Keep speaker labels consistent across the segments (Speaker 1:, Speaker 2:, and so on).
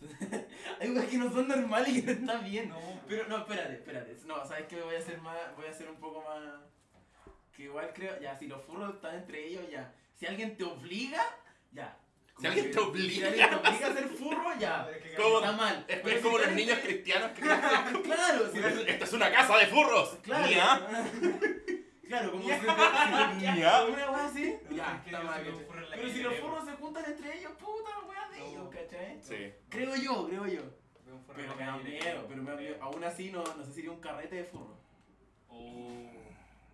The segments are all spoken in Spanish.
Speaker 1: Entonces, hay weas que no son normales y que no están bien. Pero no, espérate, espérate. No, sabes que voy a hacer más, voy a hacer un poco más. Que igual creo, ya, si los furros están entre ellos, ya. Si alguien te obliga, ya. Como
Speaker 2: Si alguien
Speaker 1: que-
Speaker 2: te obliga,
Speaker 1: Si alguien te obliga a ser furro, ya.
Speaker 2: ¿Cómo?
Speaker 1: Está mal.
Speaker 2: Es,
Speaker 1: Pero
Speaker 2: es
Speaker 1: si
Speaker 2: como los
Speaker 1: están
Speaker 2: niños
Speaker 1: entre-
Speaker 2: cristianos que dicen,
Speaker 1: Claro, si
Speaker 2: esta es una casa de furros. ah?
Speaker 1: Claro.
Speaker 2: Ña.
Speaker 1: Claro, como
Speaker 3: Ya.
Speaker 1: si, si- si-
Speaker 2: Ya.
Speaker 1: una wea así, ya,
Speaker 3: es que
Speaker 1: está
Speaker 3: yo
Speaker 1: mal,
Speaker 3: se lo
Speaker 1: ¿cachai?
Speaker 3: furro en la
Speaker 1: Pero si
Speaker 3: calle,
Speaker 1: los
Speaker 3: creo.
Speaker 1: furros se juntan entre ellos, puta la wea de
Speaker 3: No.
Speaker 1: ellos, ¿cachai?
Speaker 2: Sí.
Speaker 1: Creo yo, creo yo.
Speaker 3: Veo un furro en
Speaker 1: Pero
Speaker 3: la
Speaker 1: me da
Speaker 3: calle,
Speaker 1: miedo, pero me da
Speaker 3: creo.
Speaker 1: miedo. Aún así no, no sé si iría un carrete de furro.
Speaker 3: Oh.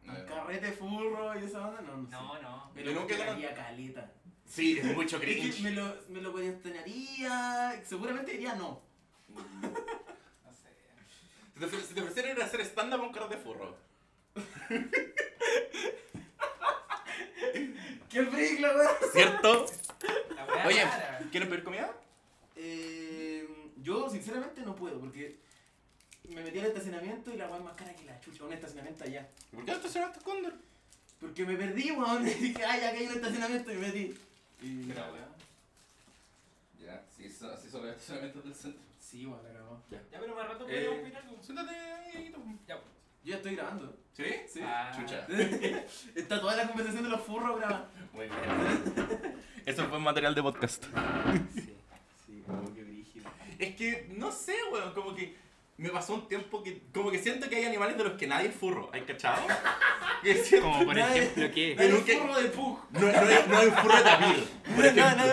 Speaker 2: No,
Speaker 1: Un
Speaker 2: no.
Speaker 1: carrete de furro y esa onda, no, no sé.
Speaker 3: No, no.
Speaker 1: Me
Speaker 2: Yo
Speaker 1: lo
Speaker 2: nunca he
Speaker 1: cuestionaría caleta.
Speaker 2: Sí, es mucho
Speaker 1: Es
Speaker 2: cringe.
Speaker 1: que me lo, me lo cuestionaría, seguramente diría no.
Speaker 3: No sé.
Speaker 2: Si te ofre- Si te ofrecieran ir a hacer stand-up a un carro de furro.
Speaker 1: ¡Qué freak la wea!
Speaker 2: ¿Cierto?
Speaker 3: La wea
Speaker 2: Oye.
Speaker 3: rara.
Speaker 2: ¿Quieres pedir comida?
Speaker 1: Eh, yo sinceramente no puedo porque me metí al estacionamiento y la wea es más cara que la chucha, un estacionamiento allá.
Speaker 2: ¿Por qué no estacionaste cóndor?
Speaker 1: Porque me perdí, weón. Dije, ay, acá hay un estacionamiento y me metí. Y...
Speaker 3: Pero, weón.
Speaker 4: Ya, si so- si solo hay estacionamientos del centro.
Speaker 1: Sí, weón, la cagó.
Speaker 3: Ya, pero más rato
Speaker 2: Eh.
Speaker 3: podríamos opinar, pues.
Speaker 2: Siéntate ahí. tú.
Speaker 3: Ya, pues.
Speaker 1: Yo ya estoy grabando.
Speaker 2: ¿Sí?
Speaker 1: Sí.
Speaker 3: Ah.
Speaker 2: Chucha.
Speaker 1: Está toda la conversación de los furros grabada.
Speaker 2: Muy bien. Eso fue material de podcast.
Speaker 1: Sí, sí, como que brígido.
Speaker 2: Es que, no sé, weón, como que me pasó un tiempo que, como que siento que hay animales de los que nadie es furro, ¿hay cachado? Que es cierto.
Speaker 5: Como por
Speaker 1: Nadie-
Speaker 5: ejemplo, ¿qué?
Speaker 1: Pero un
Speaker 2: que-
Speaker 1: furro de pug.
Speaker 2: No, no hay, no hay un furro de tapir, por
Speaker 1: No,
Speaker 2: ejemplo.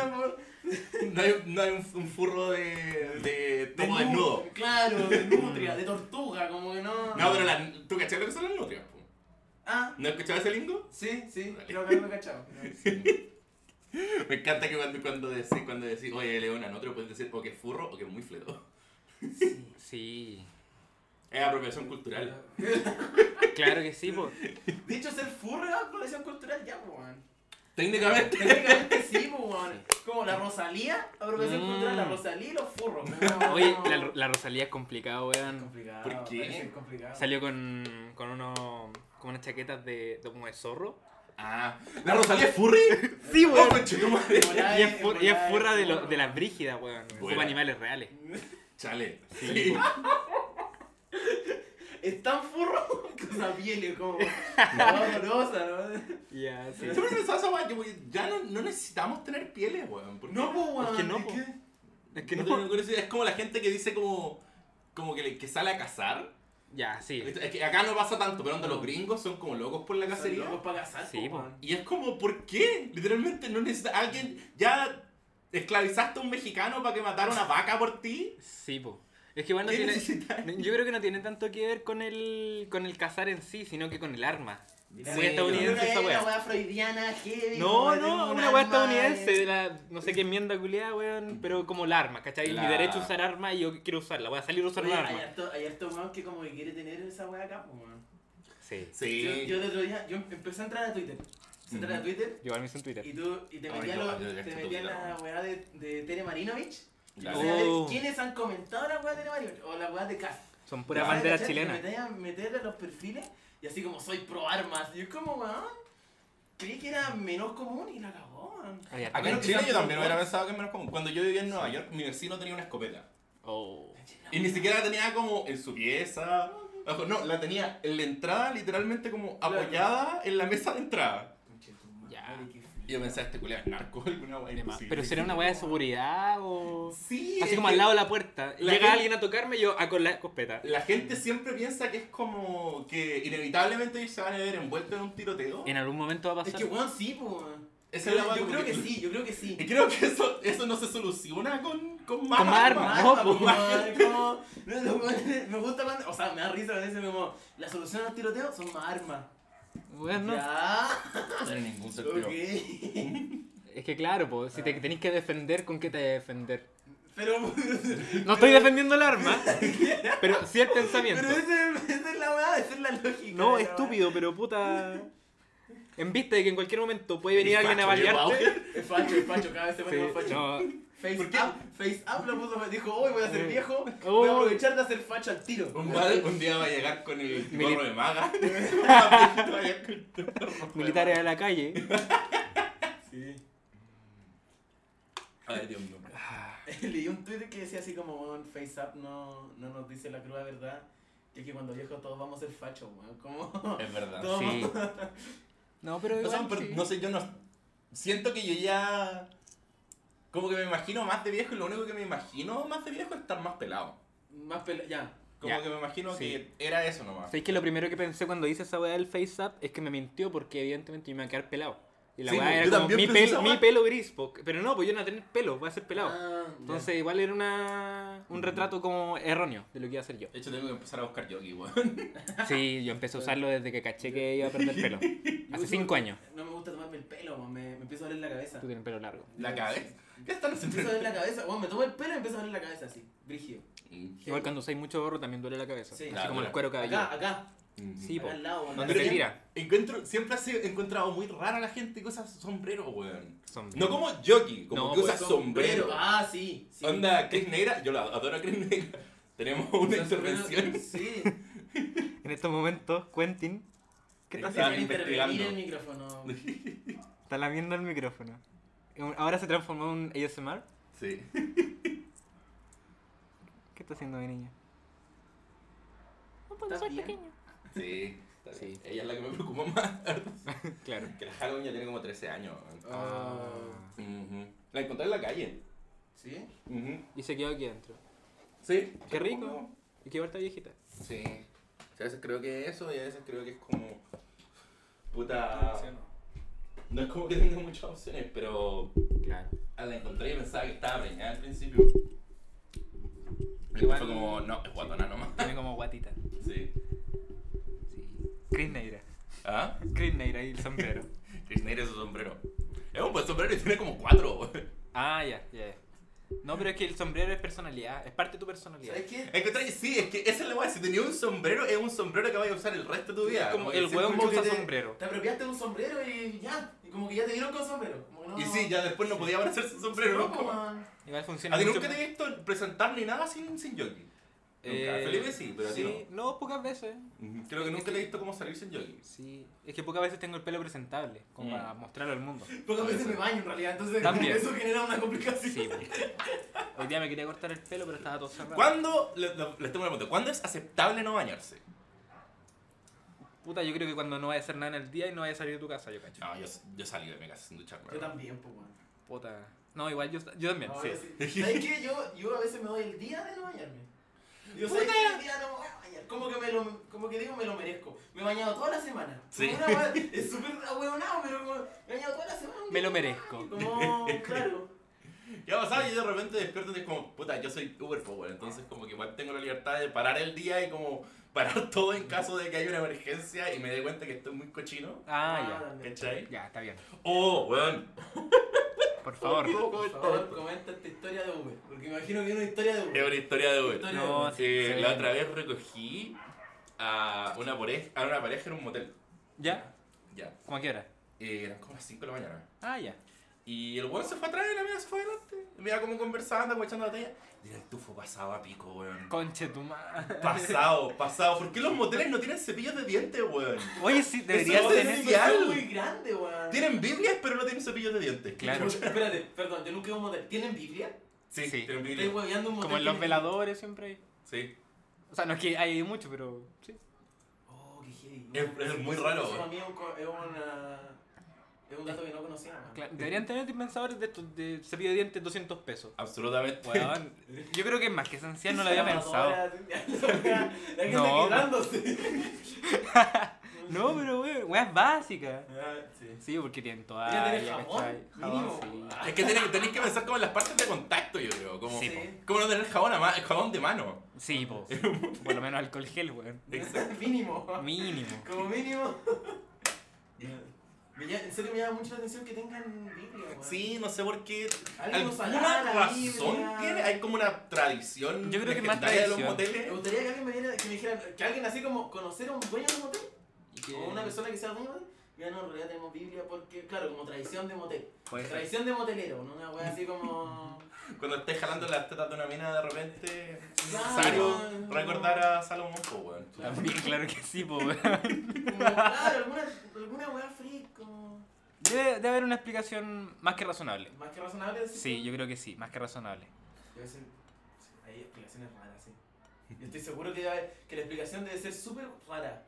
Speaker 1: no, no,
Speaker 2: No hay, no hay un, un furro de, de topo
Speaker 1: nu-
Speaker 2: desnudo.
Speaker 1: Claro, de nutria, de tortuga, como que no.
Speaker 2: No, pero la, ¿tú cachai lo que son las nutrias? po?
Speaker 1: Ah,
Speaker 2: ¿No has escuchado ese lingo?
Speaker 1: sí, sí, creo que algo he cachado.
Speaker 2: Me encanta que cuando, cuando decís, cuando decís, oye, leona, no te lo puedes decir o que es furro o que es muy fleto.
Speaker 1: Sí.
Speaker 5: Sí,
Speaker 2: Es apropiación cultural.
Speaker 5: claro que sí, po.
Speaker 1: De hecho, ser furro es apropiación cultural ya, po, weón.
Speaker 2: Técnicamente.
Speaker 1: Técnicamente sí, po, weón. Como la Rosalía, apropiación
Speaker 5: Mm.
Speaker 1: cultural, la Rosalía y los furros.
Speaker 5: Oye, la, la Rosalía es complicada, weón.
Speaker 1: Complicado,
Speaker 2: ¿Por qué?
Speaker 1: parece complicado.
Speaker 5: Salió con, con uno, con unas chaquetas de, de como de zorro.
Speaker 2: Ah, ¿la Rosalía es furry?
Speaker 5: Sí,
Speaker 2: Oh,
Speaker 5: weón.
Speaker 2: conchetumare.
Speaker 5: Y es, fu- y es
Speaker 1: Morales,
Speaker 5: furra de, lo,
Speaker 1: furro.
Speaker 5: de las brígidas, weón.
Speaker 2: Buena.
Speaker 5: Como animales reales.
Speaker 2: Chale.
Speaker 5: Sí, po.
Speaker 1: Es tan furro que usa pieles como. dolorosa, ¿no?
Speaker 5: Ya, sí.
Speaker 2: Yo siempre pensaba esa weá, que wey, ya no, no necesitamos tener pieles, weón. ¿por qué?
Speaker 1: No, po, weón.
Speaker 5: Es que no,
Speaker 1: ¿de
Speaker 5: po.
Speaker 1: qué?
Speaker 5: Es que
Speaker 2: No
Speaker 5: no.
Speaker 2: tengo curiosidad, Es como la gente que dice como, como que, le- que sale a cazar.
Speaker 5: Ya, sí.
Speaker 2: Es que acá no pasa tanto, pero onda, los gringos son como locos por la
Speaker 1: Son
Speaker 2: cacería.
Speaker 1: locos para cazar,
Speaker 5: Sí,
Speaker 1: po,
Speaker 5: po.
Speaker 1: weón.
Speaker 2: Y es como, ¿por qué? Literalmente no necesitas. Alguien ya esclavizaste a un mexicano para que matara una vaca por ti.
Speaker 5: Sí, po. Es que bueno,
Speaker 2: ¿Qué
Speaker 5: Ah, tiene,
Speaker 2: necesitas?
Speaker 5: yo creo que no tiene tanto que ver con el, con el cazar en sí, sino que con el arma.
Speaker 1: Mira,
Speaker 2: Muy
Speaker 1: yo
Speaker 5: estadounidense
Speaker 1: creo que
Speaker 5: esa
Speaker 1: hay
Speaker 5: wea.
Speaker 1: Una wea freudiana, heavy.
Speaker 5: No,
Speaker 1: como de
Speaker 5: no,
Speaker 1: un
Speaker 5: una weá
Speaker 1: alma,
Speaker 5: estadounidense
Speaker 1: eh.
Speaker 5: de la no sé qué enmienda culiada, weón, pero como la arma, ¿cachai?
Speaker 2: La-
Speaker 5: Mi derecho a usar arma y yo quiero usarla, voy a salir a usar
Speaker 1: Oye,
Speaker 5: una
Speaker 1: hay
Speaker 5: arma.
Speaker 1: harto- hay estos weón que como que quiere tener esa wea acá, po, weón. Yo,
Speaker 5: Sí,
Speaker 1: yo
Speaker 2: Sí.
Speaker 1: el otro día, yo em, empecé a entrar a Twitter. Empecé a entrar a
Speaker 2: Ujú.
Speaker 1: Twitter
Speaker 5: yo me hice en Twitter.
Speaker 1: y tú y te
Speaker 2: Ay,
Speaker 1: metías
Speaker 2: yo- este
Speaker 1: los-
Speaker 2: yo ya
Speaker 1: te
Speaker 2: estoy
Speaker 1: metías la
Speaker 2: tupidado.
Speaker 1: weá de, de Tere Marinovich. Y
Speaker 2: Claro.
Speaker 1: empecé a ver
Speaker 5: Oh.
Speaker 1: ¿Quiénes han comentado la weá de Tere Marinovich? O la weá de Cast.
Speaker 5: Son puras
Speaker 1: Ya,
Speaker 5: banderas
Speaker 1: ¿cachai?
Speaker 5: chilenas.
Speaker 1: Me metían a meter a los perfiles y así como soy pro armas. Y es como, weón, creí que era menos común y la cagó, weón.
Speaker 5: Ay,
Speaker 2: Acá en
Speaker 5: harto.
Speaker 2: Chile yo también hubiera pensado que es menos común. Cuando yo vivía en Nueva York, mi vecino tenía una escopeta.
Speaker 5: Oh.
Speaker 2: Y ni siquiera la tenía como en su pieza. Ojo, No, la tenía en la entrada, literalmente como
Speaker 1: Claro.
Speaker 2: apoyada en la mesa de entrada.
Speaker 1: Conchetumadre,
Speaker 5: Ya.
Speaker 1: qué
Speaker 2: Y yo pensaba, este culiao es narco, alguna wea imposible.
Speaker 5: Pero será una weá de seguridad o.
Speaker 2: Sí, es
Speaker 5: Así como
Speaker 2: que
Speaker 5: al lado de la puerta.
Speaker 2: la
Speaker 5: Llega
Speaker 2: gente-
Speaker 5: alguien a tocarme y yo ah, con la escopeta.
Speaker 2: La gente siempre piensa que es como que inevitablemente ellos se van a ver envueltos en un tiroteo.
Speaker 5: En algún momento va a
Speaker 1: Es
Speaker 5: pasar.
Speaker 1: que weón sí, po, weón.
Speaker 2: Esa es la
Speaker 1: Yo,
Speaker 2: wea
Speaker 1: yo
Speaker 2: como
Speaker 1: creo que sí, yo creo que
Speaker 2: Y
Speaker 1: sí.
Speaker 2: creo que eso, eso no se soluciona con, con más
Speaker 5: Con más armas,
Speaker 1: Más,
Speaker 5: no,
Speaker 1: pa,
Speaker 5: po,
Speaker 1: po, weón, como- no, no, weón, Me gusta cuando. O sea, me da risa cuando dicen como. La solución a los tiroteos son más armas.
Speaker 5: Weón, no.
Speaker 1: Ya.
Speaker 2: No tiene ningún sentido.
Speaker 1: Ok.
Speaker 5: Es que claro, po, si te tenéis que defender, ¿con qué te vas a defender?
Speaker 1: Pero.
Speaker 5: No estoy defendiendo el arma, pero sí el pensamiento.
Speaker 1: Pero ese- esa es la weá, esa es la lógica.
Speaker 5: pues. No,
Speaker 1: de la weá.
Speaker 5: estúpido, pero puta. En vista de que en cualquier momento puede venir alguien a
Speaker 2: Facho,
Speaker 5: balearte.
Speaker 2: guau.
Speaker 1: Es facho, es facho, cada vez se
Speaker 5: Sí,
Speaker 1: pone más facho.
Speaker 5: no.
Speaker 1: Face
Speaker 2: ¿Por qué?
Speaker 1: up, face up lo puso, dijo, hoy voy a ser
Speaker 5: Eh.
Speaker 1: viejo, voy a
Speaker 5: Oh.
Speaker 1: aprovechar de hacer facho al tiro.
Speaker 2: Un, va- un día va a llegar con el
Speaker 5: Mili-
Speaker 2: gorro de maga. Un viejito va a llegar con el gorro de maga.
Speaker 5: Militares a la calle.
Speaker 1: Sí.
Speaker 2: Ay, Dios mío.
Speaker 5: Ah,
Speaker 1: leí un Twitter que decía así como, weón, Face Up no, no nos dice la cruda verdad, que es que cuando viejos todos vamos a ser fachos, weón, como...
Speaker 2: Es verdad.
Speaker 1: Todo-
Speaker 5: Sí. No, pero
Speaker 2: No,
Speaker 5: igual,
Speaker 2: son, pero
Speaker 5: sí.
Speaker 2: no sé, yo no. Siento que yo ya. Como que me imagino más de viejo y lo único que me imagino más de viejo es estar más pelado.
Speaker 1: Más pela... Ya.
Speaker 2: Como
Speaker 5: Ya,
Speaker 2: que me imagino
Speaker 5: sí.
Speaker 2: que era eso nomás.
Speaker 5: ¿Sabéis que lo primero que pensé cuando hice esa weá del face up es que me mintió porque evidentemente yo me iba a quedar pelado? Y la
Speaker 2: Sí,
Speaker 5: weá
Speaker 2: pues,
Speaker 5: era
Speaker 2: yo
Speaker 5: como
Speaker 2: también
Speaker 5: mi,
Speaker 2: pensé
Speaker 5: pelo-
Speaker 2: esa
Speaker 5: mi
Speaker 2: weá.
Speaker 5: pelo gris, po. pero no, pues yo no voy a tener pelo, voy a ser pelado.
Speaker 1: Ah, ya.
Speaker 5: Entonces igual era una, un retrato como erróneo de lo que iba a ser yo.
Speaker 2: De hecho, tengo que empezar a buscar yogi, weón.
Speaker 5: Sí, yo empecé a usarlo desde que caché que iba a perder pelo.
Speaker 1: Yo
Speaker 5: Hace
Speaker 1: uso-
Speaker 5: cinco años.
Speaker 1: No me gusta tomarme el pelo, weón, me, me empieza a doler la cabeza.
Speaker 5: Tú tienes el pelo largo.
Speaker 2: La cabeza. ¿Qué están
Speaker 1: Me empieza a
Speaker 2: haciendo?
Speaker 1: doler la cabeza, weón, me tomo el pelo y me empieza a doler la cabeza así, brígido.
Speaker 5: Igual cuando usáis mucho gorro también duele la cabeza.
Speaker 1: Sí.
Speaker 5: así
Speaker 2: Claro,
Speaker 5: como el
Speaker 2: claro.
Speaker 5: cuero cabelludo.
Speaker 1: Acá, acá,
Speaker 5: Sí, po.
Speaker 1: acá al lado, weón.
Speaker 5: Donde
Speaker 2: Pero
Speaker 5: se
Speaker 2: yo-
Speaker 5: tira.
Speaker 2: Encuentro, siempre he encontrado muy rara la gente que usa sombrero, weón.
Speaker 5: Sombrero.
Speaker 2: No como jockey, como
Speaker 5: No,
Speaker 2: que
Speaker 5: pues,
Speaker 2: usa sombrero.
Speaker 1: Ah, sí. sí.
Speaker 2: Onda, Cris Negra, yo la adoro a Cris Negra. Tenemos una
Speaker 1: Usa sombrero,
Speaker 2: intervención.
Speaker 1: Sí.
Speaker 5: En estos momentos, Quentin ¿qué
Speaker 1: Está
Speaker 5: estás
Speaker 2: Están
Speaker 1: haciendo
Speaker 5: haciendo?
Speaker 1: intervenir
Speaker 2: investigando.
Speaker 1: el micrófono.
Speaker 5: Está lamiendo el micrófono. Un- Ahora se transformó en un ASMR.
Speaker 2: Sí.
Speaker 5: ¿Qué está haciendo mi niña?
Speaker 1: Está bien.
Speaker 2: Sí. está
Speaker 5: Sí.
Speaker 2: bien. Ella es la que me preocupa más.
Speaker 5: Claro.
Speaker 2: Que la Halloween ya tiene como 13 años.
Speaker 1: Ah,
Speaker 2: Ujú. La encontré en la calle.
Speaker 1: ¿Sí?
Speaker 2: Ujú.
Speaker 5: Y se quedó aquí adentro.
Speaker 2: Sí.
Speaker 5: Qué rico. Y quedó harta viejita.
Speaker 2: Sí. O sea, a veces creo que es eso y a veces creo que es como. Puta. No es como que tenga muchas opciones, pero.
Speaker 5: Claro.
Speaker 2: Ah, la encontré y pensaba que estaba preñada al principio. Igual
Speaker 5: Igual-
Speaker 2: fue como, no, es guatona nomás.
Speaker 5: Tiene como guatita.
Speaker 2: Sí.
Speaker 5: Sí. Chris Neira.
Speaker 2: ¿Ah?
Speaker 5: Chris Neira y el sombrero.
Speaker 2: Chris Neira es su sombrero. Es un buen sombrero y tiene como cuatro, güey.
Speaker 5: ah, ya, ya. ya. No, pero es que el sombrero es personalidad. Es parte de tu personalidad.
Speaker 1: ¿Sabes qué?
Speaker 2: Encontré que sí, es que esa es la weá. Si tenía un sombrero, es un sombrero que vas a usar el resto de tu
Speaker 1: Sí,
Speaker 2: vida.
Speaker 5: Es como
Speaker 2: que
Speaker 5: el
Speaker 2: siempre
Speaker 5: hueón que
Speaker 2: como que
Speaker 5: usa
Speaker 2: te-
Speaker 5: sombrero.
Speaker 1: Te apropiaste de un sombrero y ya. Y como que ya te dieron con sombrero. Como que no-
Speaker 2: Y sí, ya después no podía aparecerse sombrero,
Speaker 1: No,
Speaker 2: ¿no? Como-
Speaker 1: como-
Speaker 5: Igual funciona
Speaker 2: A ti
Speaker 5: mucho
Speaker 2: nunca
Speaker 5: más.
Speaker 2: te he visto presentar ni nada sin, sin jogging. Nunca.
Speaker 5: Eh,
Speaker 2: Felipe sí, pero a ti
Speaker 5: sí, no. pocas veces.
Speaker 2: no. Ujú. Creo que nunca te he visto como salir sin jogging.
Speaker 5: Sí, es que pocas veces tengo el pelo presentable, como
Speaker 2: Mm.
Speaker 5: para mostrarlo al mundo.
Speaker 1: Pocas veces me baño en realidad, entonces
Speaker 5: También.
Speaker 1: eso genera una complicación.
Speaker 5: Sí, po. Hoy día me quería cortar el pelo, pero estaba todo cerrado.
Speaker 2: ¿Cuándo, le- le- les tengo una pregunta, ¿cuándo es aceptable no bañarse?
Speaker 5: Puta, yo creo que cuando no vaya a hacer nada en el día y no vaya a salir de tu casa, yo cacho.
Speaker 2: No, Ah, yo, yo salí de mi casa sin ducharme.
Speaker 1: Yo también, pues, weón.
Speaker 5: Puta. No, igual yo, yo también.
Speaker 1: No,
Speaker 5: sí.
Speaker 1: yo sí. ¿Sabes qué? Yo, yo a veces me doy el día de no bañarme. Yo sé que el día no me voy a bañar. Como que, me lo, como que digo, me lo merezco. Me he bañado toda la semana.
Speaker 2: Sí.
Speaker 1: Como una wea- es súper ahueonado, pero como, me he bañado toda la semana.
Speaker 5: Me lo merezco.
Speaker 1: Como, claro.
Speaker 2: Ya pasaba y yo de repente despierto y es como, puta, yo soy Uber Power, entonces como que igual tengo la libertad de parar el día y como parar todo en caso de que haya una emergencia y me dé cuenta que estoy muy cochino.
Speaker 5: Ah,
Speaker 1: también.
Speaker 5: ya.
Speaker 2: ¿Cachai?
Speaker 5: Ya, está bien.
Speaker 2: Oh, weón.
Speaker 5: Por favor.
Speaker 2: Oh,
Speaker 1: Por favor, comenta esta historia de Uber. Porque imagino que es una historia de
Speaker 2: Es
Speaker 1: Uber.
Speaker 2: una historia de Uber.
Speaker 1: Historia de
Speaker 5: No,
Speaker 1: Uber.
Speaker 5: sí,
Speaker 2: Eh,
Speaker 5: sí.
Speaker 2: La otra vez recogí a una, pareja, a una pareja en un motel.
Speaker 5: ¿Ya?
Speaker 2: Ya.
Speaker 5: ¿Cómo a qué hora?
Speaker 2: Eh, eran como las 5 de la mañana.
Speaker 5: Ah, ya.
Speaker 2: Y el weón se fue atrás y la mina se fue adelante. Mira como conversando, como echando la talla. Mira, el tufo pasado a pico, weón.
Speaker 5: Conche tu madre.
Speaker 2: Pasado, pasado. ¿Por qué los moteles no tienen cepillos de dientes, weón?
Speaker 5: Oye, sí, debería
Speaker 2: Eso es
Speaker 5: tener.
Speaker 2: el ideal.
Speaker 1: Es muy grande, weón.
Speaker 2: Tienen Biblias, pero no tienen cepillos de dientes.
Speaker 5: Claro.
Speaker 1: Espérate, perdón, yo nunca he un motel. ¿Tienen Biblia?
Speaker 2: Sí,
Speaker 5: Sí.
Speaker 2: tienen
Speaker 1: Estoy
Speaker 2: Biblias.
Speaker 1: hueveando un motel.
Speaker 5: Como en los
Speaker 1: tiene-
Speaker 5: veladores siempre hay.
Speaker 2: Sí.
Speaker 5: O sea, no es que hay mucho, pero sí.
Speaker 1: Oh, qué heavy.
Speaker 2: Es- es muy raro,
Speaker 1: Eso
Speaker 2: güey.
Speaker 1: para mí es un, co- es una- es un dato que no conocía. güey.
Speaker 5: Claro, Deberían tener dispensadores de estos de cepillo de dientes 200 pesos.
Speaker 2: Absolutamente.
Speaker 5: Weón, yo creo que es más que esencial, no lo había pensado.
Speaker 1: Ahora, La gente
Speaker 5: No.
Speaker 1: quedándose.
Speaker 5: No, pero weón, weón básica.
Speaker 1: Ah, sí.
Speaker 5: Sí, porque tienen
Speaker 1: Debería
Speaker 5: toalla,
Speaker 1: tener jabón,
Speaker 5: ¿cachai?
Speaker 1: mínimo.
Speaker 5: Jabón, sí.
Speaker 2: Es que tienen- tenéis que pensar como en las partes de contacto, yo creo. Como,
Speaker 1: Sí,
Speaker 2: como no tener jabón, a ma- jabón de mano.
Speaker 5: Sí, po. Por lo menos alcohol gel, weón.
Speaker 2: Exacto.
Speaker 1: mínimo.
Speaker 5: Mínimo.
Speaker 1: Como mínimo. Me llama- en serio me llama mucho la atención que tengan Biblia. güey.
Speaker 2: Sí, no sé por qué.
Speaker 1: Alguien
Speaker 2: ¿Alguna
Speaker 1: usará la
Speaker 2: razón
Speaker 1: Biblia.
Speaker 2: tiene? Hay como una tradición.
Speaker 5: Yo creo que es más
Speaker 2: legendaria de los
Speaker 5: tradición.
Speaker 1: Me
Speaker 2: moteles.
Speaker 1: gustaría que alguien me, diera, que me dijera, que alguien así como conocer a un dueño de un motel
Speaker 5: Y que-
Speaker 1: o una persona que sea dueño de un motel. Ya no, en realidad tenemos Biblia porque, claro, como tradición de motel.
Speaker 5: Puede ser.
Speaker 1: Tradición de motelero, ¿no? una wea así como.
Speaker 2: Cuando estés jalando las tetas de una mina de repente. Es
Speaker 1: Ya,
Speaker 2: necesario
Speaker 1: no.
Speaker 2: recordar a Salomón, po, weón.
Speaker 5: También, claro que sí, po, weón.
Speaker 1: Como, claro, alguna, alguna weá freak, como.
Speaker 5: Debe, debe haber una explicación más que razonable.
Speaker 1: Más que razonable.
Speaker 5: Sí, yo creo que sí, más que razonable.
Speaker 1: Y a veces sí, hay explicaciones raras, sí. Yo estoy seguro que, va a haber- que la explicación debe ser súper rara.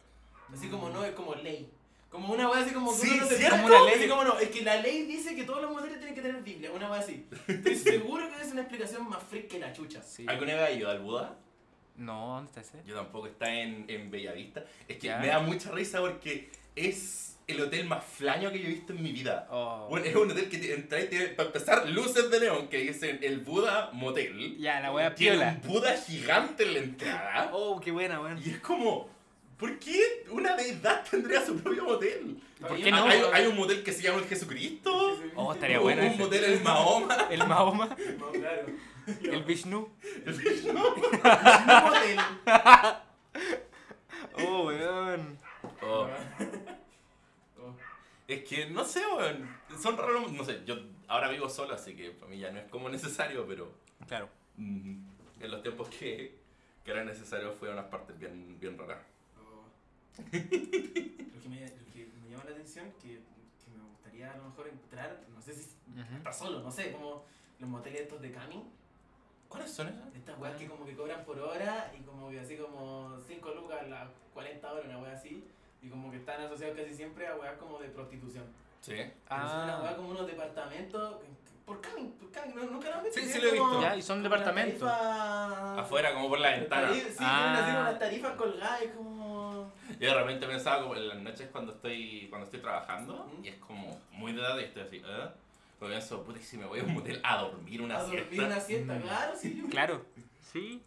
Speaker 1: Así
Speaker 5: Mm.
Speaker 1: como no, es como ley. Como una weá así como que
Speaker 2: Sí,
Speaker 1: uno no te-
Speaker 2: ¿cierto?
Speaker 1: como una ley, así como no, es que la ley dice que todos los motores tienen que tener Biblia, una weá así. Estoy seguro que es una explicación más freak que la chucha.
Speaker 5: Sí.
Speaker 2: ¿Alguna vez has ido al Buda?
Speaker 5: No, ¿dónde está ese?
Speaker 2: Yo tampoco, está en, en Bellavista. Es que
Speaker 5: Ya.
Speaker 2: me da mucha risa porque es el hotel más flaño que yo he visto en mi vida.
Speaker 5: Oh.
Speaker 2: Bueno, es un hotel que te- entra y tiene, para empezar, luces de neón que dicen el Buda Motel.
Speaker 5: Ya, la wea
Speaker 2: Tiene
Speaker 5: piola.
Speaker 2: un Buda gigante en la entrada.
Speaker 5: Oh, qué buena, weón.
Speaker 2: Y es como, ¿por qué una deidad tendría su propio motel?
Speaker 5: ¿Por
Speaker 2: Ah,
Speaker 5: qué no?
Speaker 2: Hay, hay un motel que se llama el Jesucristo.
Speaker 5: Oh, estaría
Speaker 2: un-
Speaker 5: bueno
Speaker 2: Un
Speaker 5: ese.
Speaker 2: motel el Mahoma.
Speaker 5: El Mahoma,
Speaker 1: No, claro.
Speaker 5: el Vishnu.
Speaker 1: No motel.
Speaker 5: Oh, weón.
Speaker 2: Oh,
Speaker 1: Oh.
Speaker 2: es que, no sé, weón. Son raros, no sé, yo ahora vivo solo, así que para mí ya no es como necesario, pero
Speaker 5: Claro.
Speaker 2: mm, en los tiempos que, que era necesario fue unas partes bien, bien raras.
Speaker 1: Lo Oh. que, me, lo que me llama la atención, que, que me gustaría a lo mejor entrar, no sé si está solo, no sé, como los moteles estos de camping,
Speaker 2: ¿Cuáles son esas?
Speaker 1: estas weas
Speaker 2: Ah.
Speaker 1: que como que cobran por hora y como que así como 5 lucas las 40 horas, una wea así, y como que están asociados casi siempre a weas como de prostitución.
Speaker 2: Sí.
Speaker 1: Pero son una wea
Speaker 5: Ah,
Speaker 1: como unos departamentos, que- que- por camping, por camping, no- nunca lo han visto.
Speaker 2: Sí,
Speaker 1: que
Speaker 2: sí
Speaker 1: es
Speaker 2: lo he
Speaker 1: como-
Speaker 2: visto.
Speaker 5: ya, y son
Speaker 1: como
Speaker 5: departamentos.
Speaker 1: una tarifa-
Speaker 2: Afuera, como por la ventana.
Speaker 1: Sí, tienen así
Speaker 5: Ah.
Speaker 1: unas tarifas colgadas y como...
Speaker 2: Yo de repente pensaba como en las noches cuando estoy cuando estoy trabajando
Speaker 1: Ujú.
Speaker 2: y es como muy de edad y estoy así, ¿eh? Porque pienso, puta, ¿y si me voy a un motel a dormir una
Speaker 1: a dormir
Speaker 2: siesta?
Speaker 1: una siesta,
Speaker 5: Mm.
Speaker 1: claro, sí, yo
Speaker 5: Claro. Sí.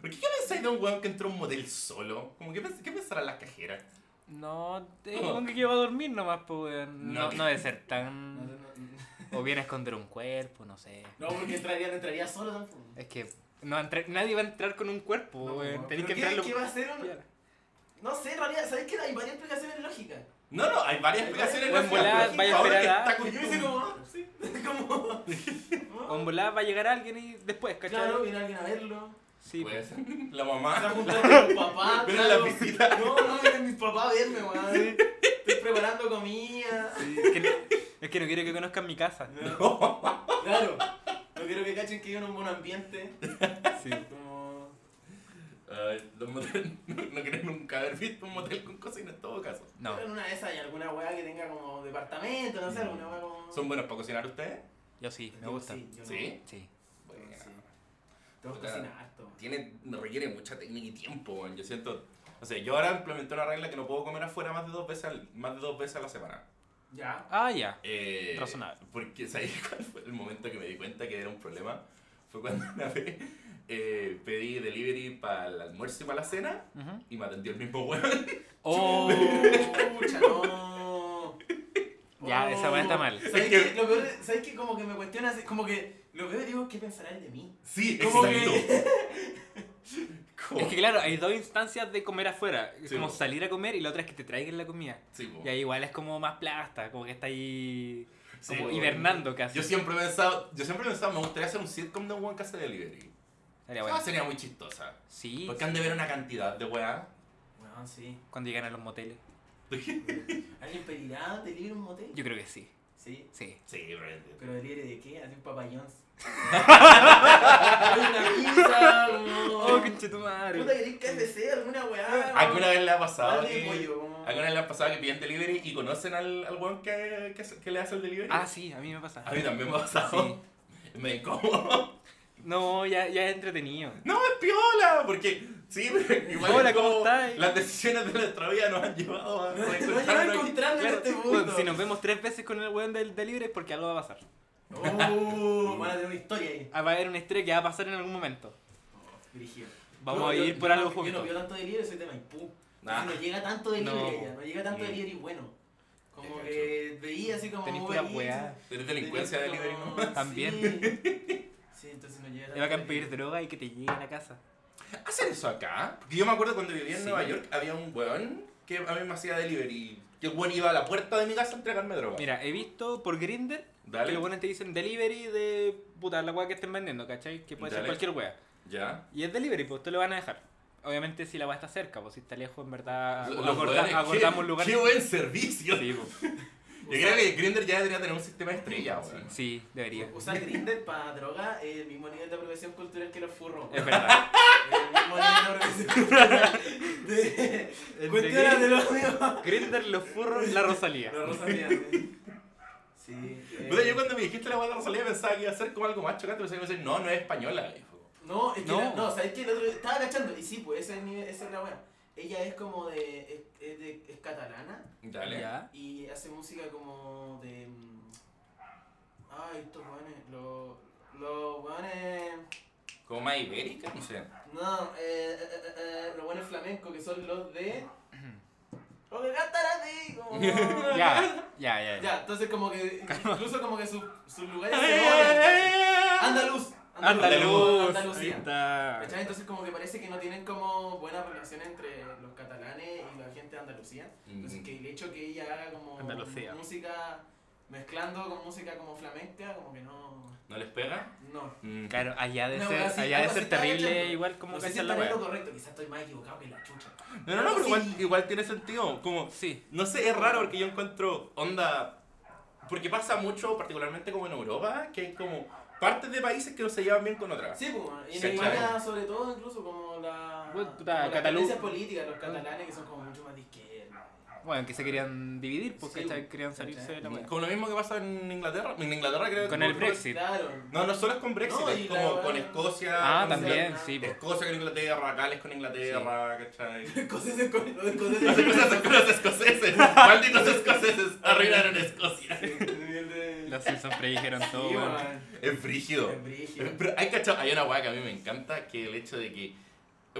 Speaker 2: ¿Por qué qué pensáis de un weón que entró a un motel solo? Como, ¿qué, pens- ¿Qué pensarán las cajeras?
Speaker 5: No, te
Speaker 2: No.
Speaker 5: con que yo voy a dormir nomás, pues, weón.
Speaker 2: No.
Speaker 5: No, no debe ser
Speaker 1: No, no,
Speaker 5: tan.
Speaker 1: no.
Speaker 5: O viene a esconder un cuerpo, no sé.
Speaker 1: No, porque entraría, no entraría solo tampoco.
Speaker 5: Es que no, entra- nadie va a entrar con un cuerpo,
Speaker 1: No,
Speaker 5: weón.
Speaker 1: no,
Speaker 5: pues, Tenés
Speaker 1: pero
Speaker 5: que
Speaker 1: ¿qué-
Speaker 5: entrarlo.
Speaker 1: ¿Qué va a hacer un.? No sé, en realidad, ¿sabes qué? Hay varias explicaciones lógicas.
Speaker 2: No, no, hay varias explicaciones.
Speaker 1: Buen
Speaker 2: lógicas,
Speaker 1: volada,
Speaker 2: pero
Speaker 1: vaya a
Speaker 2: ahora
Speaker 5: esperar
Speaker 2: que
Speaker 5: a-
Speaker 2: está
Speaker 1: Y yo
Speaker 2: acostum-
Speaker 1: hice como. ah, Sí, como. ah,
Speaker 5: O en volada va a llegar alguien y después, ¿cachai?
Speaker 1: Claro, viene alguien a verlo.
Speaker 5: Sí.
Speaker 2: Puede ser. Pues, La
Speaker 1: Se va a
Speaker 2: mamá.
Speaker 1: juntar con mis papás.
Speaker 2: Ah. Viene a la
Speaker 1: claro.
Speaker 2: visita.
Speaker 1: No, no, vienen mis papás a verme, weón. Estoy preparando comida.
Speaker 5: sí, pues. es, que no, es que no quiero que conozcan mi casa.
Speaker 1: Claro. No quiero que cachen que yo en un buen ambiente.
Speaker 5: Sí.
Speaker 1: Como.
Speaker 2: Ay, los moteles- no, no creo nunca haber visto un motel con cocina en todo caso.
Speaker 5: No.
Speaker 1: Pero en una de esas hay alguna weá que tenga como departamento, no sé, alguna weá como.
Speaker 2: ¿Son buenos para cocinar ustedes?
Speaker 5: Yo sí, me
Speaker 1: Yo
Speaker 5: gusta.
Speaker 1: Sí. yo no.
Speaker 2: Sí.
Speaker 5: Sí.
Speaker 2: Bueno.
Speaker 1: Sí. Tengo que
Speaker 2: Puta.
Speaker 1: cocinar harto.
Speaker 2: tiene, requiere mucha técnica y tiempo, weón. Yo siento. O sea, yo ahora implementé una regla que no puedo comer afuera más de dos veces, al- más de dos veces a la semana.
Speaker 1: Ya.
Speaker 5: Ah, ya.
Speaker 2: Eh,
Speaker 5: Razonable.
Speaker 2: Porque, ¿sabéis cuál fue el momento que me di cuenta que era un problema? Fue cuando una vez eh, pedí delivery para el almuerzo y para la cena
Speaker 5: Ujú.
Speaker 2: y me atendió el mismo weón.
Speaker 5: Oh,
Speaker 1: Pucha, no.
Speaker 5: Ya, esa weá está mal.
Speaker 1: ¿Sabes
Speaker 2: Es
Speaker 1: qué?
Speaker 2: que-
Speaker 1: Lo peor es- ¿sabes qué? Como que me cuestionas, como que lo veo y digo, ¿qué pensará él de mí?
Speaker 2: Sí,
Speaker 1: ¿Cómo
Speaker 2: exacto. ¿Cómo?
Speaker 5: es que claro, hay dos instancias de comer afuera. Es
Speaker 2: Sí,
Speaker 5: como
Speaker 2: po.
Speaker 5: salir a comer y la otra es que te traigan la comida.
Speaker 2: Sí, po.
Speaker 5: Y ahí igual es como más plasta, como que está ahí
Speaker 2: Sí,
Speaker 5: como
Speaker 2: po.
Speaker 5: hibernando casi.
Speaker 2: Yo siempre he pensado, yo siempre he pensado, me gustaría hacer un sitcom de un weón que hace delivery.
Speaker 5: Estaría bueno.
Speaker 2: Ah, sería muy chistosa.
Speaker 5: Sí,
Speaker 2: Porque han de ver una cantidad de weá.
Speaker 1: Bueno, sí.
Speaker 5: cuando llegan a los moteles.
Speaker 1: ¿Alguien pedirá delivery en un motel?
Speaker 5: Yo creo que sí.
Speaker 1: Sí.
Speaker 5: Sí.
Speaker 2: Sí, probablemente.
Speaker 1: ¿Pero delivery de qué? Hace un papayón. una pizza, como...
Speaker 5: Oh, conchetumare.
Speaker 1: Puta, ¿querés KFC? ¿Alguna weá?
Speaker 2: ¿Alguna vez le ha pasado?
Speaker 1: Pan de
Speaker 2: que-
Speaker 1: pollo, como-
Speaker 2: ¿Alguna vez le ha pasado que piden delivery y conocen al, al weón que, que, que le hace el delivery?
Speaker 5: Ah, sí, a mí me pasa.
Speaker 2: A mí también me ha pasado. Me incómodo.
Speaker 5: No, ya, ya es entretenido.
Speaker 2: ¡No, es piola! Porque, sí, pero igual es
Speaker 5: Hola, ¿cómo
Speaker 2: como
Speaker 5: estáis?
Speaker 2: las decisiones de nuestra vida nos han llevado a
Speaker 1: No llevo a
Speaker 2: reencontrarnos aquí.
Speaker 1: encontrarme en
Speaker 5: Claro,
Speaker 1: este mundo.
Speaker 5: bueno, si nos vemos tres veces con el weón del delivery es porque algo va a pasar.
Speaker 1: Oh, van a tener una historia ahí.
Speaker 5: Ah, Va a haber una historia que va a pasar en algún momento.
Speaker 1: Oh, dirigido.
Speaker 5: Vamos
Speaker 1: No,
Speaker 5: a
Speaker 1: yo-
Speaker 5: ir por
Speaker 1: yo
Speaker 5: algo
Speaker 1: no- Yo no
Speaker 5: juntos.
Speaker 1: veo tanto delivery, soy de Maipú.
Speaker 2: Nah.
Speaker 1: Entonces No llega tanto delivery
Speaker 5: No.
Speaker 1: allá, no llega tanto
Speaker 2: Mm.
Speaker 1: delivery bueno. Como
Speaker 2: Te
Speaker 1: que veía así como
Speaker 5: Tenéis
Speaker 1: Uber
Speaker 5: pura
Speaker 1: Eats,
Speaker 5: weá.
Speaker 2: Tenés delincuencia de delivery, ¿no?
Speaker 1: sí.
Speaker 5: También.
Speaker 1: Sí, entonces no llega
Speaker 5: Te van a pedir droga y que te llegue a la casa.
Speaker 2: ¿Hacen eso acá? Porque yo me acuerdo cuando vivía en
Speaker 5: Sí.
Speaker 2: Nueva York había un weón que a mí me hacía delivery. Que el weón iba a la puerta de mi casa a entregarme droga.
Speaker 5: Mira, he visto por Grindr que
Speaker 2: Dale.
Speaker 5: los buenos te dicen delivery de puta la weá que estén vendiendo, ¿cachai? Que puede
Speaker 2: Dale.
Speaker 5: ser cualquier weá.
Speaker 2: Ya.
Speaker 5: Y es delivery, pues te lo van a dejar. Obviamente si la weá está cerca, pues si está lejos, en verdad
Speaker 2: Los
Speaker 5: acorda-
Speaker 2: weones, qué-
Speaker 5: acordamos un lugar.
Speaker 2: ¡Qué buen servicio!
Speaker 5: Sí, po.
Speaker 2: Yo creo que Grinder ya debería tener un sistema de estrella, weón.
Speaker 5: Sí, debería.
Speaker 1: Usar Grindr para droga es el mismo nivel de apropiación cultural que los furros.
Speaker 5: Es verdad.
Speaker 1: El mismo nivel de apropiación cultural de. Cuestiones del odio.
Speaker 5: Grinder, los furros, la Rosalía.
Speaker 1: La rosa mía, sí. Sí. eh,
Speaker 2: Puta, yo cuando me dijiste la weá de Rosalía pensaba que iba a ser como algo más chocante, pensaba que iba a decir, no, no es española. Y fue como,
Speaker 1: No, es que
Speaker 5: No.
Speaker 1: la- no, ¿sabes qué? El otro estaba cachando. Y sí, pues ese es, mi- esa es la weá. Ella es como de. Es, es de- es catalana
Speaker 2: Dale.
Speaker 5: Ya.
Speaker 1: y hace música como de. mm, Ay, estos weones. Los. Los weones.
Speaker 2: Como más ibérica, no sé.
Speaker 1: No, eh, eh, eh, eh, los buenos flamencos que son los de. Los de Cantarati, como.
Speaker 5: Ya, ya, ya. ya.
Speaker 1: Ya, entonces como que. Incluso como que sus sus lugares se mueven. Andaluz.
Speaker 5: Andaluz. Ahí
Speaker 1: Andalucía.
Speaker 5: está.
Speaker 1: ¿Cachai? Entonces como que parece que no tienen como buena relación entre los catalanes y la gente de Andalucía. Entonces
Speaker 2: Mm.
Speaker 1: que el hecho que ella haga como
Speaker 5: Andalucía.
Speaker 1: música mezclando con música como flamenca, como que no.
Speaker 2: ¿No les pega?
Speaker 1: No.
Speaker 2: Mm.
Speaker 5: Claro, allá de
Speaker 1: Una
Speaker 5: ser,
Speaker 1: wea así,
Speaker 5: allá de
Speaker 1: algo
Speaker 5: ser
Speaker 1: así estaba
Speaker 5: terrible,
Speaker 1: cachando.
Speaker 5: igual como
Speaker 1: No sé si
Speaker 5: cachar la
Speaker 1: estaré en
Speaker 5: wea.
Speaker 1: lo correcto, quizás estoy más equivocado que la chucha.
Speaker 2: No, no, no, pero igual,
Speaker 1: Sí.
Speaker 2: igual tiene sentido. Como,
Speaker 5: Sí.
Speaker 2: no sé, es raro porque yo encuentro onda. Porque pasa mucho, particularmente como en Europa, que hay como partes de países que no se llevan bien con otras.
Speaker 1: Sí, pues, y en
Speaker 2: ¿Cachai?
Speaker 1: España sobre todo incluso como la...
Speaker 5: Bueno,
Speaker 1: como
Speaker 5: puta,
Speaker 1: las
Speaker 5: Catalu-
Speaker 1: tendencias políticas, los catalanes que son como mucho más de izquierda.
Speaker 5: Bueno, que se querían dividir,
Speaker 1: Sí,
Speaker 5: porque cachai, querían salirse de la wea.
Speaker 2: Como lo mismo que pasa en Inglaterra. En Inglaterra creo que-
Speaker 5: Con el Brexit. Sí.
Speaker 1: Claro.
Speaker 2: No, no solo es con Brexit,
Speaker 1: No, y
Speaker 2: es como
Speaker 1: la-
Speaker 2: con Escocia.
Speaker 5: Ah,
Speaker 2: con-
Speaker 5: también, sí. pues. po.
Speaker 2: Escocia con Inglaterra, Gales con Inglaterra, ¿cachai?
Speaker 1: Escoceses con... los escoceses
Speaker 2: Las cosas con los escoceses. Malditos escoceses arruinaron Escocia.
Speaker 1: Sí, nivel de-
Speaker 5: Los Simpsons predijeron todo,
Speaker 1: Sí,
Speaker 5: weón.
Speaker 1: weón.
Speaker 2: Es frígido.
Speaker 1: Es brígido.
Speaker 2: Pero hay, cachao, hay una weá que a mí me encanta, que el hecho de que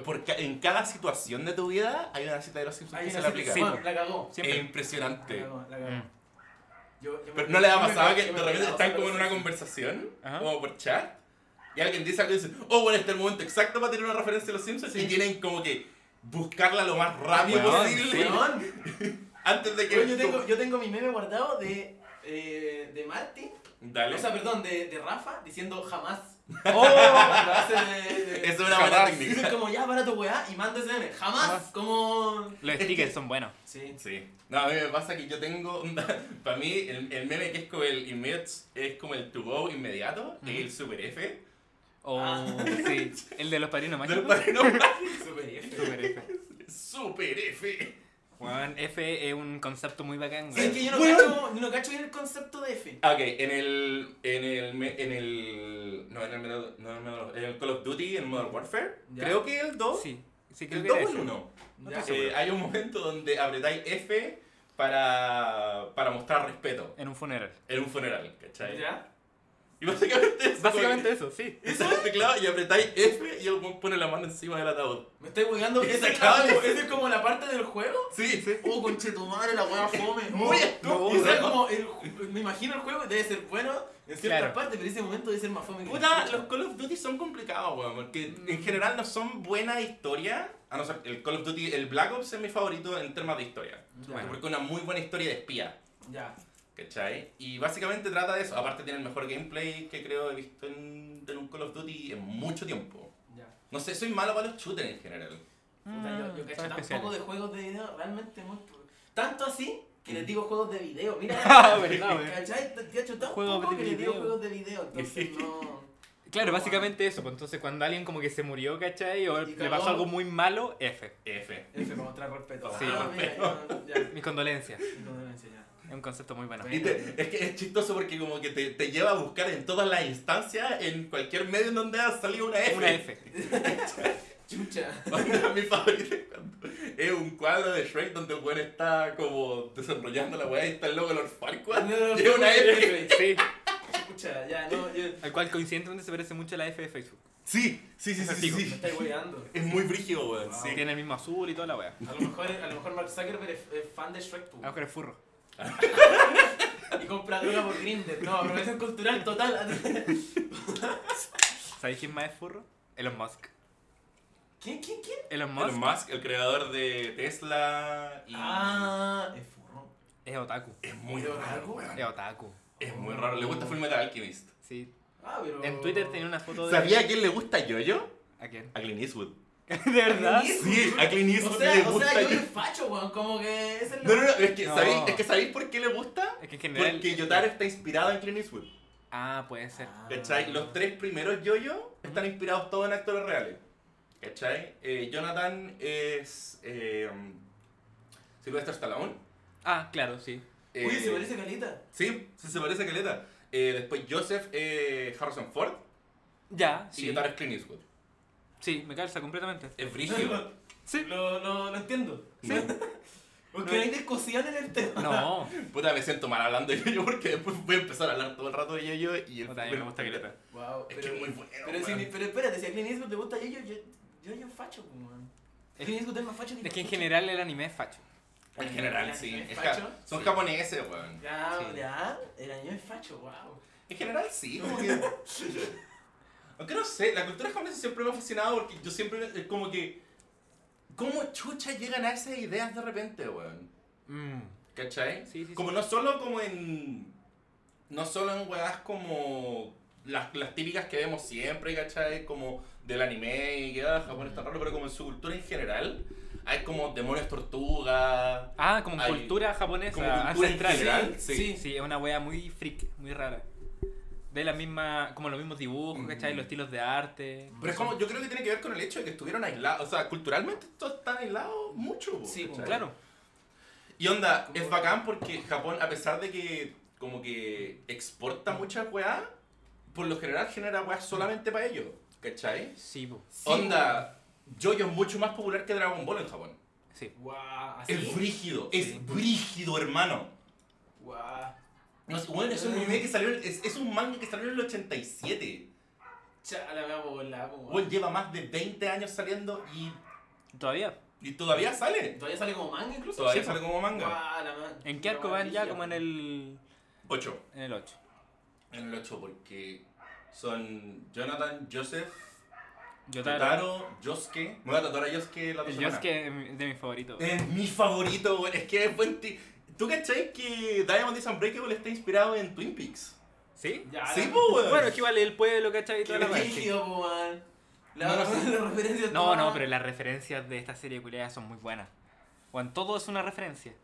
Speaker 2: por ca- en cada situación de tu vida hay una cita de los Simpsons
Speaker 1: Ahí
Speaker 2: que Pues se
Speaker 1: se
Speaker 2: le aplica.
Speaker 5: sí.
Speaker 1: La cagó. Mm.
Speaker 2: Es
Speaker 5: Siempre.
Speaker 1: La
Speaker 2: impresionante.
Speaker 1: cagó, la cagó.
Speaker 5: Mm.
Speaker 1: Yo- yo me-
Speaker 2: Pero no le ha
Speaker 1: yo me
Speaker 2: pasado
Speaker 1: cago,
Speaker 2: que
Speaker 1: yo
Speaker 2: de
Speaker 1: me
Speaker 2: repente
Speaker 1: cago,
Speaker 2: están
Speaker 1: pero
Speaker 2: como en
Speaker 1: sí,
Speaker 2: una
Speaker 1: sí.
Speaker 2: conversación,
Speaker 5: Ajá.
Speaker 2: como por chat, y alguien dice algo y dice, oh, bueno, este es el momento exacto para tener una referencia de los Simpsons, y tienen como que buscarla lo más rápido
Speaker 5: Weón,
Speaker 2: posible
Speaker 1: Weón,
Speaker 2: antes de que.
Speaker 1: weón, yo tengo, yo tengo mi meme guardado de, eh, de Marty,
Speaker 2: Dale.
Speaker 1: o sea, perdón, de, de Rafa, diciendo jamás.
Speaker 5: ¡Oh!
Speaker 1: Cuando hace de- de-
Speaker 2: es una buena
Speaker 5: Jamás.
Speaker 1: Dicen
Speaker 2: técnica.
Speaker 1: como ya para tu weá y manda ese meme. Jamás.
Speaker 5: Jamás.
Speaker 1: Como.
Speaker 5: Los stickers son buenos.
Speaker 1: Sí.
Speaker 2: Sí. No, a mí me pasa que yo tengo. Para mí, el, el meme que es como el image es como el to go inmediato,
Speaker 5: Ujú.
Speaker 2: el super F.
Speaker 5: Oh, sí. El de los padrinos
Speaker 2: Del
Speaker 5: mágicos.
Speaker 2: padrino
Speaker 1: Super F.
Speaker 5: Super F.
Speaker 2: Super F.
Speaker 5: Juan, F es un concepto muy bacán,
Speaker 1: Sí, es que yo
Speaker 5: güey.
Speaker 1: no,
Speaker 2: Weón.
Speaker 1: cacho, yo no cacho bien el concepto de F.
Speaker 2: Ah, Ok, en el. En el. me- En el no, en el, Medal- no, en el, Medal- en el Call of Duty, en Modern Warfare.
Speaker 1: Ya.
Speaker 2: Creo que el 2.
Speaker 5: Sí, sí, creo
Speaker 2: el
Speaker 5: que
Speaker 2: 2
Speaker 5: era
Speaker 2: o el
Speaker 5: ese.
Speaker 2: 1.
Speaker 1: Ya.
Speaker 2: Eh, hay un momento donde apretáis F para, para mostrar respeto
Speaker 5: En un funeral.
Speaker 2: en un funeral, ¿cachai?
Speaker 1: ¿Ya?
Speaker 2: Y básicamente es
Speaker 5: Básicamente eso, sí.
Speaker 2: como- Eso es el teclado y apretáis F y él pone la mano encima del ataúd.
Speaker 1: Me estoy bugueando. ¿Esa es,
Speaker 2: acaba
Speaker 1: la-
Speaker 2: de-
Speaker 1: esa es como la parte del juego?
Speaker 2: Sí, sí.
Speaker 1: Oh, conchetumare, la weá fome. Oh,
Speaker 2: Muy estúpido.
Speaker 1: y sea como el ju- me imagino el juego debe ser bueno en cierta
Speaker 5: Claro.
Speaker 1: parte, pero ese momento debe ser más fome. que la
Speaker 2: Puta,
Speaker 1: chucha.
Speaker 2: los Call of Duty son complicados, weón, porque
Speaker 5: Mm.
Speaker 2: en general no son buena historia. A no ser el Call of Duty, el Black Ops es mi favorito en temas de historia.
Speaker 1: Ya.
Speaker 2: Bueno, porque es una muy buena historia de espía,
Speaker 1: Ya.
Speaker 2: ¿cachai? Y básicamente trata de eso. Aparte tiene el mejor gameplay que creo he visto en, en un Call of Duty en mucho tiempo.
Speaker 1: Ya.
Speaker 2: No sé, soy malo para los shooters en general.
Speaker 1: Puta, yo, yo
Speaker 5: Mm,
Speaker 1: cacho
Speaker 5: son
Speaker 1: tan
Speaker 5: especiales.
Speaker 1: poco de juegos de video, realmente muy po- Tanto así que les digo juegos de video. Mira,
Speaker 5: Ah, verdad, güey.
Speaker 1: ¿cachai? Te- Cacho tan
Speaker 5: Juegos
Speaker 1: poco
Speaker 5: de
Speaker 1: que les digo
Speaker 5: video.
Speaker 1: juegos de video. Entonces no.
Speaker 5: Claro, básicamente eso. pues, Entonces, cuando alguien como que se murió, ¿cachai? O
Speaker 1: Y
Speaker 5: le
Speaker 1: cagó.
Speaker 5: pasó algo muy malo, F.
Speaker 2: F.
Speaker 1: F, para mostrar respeto.
Speaker 5: Sí.
Speaker 1: Ah, mira, ya. ya.
Speaker 5: Mis condolencias.
Speaker 1: Incondolencia, ya.
Speaker 5: Es un concepto muy bueno.
Speaker 2: Y te- es que es chistoso porque como que te, te lleva a buscar en todas las instancias, en cualquier medio en donde ha salido una F.
Speaker 5: Una F.
Speaker 1: Chucha.
Speaker 2: Bueno, mi favorito es cuando- es un cuadro de Shrek donde el weón está como desenrollando la weá y está el logo de Lord Farquaad. Y es una F.
Speaker 5: Sí.
Speaker 1: Chucha, ya, no. Yo,
Speaker 5: Al cual coincidentemente se parece mucho a la F de Facebook.
Speaker 2: Sí, sí, sí,
Speaker 5: Es
Speaker 2: sí,
Speaker 5: antiguo.
Speaker 1: me
Speaker 2: sí.
Speaker 1: estáis weando.
Speaker 2: Es muy brígido, weón.
Speaker 1: Wow.
Speaker 2: Sí.
Speaker 5: Tiene el mismo azul y toda la wea.
Speaker 1: A lo mejor, a lo mejor Mark Zuckerberg es, es fan de Shrek
Speaker 5: A
Speaker 1: tú.
Speaker 5: lo mejor es furro.
Speaker 1: y compra droga por Grindr. No, apropiación cultural total.
Speaker 5: ¿Sabéis quién más es furro? Elon Musk.
Speaker 1: ¿Quién, quién, quién?
Speaker 5: Elon Musk
Speaker 2: Elon Musk, el creador de Tesla y...
Speaker 1: Ah, es furro.
Speaker 5: es otaku.
Speaker 2: Es muy raro,
Speaker 5: Es
Speaker 2: weón.
Speaker 5: otaku.
Speaker 2: Es muy raro. Le gusta Full Metal Alchemist.
Speaker 5: Sí.
Speaker 1: Ah, pero.
Speaker 5: En Twitter tenía una foto de.
Speaker 2: ¿Sabía a quién le gusta Yoyo?
Speaker 5: ¿A quién?
Speaker 2: A Clint Eastwood.
Speaker 5: ¿De verdad?
Speaker 1: Clint Eastwood.
Speaker 2: Sí, a Clint Eastwood
Speaker 1: O sea,
Speaker 2: le
Speaker 1: o
Speaker 2: gusta. Ah,
Speaker 1: sea, yo
Speaker 2: que-
Speaker 1: soy facho, weón. Como que esa es la.
Speaker 2: No, no, no, es que,
Speaker 5: No.
Speaker 2: ¿sabéis, es que ¿sabéis por qué le gusta?
Speaker 5: Es que en general.
Speaker 2: Porque Yotaro está inspirado en Clint Eastwood.
Speaker 5: Ah, puede ser.
Speaker 2: ¿Cachai? Los tres primeros yo-yo están inspirados todos en actores reales. ¿Cachai? Eh, Jonathan es. Eh, Sylvester Stallone.
Speaker 5: Ah, claro, sí.
Speaker 2: Eh,
Speaker 1: Uy, se parece calita.
Speaker 2: Sí, sí, se parece a Caleta. Eh, después Joseph eh, Harrison Ford
Speaker 5: Ya,
Speaker 2: y
Speaker 5: sí.
Speaker 2: Yotaro es Clint Eastwood.
Speaker 5: Sí, me calza completamente.
Speaker 2: Es brígido.
Speaker 1: Lo,
Speaker 5: Sí.
Speaker 1: lo, lo, lo entiendo.
Speaker 2: Sí.
Speaker 1: Porque
Speaker 5: No.
Speaker 1: hay discusión en el tema.
Speaker 5: No.
Speaker 2: Puta, me siento mal hablando de yo-yo porque después voy a empezar a hablar todo el rato de yo-yo y el
Speaker 5: No, también me gusta Caleta.
Speaker 1: Wow,
Speaker 2: Es que es muy bueno.
Speaker 1: Pero, si-
Speaker 2: weón.
Speaker 1: pero espérate, si a Clint Eastwood le gusta yo, yo, yo, yo, yo facho, pues, weón.
Speaker 5: Es-
Speaker 1: Clint Eastwood es más facho que
Speaker 5: Es que en general el anime es facho.
Speaker 2: En general, sí.
Speaker 1: ¿Es
Speaker 2: Es ja-
Speaker 1: facho?
Speaker 2: son
Speaker 5: Sí.
Speaker 2: japoneses, weón.
Speaker 1: Ya,
Speaker 5: Sí.
Speaker 1: ya, el año es facho, wow.
Speaker 2: En general, sí. Como que... Aunque no sé, la cultura japonesa siempre me ha fascinado porque yo siempre, es como que... ¿Cómo chucha llegan a esas ideas de repente, weón?
Speaker 5: Mm.
Speaker 2: ¿Cachai?
Speaker 5: Sí, sí,
Speaker 2: Como
Speaker 5: sí.
Speaker 2: no solo como en... No solo en weas como... Las, las típicas que vemos siempre, ¿cachai? Como del anime y que ah, Japón está raro, pero como en su cultura en general hay como demonios tortugas,
Speaker 5: Ah, como
Speaker 2: Ay,
Speaker 5: cultura japonesa
Speaker 2: como cultura en
Speaker 5: ancestral.
Speaker 2: general,
Speaker 5: sí,
Speaker 2: sí.
Speaker 5: sí, sí, es una wea muy freak, muy rara. Ve la misma, como los mismos dibujos,
Speaker 2: Mm.
Speaker 5: ¿cachai? Los estilos de arte.
Speaker 2: Pero es como, yo creo que tiene que ver con el hecho de que estuvieron aislados, o sea, culturalmente estos están aislados mucho. po,
Speaker 1: Sí,
Speaker 2: ¿cachai?
Speaker 5: Claro.
Speaker 2: Y onda, es bacán porque Japón, a pesar de que como que exporta muchas weas, por lo general genera weas solamente para ellos, ¿cachai?
Speaker 5: Sí, po.
Speaker 2: onda, Jojo es mucho más popular que Dragon Ball en Japón.
Speaker 5: Sí.
Speaker 1: Wow,
Speaker 2: Es
Speaker 1: así.
Speaker 2: brígido,
Speaker 5: Sí.
Speaker 2: es brígido, hermano.
Speaker 1: Wow.
Speaker 2: No es- bueno, es un anime que salió, en- es, es un manga que salió en el 87.
Speaker 1: Chala, me hago la
Speaker 2: Bueno, lleva más de 20 años saliendo y,
Speaker 5: Todavía.
Speaker 2: y todavía sale.
Speaker 1: Todavía sale como manga incluso.
Speaker 2: Todavía
Speaker 5: Sí,
Speaker 2: sale como manga.
Speaker 1: Guau, la man-
Speaker 5: ¿En qué
Speaker 1: la
Speaker 5: arco van ya?
Speaker 1: maravilla.
Speaker 5: Como en el.
Speaker 2: 8.
Speaker 5: En el 8.
Speaker 2: En el 8 porque son Jonathan, Joseph,
Speaker 5: Yotaro.
Speaker 2: Taro, Yosuke. Me voy a tatuar a Yosuke la otra
Speaker 5: El
Speaker 2: semana.
Speaker 5: Yosuke es mi- de mis favoritos.
Speaker 2: Es mi favorito, güey. Es que es buen ti- ¿Tú cachai que Diamond is Unbreakable está inspirado en Twin Peaks?
Speaker 5: ¿Sí?
Speaker 1: Ya,
Speaker 2: sí,
Speaker 1: la-
Speaker 2: po, güey.
Speaker 5: Bueno, es que igual el pueblo, ¿cachai? Y
Speaker 1: Qué
Speaker 5: toda la wea, sí.
Speaker 1: brígido, po, man. La,
Speaker 2: No lo sé.
Speaker 1: la referencia
Speaker 5: No,
Speaker 1: toda-
Speaker 5: no, pero las referencias de esta serie culiada son muy buenas. Juan, todo es una referencia.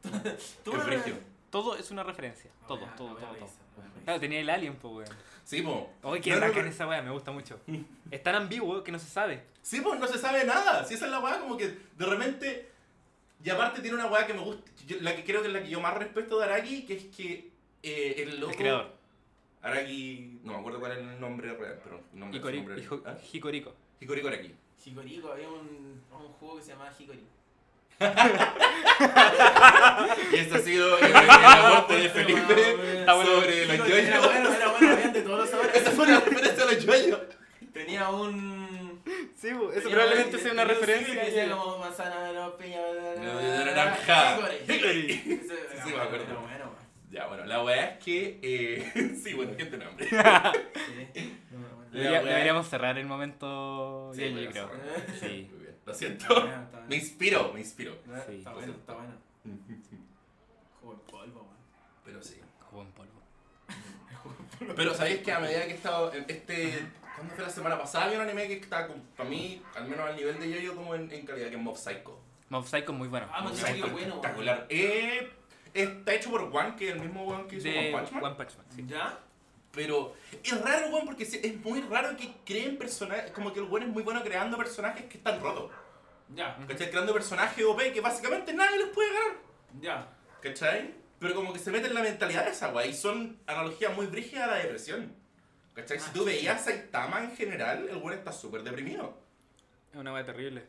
Speaker 1: Tú
Speaker 2: Es
Speaker 1: me-
Speaker 2: brígido.
Speaker 5: Todo es una referencia.
Speaker 1: No,
Speaker 5: Todo,
Speaker 1: ya,
Speaker 5: todo,
Speaker 1: no voy a
Speaker 5: todo, todo.
Speaker 1: revisar, no voy a revisar.
Speaker 5: Claro, tenía el alien, po, weón.
Speaker 2: Sí, po.
Speaker 5: Oye, qué
Speaker 2: No, no,
Speaker 5: bacán
Speaker 2: pero-
Speaker 5: esa weá, me gusta mucho. Es tan ambiguo que no se sabe.
Speaker 2: Sí, pues no se sabe nada. Si esa es la weá, como que de repente. Y aparte tiene una weá que me gusta. yo- la que creo que es la que yo más respeto de Araki, que es que eh, el loco.
Speaker 5: El creador.
Speaker 2: Araki. No me acuerdo cuál es el nombre real, pero. el Nombre, su
Speaker 5: Hikori-
Speaker 2: nombre-
Speaker 5: Hijo-
Speaker 2: ¿Ah?
Speaker 5: Hikoriko.
Speaker 2: Hikoriko Araki.
Speaker 1: Hicorico, había un, un juego que se llamaba Hicori.
Speaker 2: Y este ha sido el, el aporte de Felipe
Speaker 5: Está bueno.
Speaker 2: sobre los
Speaker 1: Era
Speaker 2: yoyos.
Speaker 1: bueno, era bueno, habían de todos los sabores.
Speaker 2: Esa fue una referencia a los yoyos.
Speaker 1: Tenía un.
Speaker 5: Sí,
Speaker 1: tenía un- tenía un signo que decía como manzana, no, piña, bla, bla, bla, bla,
Speaker 2: Naranja.
Speaker 1: Hickory.
Speaker 2: Hickory.
Speaker 1: Eso era
Speaker 2: Sí, me
Speaker 1: bueno,
Speaker 2: acuerdo.
Speaker 1: era bueno, man.
Speaker 2: Ya, bueno, la weá es que. eh, sí, bueno, gente nombre.
Speaker 1: Sí.
Speaker 2: La
Speaker 5: Debería-
Speaker 2: weá-
Speaker 5: deberíamos cerrar el momento.
Speaker 2: Sí,
Speaker 5: ya, yo
Speaker 2: bueno,
Speaker 5: creo.
Speaker 2: cerrar.
Speaker 5: Sí.
Speaker 2: Muy bien, Lo siento.
Speaker 1: Está
Speaker 2: Me
Speaker 1: bueno,
Speaker 2: inspiro, me inspiro.
Speaker 1: está bueno.
Speaker 5: Sí.
Speaker 1: Está bueno, está bueno. Juego en polvo, man.
Speaker 2: Pero sí.
Speaker 5: Jugo en polvo.
Speaker 2: Pero sabéis que a medida que he estado. en Este, ¿Cuándo fue la semana pasada? Había un anime que estaba, como, para mí, al menos al nivel de yo-yo, como en, en calidad, que es Mob Psycho.
Speaker 5: Mob Psycho es muy bueno.
Speaker 1: Ah, Mob
Speaker 5: Muy
Speaker 1: Psycho
Speaker 5: bueno.
Speaker 1: es bueno.
Speaker 2: Espectacular. Eh, está hecho por One, que es el mismo One que hizo
Speaker 5: De
Speaker 2: One Punch Man.
Speaker 5: One Punch Man, sí.
Speaker 1: ¿Ya?
Speaker 2: Pero es raro, weón, porque se- es muy raro que creen personajes. Como que el weón es muy bueno creando personajes que están rotos.
Speaker 1: Ya,
Speaker 5: Mm.
Speaker 2: ¿Cachai? Creando personajes OP que básicamente nadie les puede ganar.
Speaker 1: ya.
Speaker 2: ¿Cachai? Pero como que se mete en la mentalidad de esa weá y son analogías muy brígidas a la depresión. ¿Cachai? Si tú veías a Saitama en general, el weón está súper deprimido.
Speaker 5: Es una wea terrible.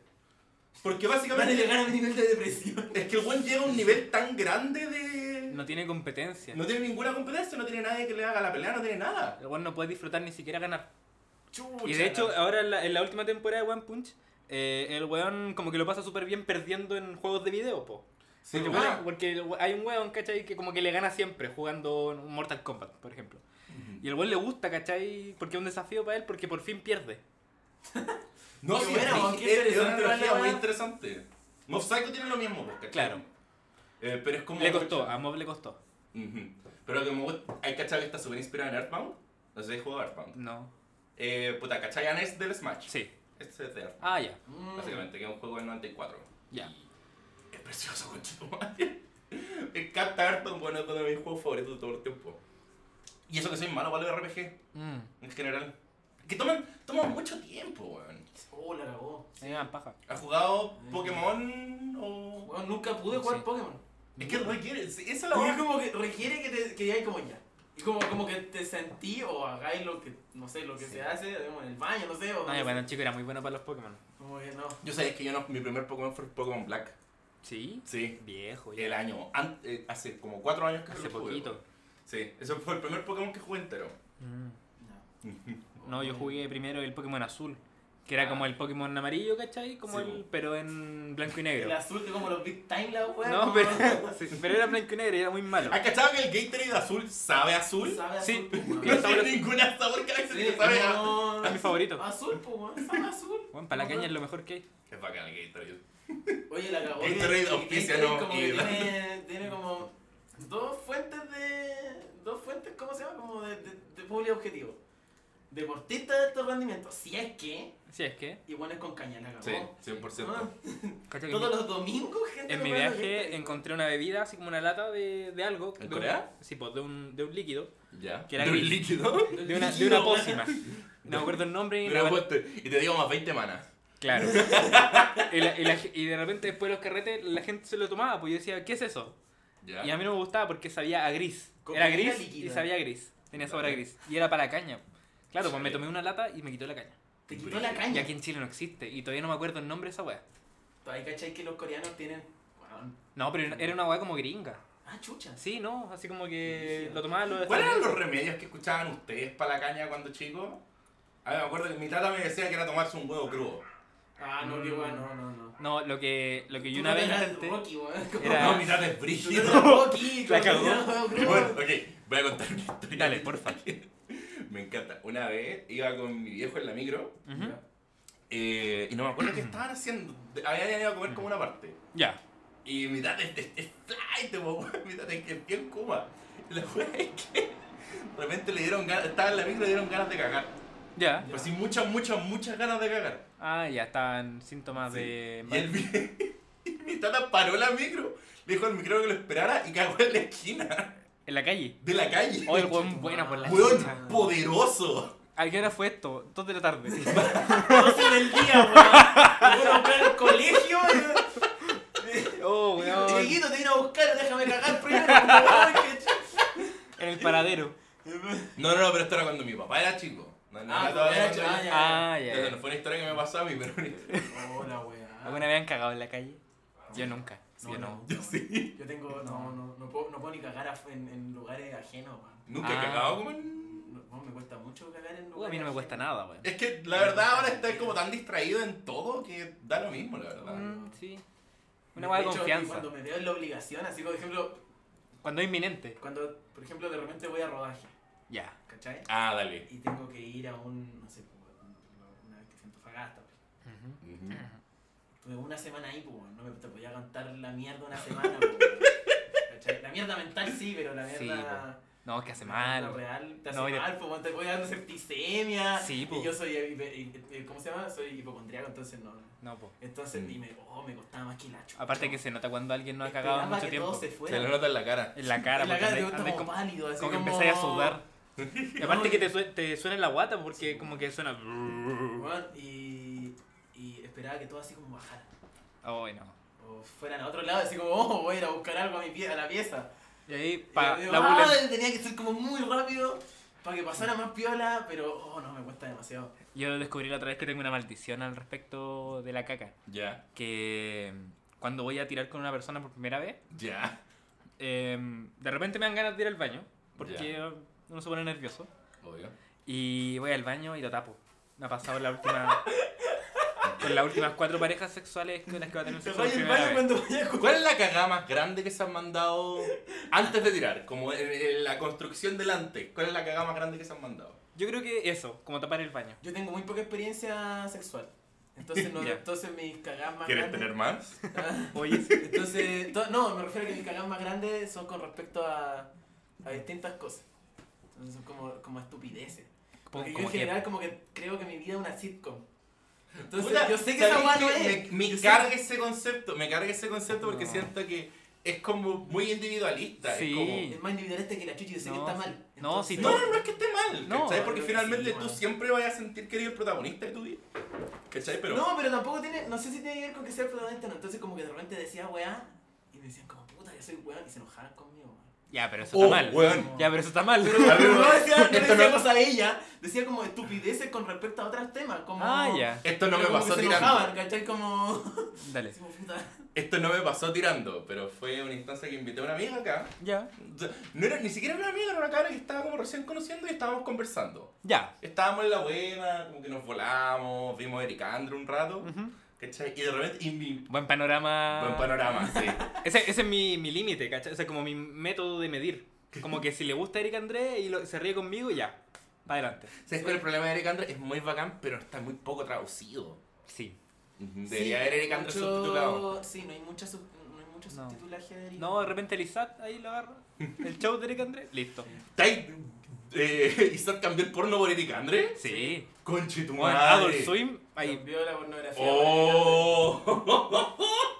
Speaker 2: Porque
Speaker 1: Van a
Speaker 2: básicamente
Speaker 1: llegar a mi nivel de depresión.
Speaker 2: es que el weón llega a un nivel tan grande de.
Speaker 5: No tiene competencia.
Speaker 2: No tiene ninguna competencia, no tiene nadie que le haga la pelea, no tiene nada.
Speaker 5: El weón no puede disfrutar ni siquiera ganar.
Speaker 2: Chucha,
Speaker 5: Y de hecho,
Speaker 2: la-
Speaker 5: ahora en la, en la última temporada de One Punch, eh, el weón como que lo pasa súper bien perdiendo en juegos de video, po.
Speaker 2: Sí,
Speaker 5: porque,
Speaker 2: weón.
Speaker 5: bueno, porque el we- hay un weón, ¿cachai? Que como que le gana siempre jugando en Mortal Kombat, por ejemplo. Y el weón le gusta, ¿cachai? Porque es un desafío para él, porque por fin pierde.
Speaker 2: No,
Speaker 1: Qué
Speaker 2: sí,
Speaker 1: buena,
Speaker 2: es-
Speaker 1: weón, qué
Speaker 2: es- es una
Speaker 1: interesante,
Speaker 2: trilogía
Speaker 1: weón.
Speaker 2: muy interesante. Mob Psycho tiene lo mismo, pues, ¿cachai?
Speaker 5: Claro.
Speaker 2: Eh, pero es como.
Speaker 5: Le costó, ah. a Mob le costó.
Speaker 2: Ujú. Pero como hay cachai que está súper inspirada en Earthbound. No sé si he jugado Earthbound.
Speaker 5: No.
Speaker 2: Eh, puta, cachai Anes del Smash.
Speaker 5: Sí.
Speaker 2: Este es de arte.
Speaker 5: Ah, ya.
Speaker 1: Mm.
Speaker 2: Básicamente, que es un juego del 94.
Speaker 5: Ya.
Speaker 2: Y es precioso, conchetumadre. Me encanta Arton, bueno, es uno de mis juegos favoritos de todo el tiempo. Y eso que soy malo para los RPG,
Speaker 5: Mm.
Speaker 2: en general. Que toman, toman mucho tiempo, weón.
Speaker 1: Oh, la cagó.
Speaker 5: Se me dan ah, paja.
Speaker 2: ¿Has jugado Pokémon o...?
Speaker 1: Weón, nunca pude jugar
Speaker 5: Sí.
Speaker 1: Pokémon.
Speaker 2: Es que requiere, esa es la
Speaker 1: Y
Speaker 2: weá.
Speaker 1: es como que requiere que te que digáis como ya. Y como, como que te sentí o hagáis lo que, no sé, lo que
Speaker 5: Sí.
Speaker 1: se hace, digamos, en el baño, no sé. O
Speaker 5: Ay, Ah, bueno, el chico era muy bueno para los Pokémon.
Speaker 1: Como que no.
Speaker 2: Yo sabía que yo no, mi primer Pokémon fue Pokémon Black.
Speaker 5: Sí.
Speaker 2: Sí.
Speaker 5: Viejo, ya.
Speaker 2: El año, an- eh, hace como cuatro años que
Speaker 5: Hace
Speaker 2: lo jugué,
Speaker 5: poquito.
Speaker 2: weón. Sí, ese fue el primer Pokémon que jugué entero.
Speaker 5: Mm.
Speaker 1: No,
Speaker 5: No, yo jugué primero el Pokémon azul. Que era como el Pokémon amarillo, ¿cachai? Como
Speaker 2: Sí,
Speaker 5: el, pero en blanco y
Speaker 1: El
Speaker 5: negro.
Speaker 1: azul que como los Big Time, la weá.
Speaker 5: No,
Speaker 1: como-
Speaker 5: pero, sí, pero era en blanco y negro y era muy malo.
Speaker 2: ¿Has cachado ¿Ah, que el Gatorade azul sabe azul?
Speaker 1: Sabe a
Speaker 5: Sí.
Speaker 1: azul, pues, weón.
Speaker 5: Y el
Speaker 2: No
Speaker 5: sabor-
Speaker 2: tiene ningún sabor que a veces
Speaker 1: Sí,
Speaker 2: que sabe a-
Speaker 1: no.
Speaker 5: Es mi favorito.
Speaker 1: Azul, pues, weón. Sabe a azul.
Speaker 5: Bueno, para la caña es lo mejor que hay.
Speaker 2: Es bacán el Gatorade.
Speaker 1: Oye, la cagó.
Speaker 2: Gatorade
Speaker 1: que- que
Speaker 2: auspicia,
Speaker 1: Gatorade
Speaker 2: Este no,
Speaker 1: como que
Speaker 2: y la-
Speaker 1: tiene, tiene como dos fuentes de. Dos fuentes, ¿cómo se llama? Como de, de, de público objetivo. Deportistas de alto rendimiento. Si es que.
Speaker 5: Si es que,
Speaker 1: Y bueno, es con caña, la cagó.
Speaker 2: Sí, 100%.
Speaker 1: Ah,
Speaker 5: ¿cachai? que en mi-
Speaker 1: Todos los domingos, gente.
Speaker 5: en mi
Speaker 1: comprando
Speaker 5: viaje
Speaker 1: Gatorade.
Speaker 5: encontré una bebida, así como una lata de, de algo.
Speaker 2: ¿En
Speaker 5: de
Speaker 2: Corea?
Speaker 5: un- sí, pues de un, de un líquido.
Speaker 2: Ya.
Speaker 5: Que era
Speaker 2: ¿De un
Speaker 5: gris.
Speaker 2: líquido?
Speaker 5: De una, de una pócima. No me acuerdo el nombre. Y,
Speaker 2: Pero
Speaker 5: la-
Speaker 2: aguante, Y te digo más 20 manas.
Speaker 5: Claro. Y, la- y la- y de repente después de los carretes la gente se lo tomaba, pues yo decía, ¿qué es eso?
Speaker 2: Ya.
Speaker 5: Y a mí no me gustaba porque sabía a gris.
Speaker 1: Como
Speaker 5: Era
Speaker 1: que era
Speaker 5: gris y
Speaker 1: líquida.
Speaker 5: sabía a gris. Tenía sabor a
Speaker 2: Vale.
Speaker 5: gris. Y era para la caña. Claro, pues me tomé una lata y me quitó la caña.
Speaker 1: Te quitó la caña.
Speaker 5: Y aquí en Chile no existe. Y todavía no me acuerdo el nombre de esa weá.
Speaker 1: Ahí cachai que los coreanos tienen. weón.
Speaker 5: No, pero era una weá como gringa.
Speaker 1: Ah, chuchas.
Speaker 5: Sí, no, así como que
Speaker 1: Brígido.
Speaker 5: lo tomaban los
Speaker 2: ¿Cuáles eran los remedios que escuchaban ustedes para la caña cuando chicos? A mí me acuerdo que mi tata me decía que era tomarse un huevo crudo.
Speaker 1: Ah, no, qué weón, no, no, no.
Speaker 5: No, lo que, lo que yo
Speaker 1: Tú
Speaker 5: una
Speaker 1: no
Speaker 5: vez
Speaker 1: eras
Speaker 5: antes.
Speaker 1: Rocky, weón.
Speaker 5: Era-
Speaker 2: No, mi tata es
Speaker 1: Tú no
Speaker 2: brígido.
Speaker 1: eras Rocky,
Speaker 5: La
Speaker 1: como-
Speaker 5: cagó.
Speaker 2: Bueno, ok, voy a contar mi historia.
Speaker 5: Dale, porfa.
Speaker 2: Me encanta. Una vez iba con mi viejo en la micro
Speaker 5: Ujú.
Speaker 2: eh, y no me acuerdo qué estaban haciendo. Habían ido a comer como una parte.
Speaker 5: Ya.
Speaker 2: Y mi tata es, es, es flight, po, weón. mi tata es, es bien Kuma. La wea es que de repente le dieron ganas, estaba en la micro y le dieron ganas de cagar.
Speaker 5: Ya.
Speaker 2: Pero sí, muchas, muchas, muchas ganas de cagar.
Speaker 5: Ah, ya estaban síntomas
Speaker 2: Sí.
Speaker 5: de.
Speaker 2: Y, el, vi- y mi tata paró la micro, le dijo al micro que lo esperara y cagó en la esquina
Speaker 5: En la calle.
Speaker 2: de la calle.
Speaker 5: Oh, el weón buena por la chucha.
Speaker 2: Weón poderoso.
Speaker 5: ¿A qué hora fue esto? Dos de la tarde.
Speaker 1: 12 del día, weón. Te voy a buscar al colegio.
Speaker 5: oh, weón.
Speaker 1: Chiquito, te vino a buscar, déjame cagar primero. weón, que ch-
Speaker 5: En el paradero.
Speaker 2: No, no, no, pero esto era cuando mi papá era chico. No, no,
Speaker 1: Ah,
Speaker 2: era
Speaker 1: todavía
Speaker 2: todavía
Speaker 1: hecho.
Speaker 2: cuando-
Speaker 1: Ah, ya.
Speaker 5: Ah, ya.
Speaker 2: No, no, fue una historia que me pasó a mí, pero una historia.
Speaker 1: ya. Hola, weón.
Speaker 5: ¿Alguna vez han cagado en la calle? Yo nunca.
Speaker 1: No,
Speaker 5: yo no.
Speaker 1: no, no. Yo tengo. No, no, no puedo, no puedo ni cagar af- en, en lugares ajenos, weón.
Speaker 2: Nunca
Speaker 5: Ah.
Speaker 2: he cagado como en...
Speaker 1: No, weón, me cuesta mucho cagar en lugares.
Speaker 5: Uh, a mí no me cuesta nada, weón.
Speaker 2: Es que la verdad ahora estás como tan distraído en todo que da lo mismo, la verdad.
Speaker 5: Mm, sí. Una weá de
Speaker 1: hecho,
Speaker 5: confianza.
Speaker 1: Cuando me veo en la obligación, así por ejemplo,
Speaker 5: Cuando es inminente.
Speaker 1: cuando, por ejemplo, de repente voy a rodaje,
Speaker 5: Ya.
Speaker 1: ¿cachai?
Speaker 2: Ah, dale.
Speaker 1: Y tengo que ir a un, no sé, pues, un- una vez que fui a Antofagasta, pues.
Speaker 5: Ujú.
Speaker 1: Tuve una semana ahí, pues, weón, no me te podía aguantar la mierda una semana, pues, weón. ¿Cachai? La mierda mental sí, pero la
Speaker 5: Sí,
Speaker 1: mierda...
Speaker 5: No, es que hace
Speaker 1: la mierda
Speaker 5: mal.
Speaker 1: real, te hace
Speaker 5: No, y de-
Speaker 1: mal, pues, weón, te voy dando septicemia.
Speaker 5: Sí,
Speaker 1: Y
Speaker 5: pues.
Speaker 1: yo soy, hipe- hipe- ¿cómo se llama? Soy hipocondriaco, entonces no.
Speaker 5: No, po.
Speaker 1: Entonces,
Speaker 2: Mm.
Speaker 1: y me, oh, me costaba más que la chucha.
Speaker 5: Aparte que se nota cuando alguien no ha cagado en
Speaker 1: Esperaba
Speaker 5: mucho
Speaker 1: que
Speaker 5: tiempo.
Speaker 1: todo se fuera.
Speaker 2: Se le nota en la cara.
Speaker 5: En la cara,
Speaker 1: En la
Speaker 5: porque
Speaker 1: cara te
Speaker 5: andáis-
Speaker 1: gusta
Speaker 5: andáis
Speaker 1: como pálido, así
Speaker 5: como, como
Speaker 1: como...
Speaker 5: que empezáis a sudar. Y aparte
Speaker 1: No,
Speaker 5: que
Speaker 1: y-
Speaker 5: te, sue- te suena la guata porque como que suena...
Speaker 1: Bueno, y, y esperaba que todo así como bajara.
Speaker 5: Oh, no.
Speaker 1: O fueran a otro lado, así como, oh, voy a ir a buscar algo a, mi pie, a la pieza.
Speaker 5: Y ahí,
Speaker 1: Y
Speaker 5: pa,
Speaker 1: yo digo,
Speaker 5: la
Speaker 1: "Ah",
Speaker 5: bulen-
Speaker 1: tenía que ser como muy rápido para que pasara más piola, pero, oh, no, me cuesta demasiado.
Speaker 5: em-, Yo descubrí la otra vez que tengo una maldición al respecto de la caca.
Speaker 2: Ya,
Speaker 5: Que em, cuando voy a tirar con una persona por primera vez,
Speaker 2: ya.
Speaker 5: eh, de repente me dan ganas de ir al baño. Porque uno se pone nervioso.
Speaker 2: Obvio.
Speaker 5: Y voy al baño y lo tapo. Me ha pasado en la última... con las últimas cuatro parejas sexuales con las que va a tener
Speaker 1: Te
Speaker 5: sexo por
Speaker 1: vayas al
Speaker 5: primera
Speaker 1: baño
Speaker 5: vez.
Speaker 1: cuando vayas a
Speaker 2: ¿Cuál es la cagada más grande que se han mandado antes de tirar? Como en, en la construcción del antes. ¿Cuál es la cagada más grande que se han mandado?
Speaker 5: Yo creo que eso, como tapar el baño.
Speaker 1: Yo tengo muy poca experiencia sexual. Entonces, no,
Speaker 5: Ya.
Speaker 1: entonces mis cagadas más
Speaker 2: ¿Quieres
Speaker 1: grandes- Ah,
Speaker 2: tener más?
Speaker 5: Oye,
Speaker 1: Entonces, to- no, me refiero a que mis cagadas más grandes son con respecto a, a distintas cosas. Entonces son como, como estupideces.
Speaker 5: como
Speaker 1: Porque yo en
Speaker 5: como que-
Speaker 1: general como que creo que mi vida es una sitcom. Entonces,
Speaker 2: Puta,
Speaker 1: yo sé que
Speaker 2: ¿sabéis
Speaker 1: esa weá no
Speaker 2: qué?
Speaker 1: es.
Speaker 2: Me, me
Speaker 1: Yo sé-
Speaker 2: carga ese concepto, me carga ese concepto porque
Speaker 5: No.
Speaker 2: siento que es como muy individualista.
Speaker 5: Sí.
Speaker 2: Es como,
Speaker 1: Es más individualista que la chucha, yo sé que
Speaker 5: No,
Speaker 1: está
Speaker 5: sí.
Speaker 1: mal.
Speaker 5: No, sí,
Speaker 1: Entonces-
Speaker 2: no, no, no es que esté mal,
Speaker 5: No,
Speaker 2: ¿cachai?
Speaker 1: creo
Speaker 2: Porque
Speaker 1: que
Speaker 2: finalmente
Speaker 1: sí,
Speaker 2: tú
Speaker 1: weón.
Speaker 2: siempre vas a sentir que eres el protagonista de tu vida. ¿Cachai? Pero
Speaker 1: No, pero tampoco tiene, no sé si tiene que ver con que sea el protagonista no. Entonces como que de repente decía weá y me decían como puta, yo soy weón y se enojaban conmigo. weón.
Speaker 5: Ya, pero eso
Speaker 2: Oh,
Speaker 5: está mal.
Speaker 2: weón.
Speaker 5: Ya, pero eso está mal.
Speaker 1: Pero, pero no decía, no
Speaker 2: Esto
Speaker 1: decía
Speaker 2: no-
Speaker 1: cosas de ella, decía como estupideces con respecto a otros temas. Como,
Speaker 5: Ah, ya.
Speaker 2: esto no me
Speaker 1: como que
Speaker 2: pasó
Speaker 1: se
Speaker 2: tirando.
Speaker 1: enojaban, ¿cachai? Como...
Speaker 5: Dale.
Speaker 1: así como, puta.
Speaker 2: Esto no me pasó tirando, pero fue una instancia que invité a una amiga acá.
Speaker 5: Ya.
Speaker 2: No era, ni siquiera era una amiga, era una cara que estaba como recién conociendo y estábamos conversando.
Speaker 5: Ya.
Speaker 2: Estábamos en la buena, como que nos volamos, vimos a Eric Andre un rato,
Speaker 5: Ujú.
Speaker 2: ¿cachai? Y de repente, y mi
Speaker 5: Buen panorama.
Speaker 2: buen panorama, sí.
Speaker 5: Ese, ese es mi, mi límite, ¿cachai? Ese es como mi método de medir. Como que si le gusta a Eric André y lo- se ríe conmigo, ya. Para adelante.
Speaker 2: ¿Sabes cuál es el problema de Eric Andre? Es muy bacán, pero está muy poco traducido.
Speaker 5: Sí.
Speaker 2: Debería
Speaker 1: Sí,
Speaker 2: haber Eric Andre
Speaker 1: mucho-
Speaker 2: subtitulado.
Speaker 1: Sí, no hay mucha sub- no hay mucho
Speaker 5: No.
Speaker 1: subtitulaje de Eric.
Speaker 5: No, de repente el Isaac ahí lo agarra. El show de Eric André. Listo.
Speaker 2: ¿Está ahí, eh, Isaac cambió el porno por Eric Andre?
Speaker 5: Sí.
Speaker 2: Conche tu
Speaker 5: Bueno,
Speaker 2: madre.
Speaker 5: Adult Swim, ahí.
Speaker 1: Cambió la pornografía.
Speaker 2: Oh.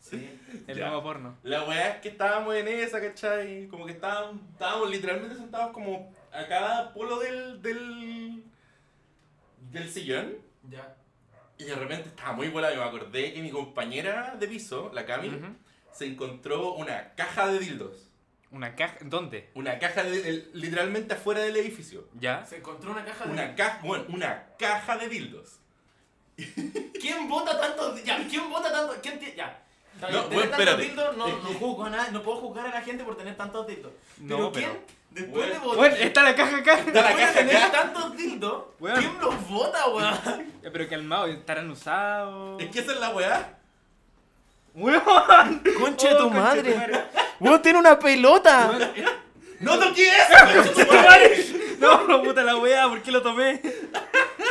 Speaker 1: Sí.
Speaker 5: El
Speaker 2: Ya.
Speaker 5: nuevo porno.
Speaker 2: La weá es que estábamos en esa, ¿cachai? Como que estábamos, estábamos literalmente sentados como a cada polo del, del, del sillón.
Speaker 1: Ya.
Speaker 2: Y de repente estaba muy volado. y Me acordé que mi compañera de piso, la Cami,
Speaker 5: Ujú.
Speaker 2: se encontró una caja de dildos.
Speaker 5: Una caja. ¿Dónde?
Speaker 2: Una caja de, el- literalmente afuera del edificio.
Speaker 5: Ya.
Speaker 1: Se encontró una caja de...
Speaker 2: Una caja, bueno, una caja de dildos.
Speaker 1: ¿Quién vota tanto? Ya, ¿quién vota tanto? ¿Quién tiene? Ya. Está bien,
Speaker 2: No,
Speaker 1: tener
Speaker 2: bueno,
Speaker 1: tantos
Speaker 2: espérate.
Speaker 1: dildos, no,
Speaker 2: Es
Speaker 1: no
Speaker 2: que-
Speaker 1: juzgo a nadie, no puedo juzgar a la gente por tener tantos dildos. Pero
Speaker 5: No,
Speaker 1: ¿quién?
Speaker 5: pero-
Speaker 1: Después de votar.
Speaker 5: Bueno, está la caja acá.
Speaker 2: Está la
Speaker 1: después de
Speaker 2: caja
Speaker 1: tener
Speaker 2: acá.
Speaker 1: tantos dildos,
Speaker 5: Bueno.
Speaker 1: ¿quién los vota, weón?
Speaker 5: Ya, pero calmado, estarán usados.
Speaker 2: Es que esa es la weá.
Speaker 5: ¡Weón!
Speaker 1: Conche
Speaker 5: Oh, conche tu madre.
Speaker 1: ¡Weón tiene una pelota!
Speaker 2: ¡No toqué eso!
Speaker 5: ¡Conche tu madre! No, no, puta la weá, ¿por qué lo tomé?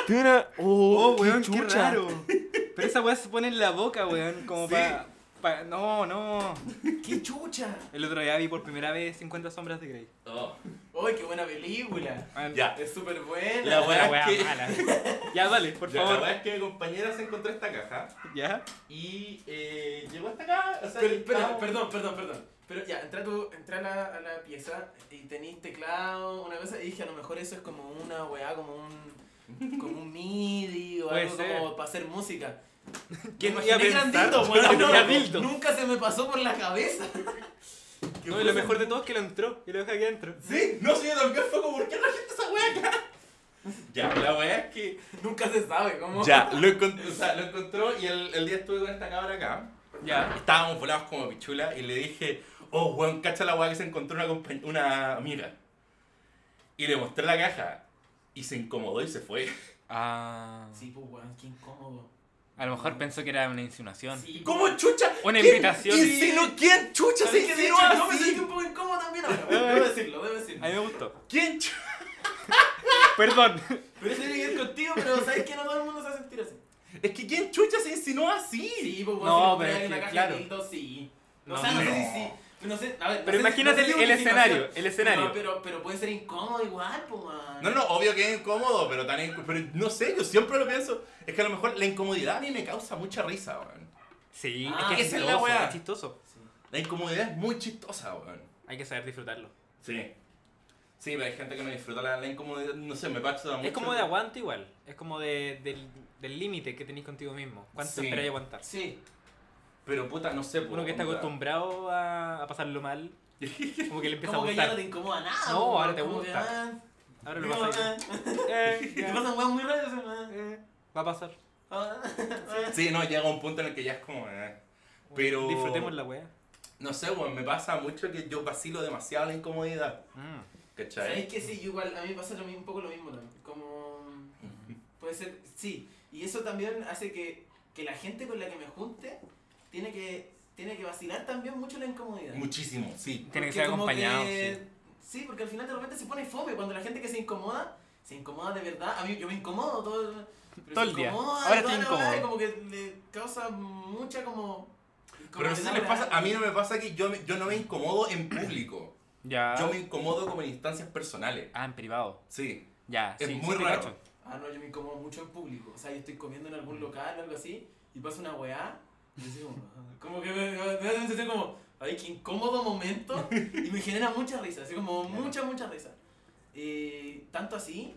Speaker 1: Tiene una.
Speaker 5: Oh, weón, qué raro. Pero esa weá se pone en la boca, weón, como
Speaker 2: Sí.
Speaker 5: para. no, no.
Speaker 1: ¡Qué chucha!
Speaker 5: El otro día vi por primera vez 50 sombras de Grey.
Speaker 2: Oh,
Speaker 1: ¡Uy, qué buena película!
Speaker 5: Weón,
Speaker 2: ya.
Speaker 1: Es súper buena.
Speaker 2: La
Speaker 5: La
Speaker 2: weá
Speaker 5: weá
Speaker 2: es que-
Speaker 5: mala. Ya, dale, por
Speaker 2: Ya, La
Speaker 5: favor.
Speaker 2: weá es que mi compañera se encontró esta caja.
Speaker 5: Ya.
Speaker 2: Y eh, llegó hasta acá. O sea,
Speaker 1: Pero,
Speaker 2: y
Speaker 1: espera,
Speaker 2: estábamos-
Speaker 1: perdón, perdón, perdón. Pero ya, entra, tú, entra a, la, a la pieza y tenéis teclado, una cosa, y dije, a lo mejor eso es como una weá, como un, como un MIDI o
Speaker 5: Puede
Speaker 1: algo
Speaker 5: ser.
Speaker 1: como para hacer música.
Speaker 5: ¿Quién
Speaker 1: Me
Speaker 5: iba a
Speaker 1: imaginé
Speaker 5: pensar?
Speaker 1: grandito,
Speaker 5: Yo
Speaker 1: weón,
Speaker 5: tenía
Speaker 1: no,
Speaker 5: dildo.
Speaker 1: Nunca se me pasó por la cabeza.
Speaker 5: No, y lo mejor de todo es que lo entró. Y lo deja aquí adentro.
Speaker 2: Sí, no sé, yo también fue como, ¿por qué trajiste esa weá acá? Ya, la weá es que.
Speaker 1: Nunca se sabe cómo.
Speaker 2: Ya, lo, encont- o sea, lo encontró y el, el día estuve con esta cabra acá.
Speaker 5: Ya.
Speaker 2: Estábamos volados como pichula y le dije, oh weón, cacha la weá que se encontró una, compañ- una amiga. Y le mostré la caja y se incomodó y se fue.
Speaker 5: Ah.
Speaker 1: Sí, pues weón, qué incómodo.
Speaker 5: A lo mejor pensó que era una insinuación.
Speaker 1: Sí,
Speaker 2: ¿Cómo chucha?
Speaker 5: Una
Speaker 2: ¿Quién
Speaker 5: invitación.
Speaker 2: insinú- ¿Quién chucha
Speaker 1: Yo
Speaker 2: se
Speaker 1: sé que sí,
Speaker 2: insinuó
Speaker 1: weón, yo me
Speaker 2: así?
Speaker 1: sentí un poco incómodo también ahora. weón, Debo decirlo, debo
Speaker 5: A mí
Speaker 1: decirlo.
Speaker 5: me gustó.
Speaker 2: ¿Quién chu-
Speaker 5: Perdón.
Speaker 1: Pero eso tiene que ver contigo, pero sabes que no todo el mundo se va a sentir así.
Speaker 2: Es que ¿quién chucha se insinuó así?
Speaker 1: Sí, pues
Speaker 5: No,
Speaker 1: bueno,
Speaker 5: pero es que,
Speaker 1: una caja
Speaker 5: claro.
Speaker 1: de dildos, sí. No,
Speaker 5: No,
Speaker 1: o sea, no,
Speaker 2: no.
Speaker 1: sé si sí. No sé, a ver, no
Speaker 5: Pero
Speaker 1: sé si-
Speaker 5: imagínate
Speaker 1: no sé si
Speaker 5: el-
Speaker 1: es una
Speaker 5: el
Speaker 1: insinuación,
Speaker 5: escenario, el escenario.
Speaker 1: Pero, pero, pero puede ser incómodo igual, pues man.
Speaker 2: No, no, obvio que es incómodo, pero tan inc- pero no sé, yo siempre lo pienso. Es que a lo mejor la incomodidad a mí me causa mucha risa, weón.
Speaker 5: Sí,
Speaker 1: Ah,
Speaker 5: es que
Speaker 2: esa
Speaker 5: es
Speaker 2: es la
Speaker 5: chistoso,
Speaker 2: weá.
Speaker 5: es chistoso.
Speaker 1: Sí.
Speaker 2: La incomodidad es muy chistosa, weón.
Speaker 5: Hay que saber disfrutarlo.
Speaker 2: Sí. Sí, pero hay gente que no disfruta la, la incomodidad, no sé, me pasa mucho.
Speaker 5: Es como de aguante igual. Es como de, del- del límite que tenéis contigo mismo. ¿Cuánto
Speaker 2: Sí.
Speaker 5: esperáis aguantar?
Speaker 1: Sí.
Speaker 2: Pero puta, no sé,
Speaker 5: Uno que está
Speaker 2: onda.
Speaker 5: acostumbrado a, a pasarlo mal, como que le empieza a
Speaker 1: Como que ya no
Speaker 5: gustar.
Speaker 1: te incomoda nada.
Speaker 5: No,
Speaker 1: po,
Speaker 5: ahora te
Speaker 1: como
Speaker 5: gusta.
Speaker 1: Que, ah,
Speaker 5: Ahora lo
Speaker 1: digo,
Speaker 5: vas a
Speaker 1: ah,
Speaker 5: "Eh,
Speaker 1: te pasan weas muy raras. ah,
Speaker 5: Va a pasar.
Speaker 1: ah, ah.
Speaker 2: Sí, no, llega un punto en el que ya es como. eh. Pero-
Speaker 5: Disfrutemos la weá.
Speaker 2: No sé, weón, me pasa mucho que yo vacilo demasiado la incomodidad.
Speaker 5: Mm.
Speaker 1: ¿Sabes
Speaker 2: ¿Cachai?
Speaker 1: que sí? Yo igual, a mí me pasa lo mismo, un poco lo mismo también. Como. Puede ser, sí. Y eso también hace que, que la gente con la que me junte tiene que, tiene que vacilar también mucho la incomodidad.
Speaker 2: Muchísimo, sí.
Speaker 5: Tiene
Speaker 1: Porque
Speaker 5: que ser
Speaker 1: como
Speaker 5: acompañado,
Speaker 1: que- sí. porque al final de repente se pone fome. Cuando la gente que se incomoda, se incomoda de verdad. A mí yo me incomodo todo el, pero
Speaker 5: Todo
Speaker 1: se
Speaker 5: el día.
Speaker 1: incomoda y
Speaker 5: Ahora
Speaker 1: toda la
Speaker 5: estoy
Speaker 1: weá,
Speaker 5: incómodo.
Speaker 1: y como que le causa mucha como.
Speaker 2: Pero no sé si les pasa, a mí no me pasa que yo, me- yo no me incomodo en público.
Speaker 5: Ya.
Speaker 2: Yo me incomodo como en instancias personales.
Speaker 5: Ah, en privado.
Speaker 2: Sí.
Speaker 5: Ya.
Speaker 2: Es
Speaker 5: sí,
Speaker 2: muy
Speaker 5: sí te
Speaker 2: raro.
Speaker 5: cacho.
Speaker 1: Ah, no, yo me incomodo mucho en público. O sea, yo estoy comiendo en algún local o algo así y pasa una weá. Y yo así como, ah, como que me, me da la sensación como, ay, qué incómodo momento. Y me genera mucha risa, así como mucha, mucha risa. Eh, tanto así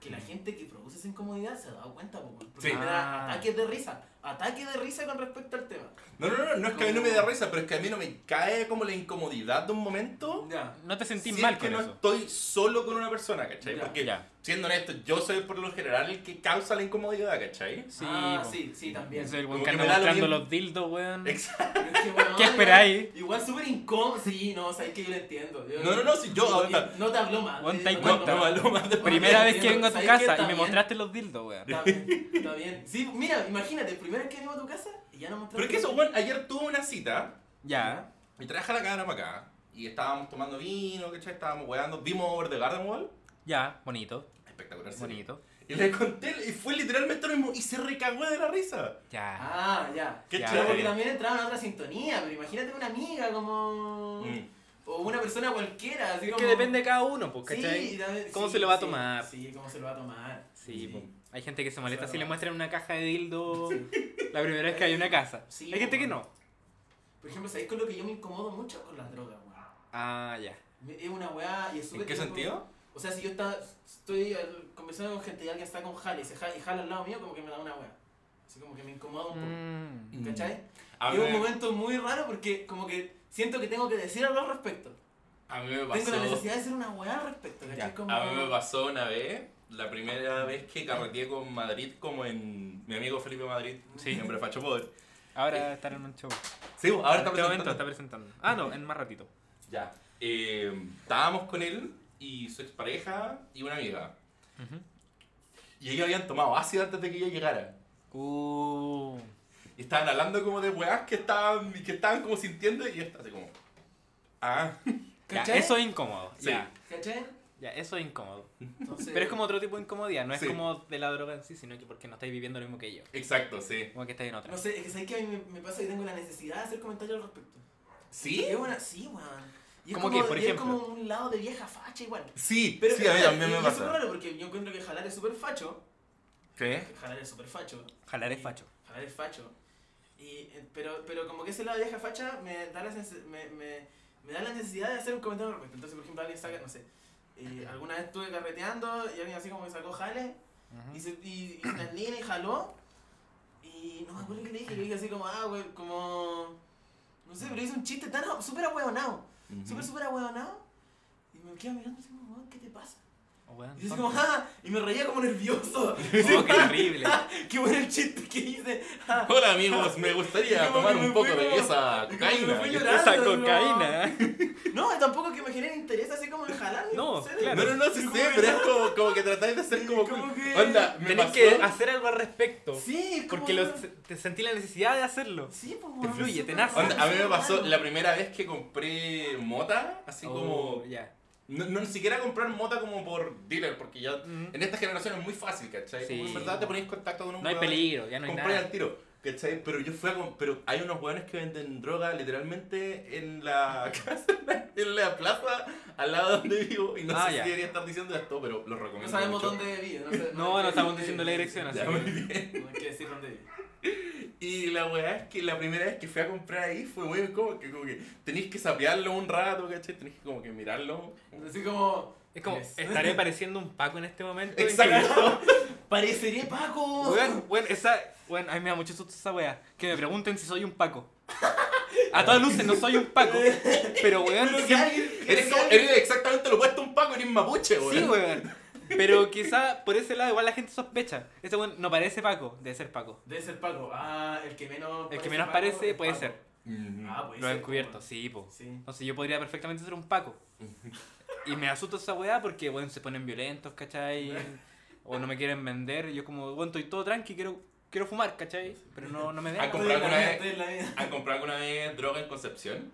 Speaker 1: que la gente que produce esa incomodidad se ha dado cuenta, po, weón, porque
Speaker 2: Sí.
Speaker 1: me da
Speaker 5: Ah.
Speaker 1: ataques de risa. Ataque de risa con respecto al tema.
Speaker 2: No, no, no, no es que a mí no me da risa, pero es que a mí no me cae como la incomodidad de un momento.
Speaker 1: Ya.
Speaker 5: No te sentís
Speaker 2: si
Speaker 5: mal
Speaker 2: es que
Speaker 5: con
Speaker 2: no
Speaker 5: eso.
Speaker 2: estoy solo con una persona, ¿cachai?
Speaker 1: Ya.
Speaker 2: Porque
Speaker 5: Ya.
Speaker 2: siendo honesto, yo soy por lo general el que causa la incomodidad, ¿cachai?
Speaker 5: Sí,
Speaker 1: ah,
Speaker 5: po.
Speaker 1: sí, sí, también.
Speaker 5: Es el weón
Speaker 2: Como
Speaker 5: que
Speaker 2: que
Speaker 5: anda
Speaker 2: me da lo
Speaker 5: mostrando
Speaker 2: mismo.
Speaker 5: los dildos, weón.
Speaker 2: Exacto.
Speaker 1: Pero es que, weón,
Speaker 5: ¿Qué esperáis?
Speaker 1: Igual, igual súper incómodo. Sí, no, o sea, es que yo lo entiendo. Yo-
Speaker 2: No, no, no, si yo,
Speaker 1: No,
Speaker 2: onda,
Speaker 1: no te habló mal.
Speaker 5: Weón,
Speaker 1: eh,
Speaker 5: te
Speaker 1: no
Speaker 5: cuenta.
Speaker 1: habló mal.
Speaker 2: lo más de-
Speaker 5: Primera
Speaker 1: Bueno,
Speaker 5: vez que
Speaker 1: entiendo.
Speaker 5: vengo a tu
Speaker 1: ¿Sabes qué?
Speaker 5: casa
Speaker 1: Está
Speaker 5: y me
Speaker 1: bien.
Speaker 5: mostraste los dildos, weón.
Speaker 1: Está bien, está bien. Sí, mira, imagínate, primera vez que venimos a tu casa y ya no mostraste.
Speaker 2: Pero es que eso, bueno, ayer tuve una cita
Speaker 5: Ya.
Speaker 2: y traje la cámara para acá. Y estábamos tomando vino, ¿cachai? Estábamos weando. Vimos Over the Garden Wall.
Speaker 5: Ya, bonito,
Speaker 2: Espectacular. serie.
Speaker 5: bonito.
Speaker 2: Y le conté, y fue literalmente lo mismo. Y se recagó de la risa.
Speaker 5: Ya.
Speaker 1: Ah, ya.
Speaker 2: Qué
Speaker 5: Ya,
Speaker 1: Pero
Speaker 2: chévere.
Speaker 1: porque también entraban a otra sintonía, pero imagínate una amiga como.
Speaker 2: Mm.
Speaker 1: O una persona cualquiera, así
Speaker 5: Es
Speaker 1: como.
Speaker 5: que depende de cada uno, pues,
Speaker 1: Sí,
Speaker 5: ¿cachai?
Speaker 1: también-
Speaker 5: ¿Cómo
Speaker 1: sí,
Speaker 5: se lo va a
Speaker 1: sí,
Speaker 5: tomar?
Speaker 1: Sí, cómo se lo va a tomar.
Speaker 5: Sí,
Speaker 2: Sí.
Speaker 5: po. Hay gente que se molesta
Speaker 1: Claro.
Speaker 5: si le muestran una caja de dildo la primera vez que hay una casa.
Speaker 1: Sí,
Speaker 5: Hay gente que
Speaker 1: weón.
Speaker 5: no.
Speaker 1: Por ejemplo, ¿sabéis con lo que yo me incomodo mucho con las drogas, weón?
Speaker 5: Ah, ya.
Speaker 1: Me- Es una weá y es súper.
Speaker 2: ¿En qué
Speaker 1: como-
Speaker 2: sentido?
Speaker 1: O sea, si yo está, estoy eh, conversando con gente y alguien está con jale y, se jala, y jala al lado mío, como que me da una weá. Así como que me incomoda un poco.
Speaker 5: Mm.
Speaker 1: ¿Cachai?
Speaker 2: A
Speaker 1: Y
Speaker 2: mí,
Speaker 1: es un
Speaker 2: me-
Speaker 1: momento muy raro porque como que siento que tengo que decir algo al respecto.
Speaker 2: a mí me
Speaker 1: Tengo la
Speaker 2: pasó.
Speaker 1: necesidad de hacer una weá al respecto, ¿cachai?
Speaker 5: Ya.
Speaker 1: Como...
Speaker 2: A mí me pasó una vez, la primera vez que carreteé con Madrid, como en mi amigo Felipe Madrid,
Speaker 5: Sí.
Speaker 2: mi hombre facho poder. Eh,
Speaker 5: Ahora estar en un show.
Speaker 2: Sí, ahora
Speaker 5: en
Speaker 2: está
Speaker 5: este momento
Speaker 2: presentando.
Speaker 5: está presentando. Ah, no, en más ratito.
Speaker 2: Ya. Eh, estábamos con él y su expareja y una amiga.
Speaker 5: Ujú.
Speaker 2: Y ellos habían tomado ácido antes de que yo llegara.
Speaker 5: Uh,
Speaker 2: Y estaban hablando como de weás que estaban, que estaban como sintiendo y yo estaba así como... Ah,
Speaker 5: ya,
Speaker 1: ¿Cachai?
Speaker 5: eso es incómodo.
Speaker 2: Sí.
Speaker 5: Ya,
Speaker 1: ¿Cachai?
Speaker 5: ya, eso es incómodo.
Speaker 1: Entonces,
Speaker 5: Pero es como otro tipo de incomodidad, no es
Speaker 2: Sí.
Speaker 5: como de la droga en sí, sino que porque no estáis viviendo lo mismo que yo.
Speaker 2: exacto, sí.
Speaker 5: Como que estáis en otra.
Speaker 1: No sé, es que sabes que a mí me, me pasa que tengo la necesidad de hacer comentarios al respecto.
Speaker 2: ¿Sí?
Speaker 1: Es una... Sí, weón. Y es
Speaker 5: ¿Cómo
Speaker 1: como,
Speaker 5: qué? Por
Speaker 1: y es
Speaker 5: ejemplo.
Speaker 1: como un lado de vieja facha igual.
Speaker 2: Sí,
Speaker 1: Pero eh,
Speaker 2: sí, a mí
Speaker 1: y-
Speaker 2: también
Speaker 1: y
Speaker 2: me
Speaker 1: es súper
Speaker 2: pasa.
Speaker 1: raro porque yo encuentro que jalar es súper facho.
Speaker 2: ¿Qué?
Speaker 1: Jalar es súper facho.
Speaker 5: Jalar es facho.
Speaker 1: Jalar es facho. Y, eh, pero, pero como que ese lado de vieja facha me da, la sense- me, me, me da la necesidad de hacer un comentario al respecto. Entonces, por ejemplo, alguien saca, no sé, eh, alguna vez estuve carreteando y alguien así como que sacó jale
Speaker 5: Mm.
Speaker 1: y, se, y, y una nena y jaló. Y no me acuerdo qué le dije, le dije así como, ah, güey, como... No sé, pero hice un chiste tan a- súper ahueonado, súper, súper ahueonado. Y me quedo mirando así como, "Weón, ¿qué te pasa?
Speaker 5: Oh, weón,
Speaker 1: Y yo así
Speaker 5: son-
Speaker 1: como, ah, y me reía como nervioso.
Speaker 5: Oh, qué horrible.
Speaker 1: qué bueno el chiste que hice. Ah,
Speaker 2: Hola amigos, me gustaría
Speaker 1: Como que
Speaker 2: tomar
Speaker 1: me
Speaker 2: un
Speaker 1: fui
Speaker 2: poco de
Speaker 1: como-
Speaker 2: esa
Speaker 1: como que me
Speaker 2: cocaína.
Speaker 1: fui
Speaker 2: que-
Speaker 1: llorando.
Speaker 5: Esa cocaína.
Speaker 1: No, tampoco que me genere interés así como el jalar.
Speaker 5: No,
Speaker 1: sé.
Speaker 5: claro.
Speaker 2: No, no, no, sí
Speaker 1: Como
Speaker 2: sé,
Speaker 1: que-
Speaker 2: pero es como, como que tratáis de ser como...
Speaker 1: Como
Speaker 2: cool.
Speaker 1: que-
Speaker 2: Onda, me
Speaker 5: Tenés
Speaker 2: pasó-
Speaker 5: que hacer algo al respecto.
Speaker 1: Sí, como
Speaker 5: Porque
Speaker 1: que-
Speaker 5: lo- te sentí la necesidad de hacerlo.
Speaker 1: Sí, pues,
Speaker 5: Te
Speaker 1: bueno,
Speaker 5: fluye,
Speaker 1: súper
Speaker 5: te nace.
Speaker 2: Onda, a mí me
Speaker 1: raro.
Speaker 2: pasó la primera vez que compré mota, así
Speaker 5: Oh,
Speaker 2: como...
Speaker 5: Ya.
Speaker 2: No, no, ni siquiera comprar mota como por dealer, porque ya
Speaker 5: Mm.
Speaker 2: en esta generación es muy fácil, ¿cachai?
Speaker 5: Sí.
Speaker 2: Como en verdad te ponéis en contacto con un
Speaker 5: No hay
Speaker 2: weón,
Speaker 5: peligro, ya no hay
Speaker 2: compráis
Speaker 5: nada.
Speaker 2: al tiro, ¿cachai? Pero yo fui a com- Pero hay unos weones que venden droga literalmente en la casa, en la plaza, al lado donde vivo, y no
Speaker 5: Ah,
Speaker 2: sé
Speaker 5: ya.
Speaker 2: si debería estar diciendo esto, pero lo recomiendo.
Speaker 1: No sabemos
Speaker 2: mucho.
Speaker 1: dónde vive. No, sé-
Speaker 5: No, no estamos
Speaker 1: eh,
Speaker 5: diciendo la dirección, así
Speaker 2: Ya,
Speaker 5: que-
Speaker 2: muy bien.
Speaker 1: No hay que decir dónde vive.
Speaker 2: Y la weá es que la primera vez que fui a comprar ahí fue muy como que, como que tenéis que sapearlo un rato, ¿cachai? Tenéis que como que mirarlo.
Speaker 1: Así como.
Speaker 5: Es como,
Speaker 1: Yes.
Speaker 5: estaré pareciendo un Paco en este momento.
Speaker 2: Exacto.
Speaker 1: Pareceré Paco.
Speaker 5: Weón, weón, esa, weón, a mí me da mucho susto esa wea. Que me pregunten si soy un Paco. A todas luces no soy un Paco. Pero weón,
Speaker 1: Pero que
Speaker 5: siempre-
Speaker 1: alguien- que
Speaker 2: Eres, como-
Speaker 1: alguien-
Speaker 2: eres exactamente lo opuesto a un Paco, eres mapuche, weón.
Speaker 5: Sí, weón. Pero quizá por ese lado igual la gente sospecha. Ese weón no parece Paco, debe ser Paco.
Speaker 1: Debe ser Paco. Ah, el que menos.
Speaker 5: El que
Speaker 1: parece
Speaker 5: menos
Speaker 1: Paco
Speaker 5: parece
Speaker 1: es
Speaker 5: puede
Speaker 1: Paco.
Speaker 5: ser. Mm,
Speaker 2: Ujú.
Speaker 1: Ah, puede
Speaker 5: Lo he
Speaker 1: ser,
Speaker 5: descubierto,
Speaker 1: weón.
Speaker 5: sí, po.
Speaker 1: Sí.
Speaker 5: Entonces yo podría perfectamente ser un Paco. Y me asusta esa weá porque, weón, se ponen violentos, ¿cachai? O no me quieren vender. Yo como, weón, estoy todo tranqui, quiero, quiero fumar, ¿cachai? Pero no, no me
Speaker 2: Ah,
Speaker 5: dejan.
Speaker 2: comprado
Speaker 1: Estoy en la vida,
Speaker 2: alguna
Speaker 1: estoy
Speaker 2: vez?
Speaker 1: en la vida.
Speaker 2: ¿Han comprado alguna vez droga en Concepción?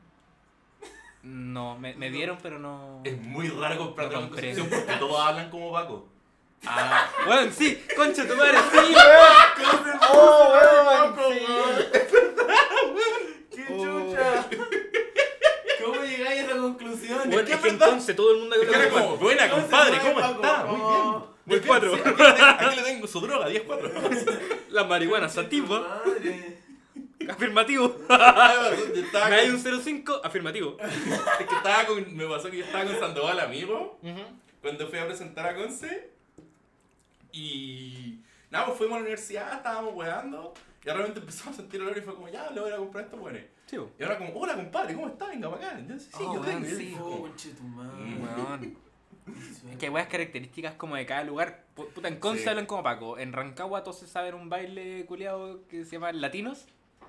Speaker 5: No, me, me dieron, pero no...
Speaker 2: Es muy raro comprar
Speaker 5: No Ah,
Speaker 2: droga en
Speaker 5: compré.
Speaker 2: Concepción porque todos hablan como Paco.
Speaker 5: Weón, sí, concha tu madre, sí, weón. Oh, weón,
Speaker 2: Paco,
Speaker 5: sí.
Speaker 2: weón.
Speaker 1: ¡Qué
Speaker 5: Oh.
Speaker 1: chucha! ¿Cómo llegáis a esa conclusión?
Speaker 5: Weón, es que entonces todo el mundo
Speaker 2: Es que
Speaker 5: habla
Speaker 2: era
Speaker 5: como
Speaker 2: como, buena,
Speaker 1: Entonces,
Speaker 2: compadre,
Speaker 1: no es
Speaker 2: ¿cómo
Speaker 1: Paco,
Speaker 2: está? Muy
Speaker 1: como-
Speaker 2: bien. Muy
Speaker 5: Después 10-4.
Speaker 2: Sí, aquí, le tengo, aquí le tengo su droga, 10-4.
Speaker 5: La marihuana sativa.
Speaker 6: Madre.
Speaker 5: Afirmativo.
Speaker 2: Yo estaba
Speaker 5: Me hay un
Speaker 2: con-
Speaker 5: 05. Afirmativo.
Speaker 2: es que estaba con- me pasó que yo estaba con Sandoval, amigo, cuando fui a presentar a Conce. Y nada, pues fuimos a la universidad, estábamos weando. Y de repente empezamos a sentir olor y fue como, ya, le voy a ir a comprar esto, bueno.
Speaker 5: Sí, po.
Speaker 2: Y ahora como, hola compadre, ¿cómo estás? Venga para acá. Entonces, sí,
Speaker 5: Oh,
Speaker 2: yo
Speaker 5: weón,
Speaker 2: tengo. Y yo
Speaker 5: sí.
Speaker 2: dije,
Speaker 6: Oh,
Speaker 2: como,
Speaker 6: conchetumare.
Speaker 2: Mm.
Speaker 5: Weón. Es que hay weas características como de cada lugar. Pu- Puta, en Conce
Speaker 2: Sí.
Speaker 5: hablan como Paco. En Rancagua todos se saben un baile culiado que se llama Latinos.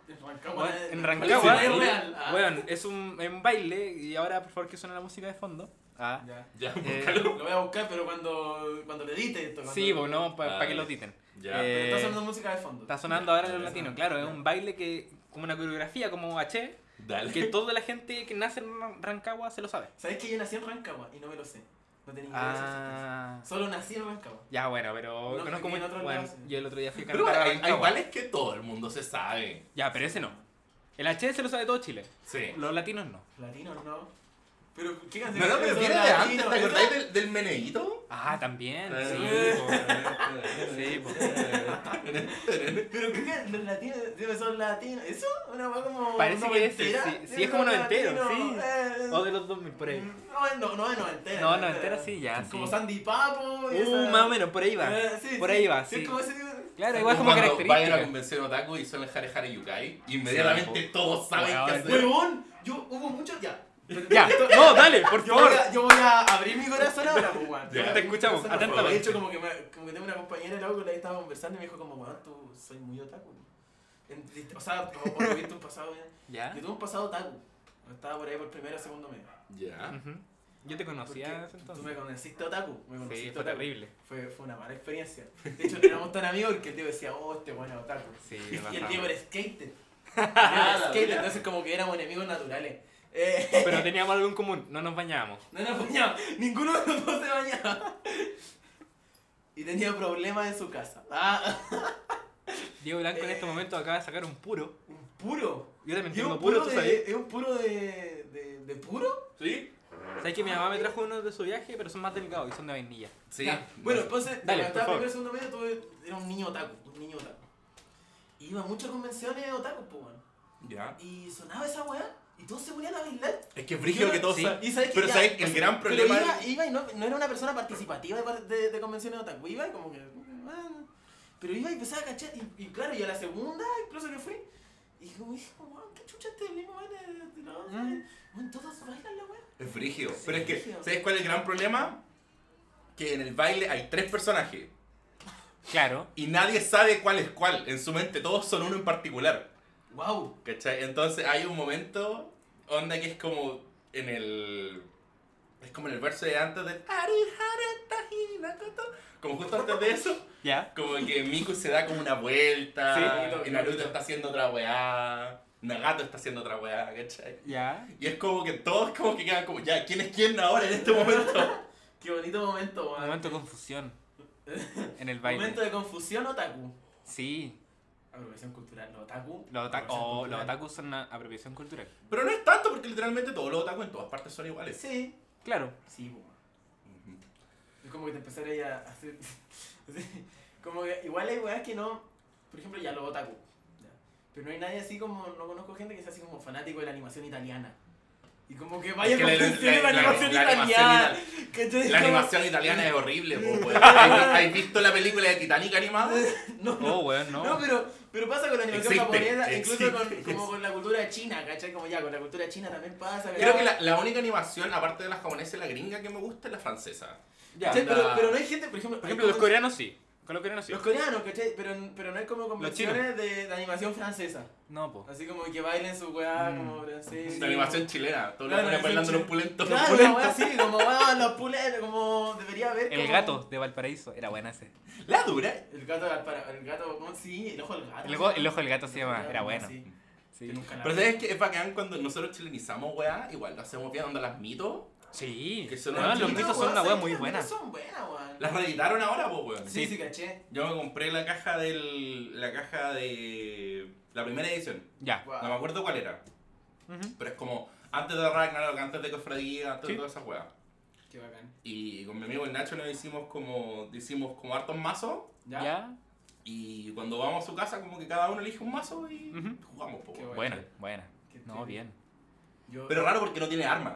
Speaker 6: En Rancagua.
Speaker 5: Weón, en
Speaker 2: Rancagua,
Speaker 6: Es
Speaker 2: weón.
Speaker 6: real. ah.
Speaker 5: Weón, es un, es un baile. Y ahora, por favor, que suene la música de fondo. Ah.
Speaker 6: Ya.
Speaker 2: Ya, pues,
Speaker 5: Eh,
Speaker 2: búscalo.
Speaker 6: Lo voy a buscar, pero cuando, cuando le edite esto.
Speaker 5: Sí,
Speaker 6: cuando-
Speaker 5: pues no, para
Speaker 2: Ah,
Speaker 5: que
Speaker 2: ya.
Speaker 5: lo titen.
Speaker 2: Ya.
Speaker 5: Eh,
Speaker 6: Está sonando música de fondo.
Speaker 5: Está sonando ahora los
Speaker 2: Ya.
Speaker 5: latinos, claro. Es un baile que, como una coreografía, como H,
Speaker 2: Dale.
Speaker 5: que toda la gente que nace en Ran- Rancagua se lo sabe.
Speaker 6: ¿Sabes que yo nací en Rancagua y no me lo sé? No tenía idea de eso.
Speaker 5: Ah.
Speaker 6: Solo nací en Rancagua.
Speaker 5: Ya, bueno, pero
Speaker 6: No,
Speaker 5: conozco
Speaker 6: en
Speaker 5: muy...
Speaker 6: otros
Speaker 5: bueno,
Speaker 6: lados, sí.
Speaker 5: yo el otro día fui a
Speaker 2: Pero
Speaker 5: cantar a
Speaker 2: hay, hay
Speaker 5: Rancagua.
Speaker 2: vales que todo el mundo se sabe.
Speaker 5: Ya, pero ese no. El H se lo sabe todo Chile.
Speaker 2: Sí.
Speaker 6: Eh.
Speaker 5: Los latinos no.
Speaker 6: Latinos no. Pero, ¿qué canción
Speaker 2: No, no, pero
Speaker 6: Son
Speaker 2: viene de antes,
Speaker 6: latinos,
Speaker 2: ¿te
Speaker 6: ¿verdad?
Speaker 2: acordáis del, del meneíto?
Speaker 5: Ah, también.
Speaker 2: Eh.
Speaker 5: Sí. Sí, po.
Speaker 6: Pero creo que los latinos debe son latinos. ¿Eso? Una weá como.
Speaker 5: Parece que ese,
Speaker 6: noventera.
Speaker 5: sí. Sí,
Speaker 6: Debe
Speaker 5: es como
Speaker 6: ser
Speaker 5: noventero,
Speaker 6: latino,
Speaker 5: sí.
Speaker 6: eh.
Speaker 5: O de los 2000, por ahí.
Speaker 6: No, no, no, es noventera. Ah,
Speaker 5: No, noventera sí, ya, sí.
Speaker 6: Como Sandy Papo. y
Speaker 5: Uh,
Speaker 6: esa-
Speaker 5: más o menos, por ahí va.
Speaker 6: Eh, sí,
Speaker 5: Por
Speaker 6: sí.
Speaker 5: ahí va,
Speaker 6: Sí,
Speaker 5: sí.
Speaker 6: Es como ese tipo.
Speaker 5: Claro, igual como
Speaker 2: cuando vayan a la
Speaker 5: característica.
Speaker 2: convención otaku y suelen Hare Hare Yukai, inmediatamente
Speaker 5: Sí,
Speaker 2: todos saben
Speaker 5: Weón.
Speaker 2: qué hacer.
Speaker 6: Huevón, yo hubo muchos. Ya.
Speaker 5: Ya, no, dale, por
Speaker 6: Yo voy,
Speaker 5: favor.
Speaker 6: a, yo voy a abrir mi corazón ahora, pues, weón.
Speaker 2: Ya.
Speaker 5: Te escuchamos,
Speaker 6: Corazón, por favor.
Speaker 5: atentamente.
Speaker 6: De hecho, como que, me- como que tengo una compañera loco con la que estaba conversando y me dijo como, weón, tú soy muy otaku. En- o sea, como por lo visto un pasado, weón.
Speaker 5: Ya.
Speaker 6: Yo tuve un pasado otaku. Estaba por ahí por primero o segundo medio.
Speaker 2: Ya.
Speaker 5: Ujú. Yo te conocía en ese
Speaker 6: Tú me
Speaker 5: entonces.
Speaker 6: conociste otaku. Me conociste
Speaker 5: Sí, fue
Speaker 6: otaku.
Speaker 5: terrible.
Speaker 6: Fue, fue una mala experiencia. De hecho, no éramos tan amigos porque el tío decía, oh, este bueno es otaku.
Speaker 5: Sí,
Speaker 6: Y el
Speaker 5: bastante.
Speaker 6: tío era skater. Era skater, entonces como que éramos enemigos naturales. Eh,
Speaker 5: Pero teníamos algo en común, no nos bañábamos.
Speaker 6: no nos bañaba, ninguno de los dos se bañaba. Y tenía problemas en su casa. Ah,
Speaker 5: Diego Blanco en
Speaker 6: Eh.
Speaker 5: este momento acaba de sacar un puro.
Speaker 6: un puro.
Speaker 5: Yo también
Speaker 6: Y es
Speaker 5: tengo
Speaker 6: un
Speaker 5: puro,
Speaker 6: puro
Speaker 5: ¿tú sabías?
Speaker 6: de, es un puro de, de, de puro.
Speaker 2: ¿Sí?
Speaker 5: ¿Sabes que mi mamá me trajo uno de su viaje, pero son más delgados y son de vainilla?
Speaker 2: Sí.
Speaker 6: Ya, Bueno, entonces,
Speaker 5: Dale,
Speaker 6: cuando estaba
Speaker 5: por
Speaker 6: primero segundo medio, tuve, era un niño otaku, un niño otaku. Y Iba a muchas convenciones otaku, pues, weón.
Speaker 2: Ya.
Speaker 6: Y sonaba esa weá, y todos se ponían a bailar.
Speaker 2: Es que es brígido que todos
Speaker 5: Sí.
Speaker 2: saben.
Speaker 6: Y sabes que
Speaker 2: Pero
Speaker 6: ya-
Speaker 2: sabes que el gran
Speaker 6: Pero
Speaker 2: problema.
Speaker 6: iba, iba y no, no era una persona participativa de, par- de, de convenciones otaku, iba y como que... "Ah". pero iba y empezaba a cachar, y, y claro, y a la segunda incluso que fui, y como dije, wow, qué chucha este mismo weón, eh, no,
Speaker 2: Mm.
Speaker 6: weón, todos bailan la weá.
Speaker 2: Es brígido.
Speaker 6: Sí,
Speaker 2: Pero es que,
Speaker 6: brígido.
Speaker 2: ¿sabes cuál es el gran problema? Que en el baile hay tres personajes
Speaker 5: Claro.
Speaker 2: y nadie sabe cuál es cuál. En su mente todos son uno en particular.
Speaker 6: Wow.
Speaker 2: ¿Cachai? Entonces hay un momento, onda que es como en el. Es como en el verso de antes de. "Ari, hare, taji, nakoto". Como justo antes de eso,
Speaker 5: ¿Ya?
Speaker 2: como que Miku se da como una vuelta.
Speaker 5: Sí,
Speaker 2: y Naruto está haciendo otra weá. Nagato está haciendo otra weá, ¿cachai?
Speaker 5: ¿Ya?
Speaker 2: Y es como que todos como que quedan como, ya, ¿quién es quién ahora en este momento?
Speaker 6: Qué bonito momento,
Speaker 5: Un
Speaker 6: weón.
Speaker 5: momento de confusión. En el baile.
Speaker 6: Ah, Momento de confusión otaku.
Speaker 5: Sí.
Speaker 6: Apropiación cultural, lo otaku.
Speaker 5: Los, otaku
Speaker 6: apropiación
Speaker 5: oh, los
Speaker 6: cultural.
Speaker 5: otakus son una apropiación cultural.
Speaker 2: Pero no es tanto porque literalmente todos los otaku en todas partes son iguales.
Speaker 6: Sí.
Speaker 5: Claro.
Speaker 6: Sí, po. Es como que te empezara ahí a hacer. así, como que igual hay weas que no. Por ejemplo, ya los otaku. ya. Pero no hay nadie así como. No conozco gente que sea así como fanático de la animación italiana. Y como que
Speaker 2: Es
Speaker 6: vaya
Speaker 2: que
Speaker 6: con
Speaker 2: la- la-
Speaker 6: funciones de la
Speaker 2: la-
Speaker 6: animación
Speaker 2: la animación
Speaker 6: italiana. ¿cachai?
Speaker 2: La
Speaker 6: Como-
Speaker 2: animación italiana es horrible, po, weón. ¿Has visto la película de Titanic animada?
Speaker 6: No, no.
Speaker 5: Oh, weón, no.
Speaker 6: No, pero, pero pasa con la animación
Speaker 2: Existe,
Speaker 6: japonesa, incluso con,
Speaker 2: existe.
Speaker 6: como con la cultura china, ¿cachai? Como ya, con la cultura china también pasa.
Speaker 2: Creo
Speaker 6: ¿cachai?
Speaker 2: que la, la única animación, aparte de la japonesa y la gringa, que me gusta es la francesa.
Speaker 5: Ya.
Speaker 6: ¿Cachai? Pero,
Speaker 2: anda.
Speaker 6: pero no hay gente, por ejemplo,
Speaker 5: Por
Speaker 6: hay
Speaker 5: ejemplo, los
Speaker 6: como-
Speaker 5: coreanos sí. Con los coreanos sí.
Speaker 6: Los coreanos, ¿cachai? Pero, pero no hay como convenciones de, de animación francesa.
Speaker 5: No, po.
Speaker 6: Así como que bailen su weá
Speaker 5: Mm.
Speaker 6: como francés.
Speaker 2: La animación chilena, todos los
Speaker 6: Claro,
Speaker 2: buenos
Speaker 6: animación
Speaker 2: bailando los
Speaker 6: chilena.
Speaker 2: pulentos. los
Speaker 6: Claro, la
Speaker 2: pulentos.
Speaker 6: weá así, como weá, los puleros, como debería haber.
Speaker 5: El
Speaker 6: como-
Speaker 5: gato de Valparaíso. Era buena ese.
Speaker 2: La dura.
Speaker 6: El gato, al para- el gato, ¿cómo? Sí, el ojo del gato.
Speaker 5: El ojo- el ojo del gato se llama, era bueno.
Speaker 6: Sí,
Speaker 5: Sí.
Speaker 6: que nunca la
Speaker 2: ah, Pero
Speaker 6: vi.
Speaker 2: sabes que es bacán cuando nosotros chilenizamos, weá, igual lo hacemos bien, onda las mitos.
Speaker 5: Sí.
Speaker 2: Que son
Speaker 5: No,
Speaker 2: unos
Speaker 5: los
Speaker 2: chinos,
Speaker 5: mitos son
Speaker 6: weón,
Speaker 5: una wea
Speaker 6: ¿sabes
Speaker 5: muy
Speaker 6: qué? Las
Speaker 5: buena.
Speaker 6: mitos Son buenas, weón.
Speaker 2: Las reeditaron ahora, po, weón.
Speaker 6: Sí, sí, caché.
Speaker 2: Yo me compré la caja del. la caja de. la primera edición.
Speaker 5: Ya.
Speaker 6: Guau.
Speaker 2: No me acuerdo cuál era.
Speaker 5: Ujú.
Speaker 2: Pero es como antes de Ragnarok, antes de Cofradía, antes
Speaker 5: Sí.
Speaker 2: de todas esas weas.
Speaker 6: Qué bacán.
Speaker 2: Y con mi amigo el Nacho nos hicimos como, hicimos como hartos mazos.
Speaker 6: ¿Ya?
Speaker 5: ¿Ya?
Speaker 2: Y cuando vamos a su casa, como que cada uno elige un mazo y
Speaker 5: Ujú.
Speaker 2: jugamos. po,
Speaker 6: Qué
Speaker 2: weón.
Speaker 5: Buena, buena.
Speaker 6: Qué
Speaker 5: No,
Speaker 6: trivi.
Speaker 5: bien.
Speaker 6: Yo...
Speaker 2: Pero raro porque no tiene armas.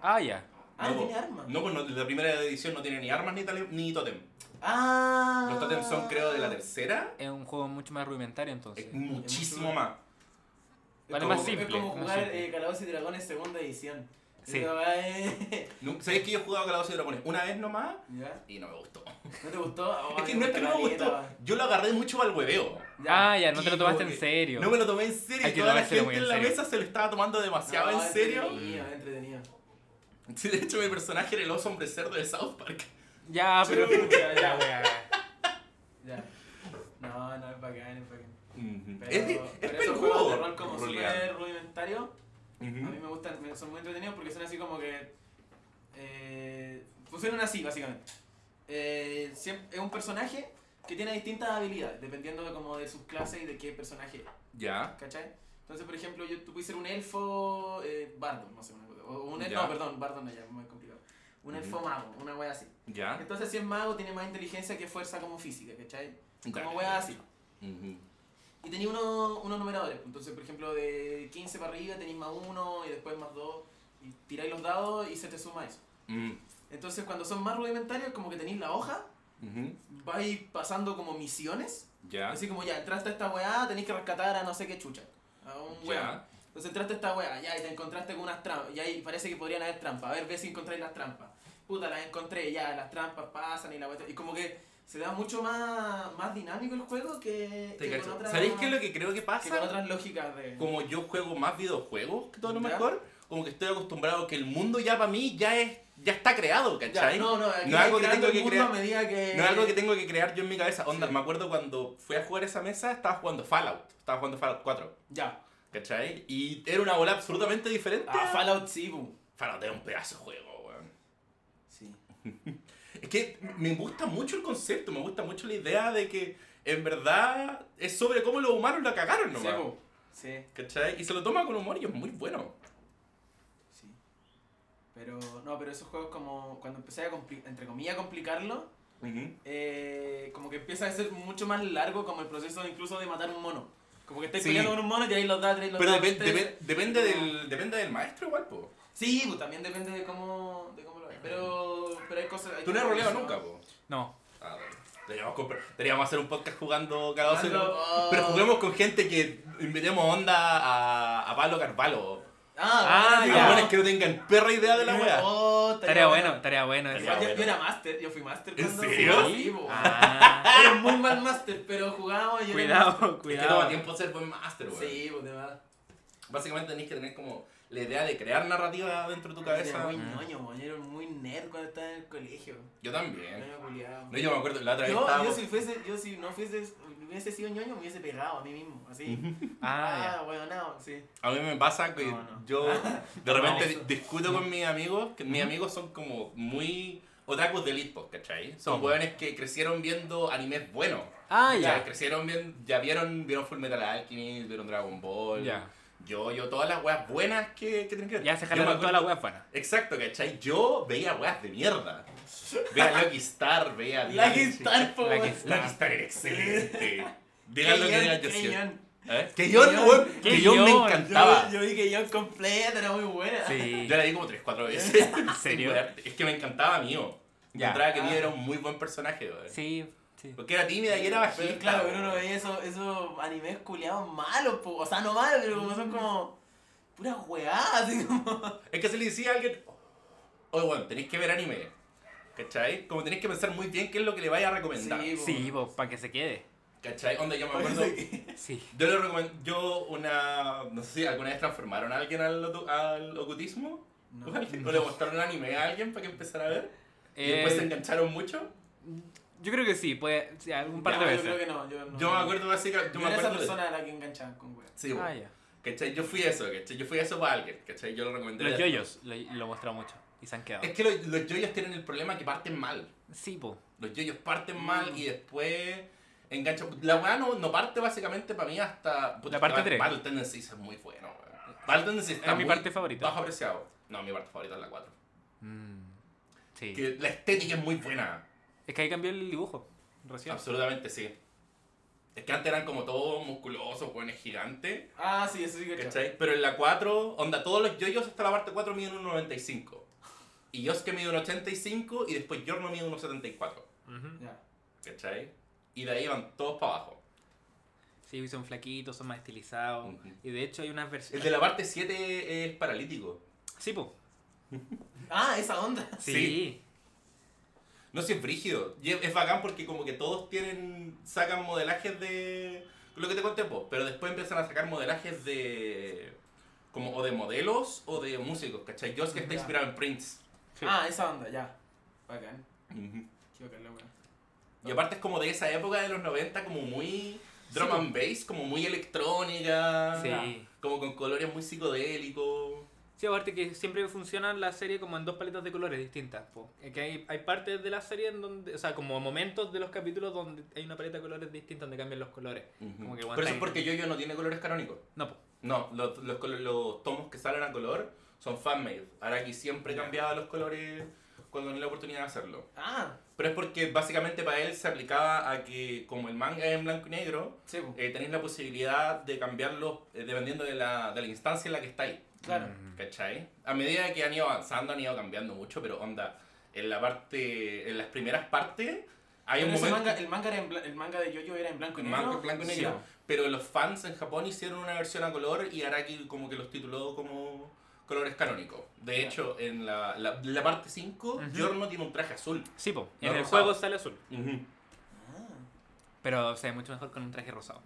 Speaker 5: Ah, ya.
Speaker 6: Ah,
Speaker 2: no,
Speaker 6: tiene armas.
Speaker 2: No, pues no, la primera edición no tiene ni armas ni, tale- ni totem.
Speaker 6: Ah.
Speaker 2: Los totems son, creo, de la tercera.
Speaker 5: Es un juego mucho más rudimentario entonces.
Speaker 2: Es muchísimo más.
Speaker 5: Vale,
Speaker 2: como-
Speaker 5: más
Speaker 6: Es
Speaker 5: simple.
Speaker 6: como
Speaker 5: más
Speaker 6: jugar
Speaker 5: simple.
Speaker 6: eh, Calabozos y Dragones segunda edición.
Speaker 5: Sí.
Speaker 6: Esa weá es-
Speaker 2: Nu- ¿Sabéis que yo he jugado Calabozos y Dragones una vez nomás
Speaker 6: ¿Ya?
Speaker 2: y no me gustó?
Speaker 6: ¿No te gustó? Oh,
Speaker 2: es que
Speaker 6: me
Speaker 2: no es que no me
Speaker 6: gusta la
Speaker 2: gustó.
Speaker 6: dieta,
Speaker 2: Yo lo agarré mucho al hueveo.
Speaker 6: weón. Ya.
Speaker 5: Ah, ya, no te lo
Speaker 2: Y
Speaker 5: tomaste
Speaker 2: como
Speaker 5: en
Speaker 2: que
Speaker 5: serio.
Speaker 2: No me lo tomé en serio.
Speaker 5: Hay
Speaker 2: y
Speaker 5: que
Speaker 2: toda la
Speaker 5: tomárselo
Speaker 2: gente
Speaker 5: muy en
Speaker 2: en la
Speaker 5: serio.
Speaker 2: mesa se lo estaba tomando demasiado
Speaker 6: No,
Speaker 2: en serio.
Speaker 6: Entretenido, entretenido.
Speaker 2: Sí, de hecho, mi personaje era el oso hombre cerdo de South Park.
Speaker 5: Ya, pero. Ya, ya, weá.
Speaker 6: Ya. No, no, es bacán, es bacán. Pero,
Speaker 2: es de- es
Speaker 6: pero esos juegos de rol como
Speaker 2: Rulear.
Speaker 6: súper rudimentario,
Speaker 2: Ujú.
Speaker 6: a mí me gustan, me- son muy entretenidos porque son así como que... Eh, funcionan así, básicamente. Eh, siem- es un personaje que tiene distintas habilidades, dependiendo de como de sus clases y de qué personaje es,
Speaker 2: Ya.
Speaker 6: ¿cachai? Entonces, por ejemplo, yo, tú puedes ser un elfo eh, bardo, no sé, una cosa, o un elfo,
Speaker 2: Ya.
Speaker 6: no, perdón, bardo no, ya, es muy complicado. Un
Speaker 2: Ujú.
Speaker 6: elfo mago, una wea así.
Speaker 2: Ya.
Speaker 6: Entonces, si es mago, tiene más inteligencia que fuerza como física, ¿cachai? Como
Speaker 2: Dale.
Speaker 6: wea así.
Speaker 2: Ujú.
Speaker 6: Y tenía uno, unos numeradores. pues. Entonces, por ejemplo, de 15 para arriba tenéis más uno y después más dos. Y tiráis los dados y se te suma eso.
Speaker 2: Mm.
Speaker 6: Entonces, cuando son más rudimentarios, como que tenéis la hoja,
Speaker 2: Ujú.
Speaker 6: vais pasando como misiones.
Speaker 2: Ya.
Speaker 6: Así como ya, entraste a esta weá, tenéis que rescatar a no sé qué chucha. A un weá.
Speaker 2: Ya.
Speaker 6: Entonces entraste a esta weá, ya, y te encontraste con unas trampas. Y ahí parece que podrían haber trampas. A ver, ve si encontráis las trampas. Puta, las encontré, ya, las trampas pasan y la weá. Y como que se da mucho más, más dinámico el juego que,
Speaker 2: Te
Speaker 6: que con
Speaker 2: cacho.
Speaker 6: otra-
Speaker 2: ¿Sabéis qué es lo que creo que
Speaker 6: que con
Speaker 2: pasa?
Speaker 6: otras lógicas de...
Speaker 2: Como yo juego más videojuegos que todo lo
Speaker 6: Ya.
Speaker 2: mejor, como que estoy acostumbrado que el mundo ya para mí ya es ya está creado, ¿cachai?
Speaker 6: Ya, no, no, aquí
Speaker 2: No es algo que
Speaker 6: creando
Speaker 2: tengo que
Speaker 6: el
Speaker 2: crear.
Speaker 6: mundo a medida que...
Speaker 2: No es algo que tengo que crear yo en mi cabeza. Onda,
Speaker 6: Sí.
Speaker 2: me acuerdo cuando fui a jugar esa mesa, estaba jugando Fallout. Estaba jugando Fallout 4.
Speaker 6: Ya.
Speaker 2: ¿Cachai? Y era una bola absolutamente diferente.
Speaker 6: Ah, Fallout sí, bu.
Speaker 2: Fallout era un pedazo de juego, weón.
Speaker 6: Sí.
Speaker 2: Es que me gusta mucho el concepto, me gusta mucho la idea de que en verdad es sobre cómo los humanos la cagaron
Speaker 6: sí,
Speaker 2: nomás.
Speaker 6: bu. Sí,
Speaker 2: ¿Cachai? Y se lo toma con humor y es muy bueno.
Speaker 6: sí. Pero, no, pero esos juegos como... Cuando empecé a, compli- entre comillas, complicarlo, eh, como que empieza a ser mucho más largo como el proceso incluso de matar un mono. Como que estáis
Speaker 2: Sí.
Speaker 6: peleando con un mono y ahí los da, tres los
Speaker 2: Pero
Speaker 6: da,
Speaker 2: depen-
Speaker 6: tres.
Speaker 2: depen- depende, del, depende del maestro igual, po.
Speaker 6: Sí, bu, también depende de cómo, de cómo lo veas. Pero, pero hay cosas... hay
Speaker 2: Tú no has roleado
Speaker 6: cosas-
Speaker 2: nunca, po.
Speaker 5: No.
Speaker 2: Ah, bueno. Deberíamos, comprar- deberíamos hacer un podcast jugando cada dos
Speaker 6: Hazlo.
Speaker 2: pues. Pero juguemos con gente que invitemos onda a, a Palo Carvalho.
Speaker 6: Ah,
Speaker 5: Ah,
Speaker 6: bueno, sí,
Speaker 5: ya.
Speaker 2: A
Speaker 6: no.
Speaker 2: buenas que no tengan perra idea de la wea.
Speaker 6: Oh,
Speaker 5: Estaría bueno,
Speaker 6: bueno.
Speaker 5: estaría bueno.
Speaker 2: Estaría
Speaker 5: eso.
Speaker 6: Yo,
Speaker 2: bueno.
Speaker 6: yo era máster, yo fui máster.
Speaker 2: ¿En
Speaker 6: cuando
Speaker 2: serio?
Speaker 6: jugaba, sí, bo.
Speaker 5: Ah,
Speaker 6: Era muy mal máster, pero jugaba y era máster.
Speaker 5: cuidado,
Speaker 2: Es que toma
Speaker 5: cuidado.
Speaker 2: tiempo ser buen master, weón.
Speaker 6: Sí, pues de verdad.
Speaker 2: Básicamente tenés que tener como la idea de crear narrativa dentro de tu
Speaker 6: Era
Speaker 2: cabeza.
Speaker 6: muy
Speaker 5: Mm.
Speaker 6: ñoño, bo, yo era muy nerd cuando estaba en el colegio.
Speaker 2: Yo también.
Speaker 6: Ñoño culiao.
Speaker 2: No, yo me acuerdo, la otra vez
Speaker 6: Yo, yo
Speaker 2: estábamos...
Speaker 6: si fuese, yo si no fuese, hubiese sido ñoño, me hubiese pegado a mí mismo, así.
Speaker 5: Ah,
Speaker 6: Ah, bueno, no, sí.
Speaker 2: A mí me pasa que
Speaker 6: No, no.
Speaker 2: yo de repente
Speaker 6: eso.
Speaker 2: di- discuto con mis amigos, que mis amigos son como muy otakus de Litpop, ¿cachai? Son
Speaker 5: ¿Cómo?
Speaker 2: jóvenes que crecieron viendo animes buenos.
Speaker 5: ya. Ah,
Speaker 2: Ya.
Speaker 5: ya.
Speaker 2: crecieron bien, ya vieron, vieron Full Metal Alchemist, vieron Dragon Ball.
Speaker 5: Ya.
Speaker 2: Yo, yo, todas las weas buenas que, que tienen que ver.
Speaker 5: Ya se
Speaker 2: Yo
Speaker 5: jalaron
Speaker 2: me
Speaker 5: todas
Speaker 2: acuerdo-
Speaker 5: las weas buenas.
Speaker 2: Exacto, ¿cachai? Yo veía weas de mierda. Veía Lucky Star, veía.
Speaker 6: Lucky
Speaker 2: Dianchi.
Speaker 6: Star, po.
Speaker 5: La que
Speaker 6: weón.
Speaker 2: Lucky Star era excelente. Digan lo que
Speaker 6: Keion,
Speaker 2: digan, yo sí.
Speaker 6: Keion.
Speaker 2: ¿Eh? Que yo,
Speaker 6: Keion,
Speaker 2: weón, que yo me
Speaker 5: Keion.
Speaker 2: encantaba.
Speaker 6: Yo, yo vi que yo completa, era muy buena.
Speaker 5: Sí.
Speaker 2: Yo la vi como 3-4 veces.
Speaker 5: ¿En serio?
Speaker 2: Es que me encantaba mío.
Speaker 5: Ya.
Speaker 2: Encontraba que
Speaker 6: Ah.
Speaker 2: Mio era un muy buen personaje, weón.
Speaker 5: Sí, sí.
Speaker 2: Porque era tímida y era bajita.
Speaker 6: Pero claro, pero
Speaker 2: weón.
Speaker 6: uno ve esos, esos animes culiados malos, po. o sea, no malos, pero como son como pura weá, así como...
Speaker 2: Es que se le decía a alguien, oye, bueno, tenéis que ver anime. ¿Cachai? Como tenéis que pensar muy bien qué es lo que le vaya a recomendar.
Speaker 6: Sí.
Speaker 5: Sí, pues, para que se quede.
Speaker 2: ¿Cachai? Onda, yo me acuerdo.
Speaker 5: Sí.
Speaker 2: Yo le recomendé. Yo una. No sé si alguna vez transformaron a alguien al, otu- al ocultismo.
Speaker 6: No.
Speaker 2: ¿O, alguien- o le mostraron anime a alguien para que empezara a ver. Y después se
Speaker 5: Eh,
Speaker 2: engancharon mucho.
Speaker 5: yo creo que sí, puede, sí, algún par
Speaker 6: Ya,
Speaker 5: de
Speaker 6: Yo creo
Speaker 5: veces.
Speaker 6: que no, yo no.
Speaker 2: Yo me acuerdo básicamente. Yo
Speaker 6: Yo
Speaker 2: me
Speaker 6: era esa
Speaker 2: acuerdo. de-
Speaker 6: persona a la que enganchaban con weá.
Speaker 2: Sí,
Speaker 5: Ah,
Speaker 2: bueno.
Speaker 5: ya.
Speaker 2: ¿Cachai? Yo fui eso, ¿cachai? Yo fui eso para alguien, ¿cachai? Yo lo recomendé.
Speaker 5: Los yoyos lo, lo he mostrado mucho y se han quedado.
Speaker 2: Es que los, los yoyos tienen el problema que parten mal.
Speaker 5: Sí, po.
Speaker 2: Los yoyos parten mal
Speaker 6: Mm.
Speaker 2: y después enganchan. La weá no, no parte básicamente para mí hasta.
Speaker 5: La parte tres.
Speaker 2: Battle Tendencies es muy bueno, weón. Battle Tendencies está
Speaker 5: Es mi
Speaker 2: muy
Speaker 5: parte favorita.
Speaker 2: Bajo apreciado. No, mi parte favorita es la 4.
Speaker 5: Mm. Sí.
Speaker 2: Que la estética es muy buena.
Speaker 5: Es que ahí cambió el dibujo. Recién.
Speaker 2: Ah, Absolutamente sí. Es que antes eran como todos musculosos, jóvenes gigantes.
Speaker 1: Ah, sí, eso sí que
Speaker 2: ¿Cachai? Pero en la 4, onda, todos los yoyos hasta la parte 4 miden 1,95. Y Yosuke mide 1,85 y después Yorno mide 1,74.
Speaker 5: Ujú.
Speaker 1: Ya.
Speaker 2: ¿Cachai? Y de ahí van todos para abajo.
Speaker 5: Sí, son flaquitos, son más estilizados.
Speaker 2: Ujú.
Speaker 5: Y de hecho hay unas
Speaker 2: El
Speaker 5: versiones.
Speaker 2: de la parte 7 es paralítico.
Speaker 5: Sí, po.
Speaker 1: Ah, esa onda.
Speaker 5: Sí.
Speaker 2: Sí. No sé, es brígido. Y es, es bacán porque como que todos tienen, sacan modelajes de... Lo que te conté vos, pero después empiezan a sacar modelajes de... Como o de modelos o de músicos, ¿cachai? Yosuke está
Speaker 1: Ya.
Speaker 2: inspirado en Prince.
Speaker 5: Sí.
Speaker 1: Ah, esa onda, ya. Bacán.
Speaker 2: Ujú.
Speaker 1: Qué bacán la wea.
Speaker 2: Y aparte es como de esa época de los 90, como muy drum and bass, como muy electrónica,
Speaker 5: Sí.
Speaker 2: como con colores muy psicodélicos.
Speaker 5: Sí, aparte que siempre funciona la serie como en dos paletas de colores distintas. po. Es Que hay, hay partes de la serie en donde, o sea, como momentos de los capítulos donde hay una paleta de colores distinta donde cambian los colores. Como que
Speaker 2: Pero eso es
Speaker 5: aguantan-
Speaker 2: porque Yo-Yo no tiene colores canónicos.
Speaker 5: No, po.
Speaker 2: No, los, los, colo- los tomos que salen a color son fanmade. Araki siempre cambiaba los colores cuando tenía la oportunidad de hacerlo.
Speaker 1: Ah,
Speaker 2: Pero es porque básicamente para él se aplicaba a que como el manga es en blanco y negro,
Speaker 1: sí, po.
Speaker 2: eh, tenéis la posibilidad de cambiarlos eh, dependiendo de la, de la instancia en la que estáis.
Speaker 1: Claro.
Speaker 2: mm. ¿Cachai? A medida que han ido avanzando, han ido cambiando mucho, pero onda, en la parte, en las primeras partes, hay
Speaker 1: Pero
Speaker 2: un
Speaker 1: ese
Speaker 2: momento...
Speaker 1: manga- el, manga era en bla- el manga de Jojo era en blanco y negro.
Speaker 2: Manga en blanco y
Speaker 1: Sí,
Speaker 2: negro. Pero los fans en Japón hicieron una versión a color y Araki como que los tituló como colores canónicos. De
Speaker 1: Ya.
Speaker 2: hecho, en la, la, la parte 5,
Speaker 5: Ujú.
Speaker 2: Giorno tiene un traje azul.
Speaker 5: Sí, po.
Speaker 2: No
Speaker 5: en el
Speaker 2: rosado.
Speaker 5: juego sale azul.
Speaker 1: Ah,
Speaker 5: Pero se ve mucho mejor con un traje rosado.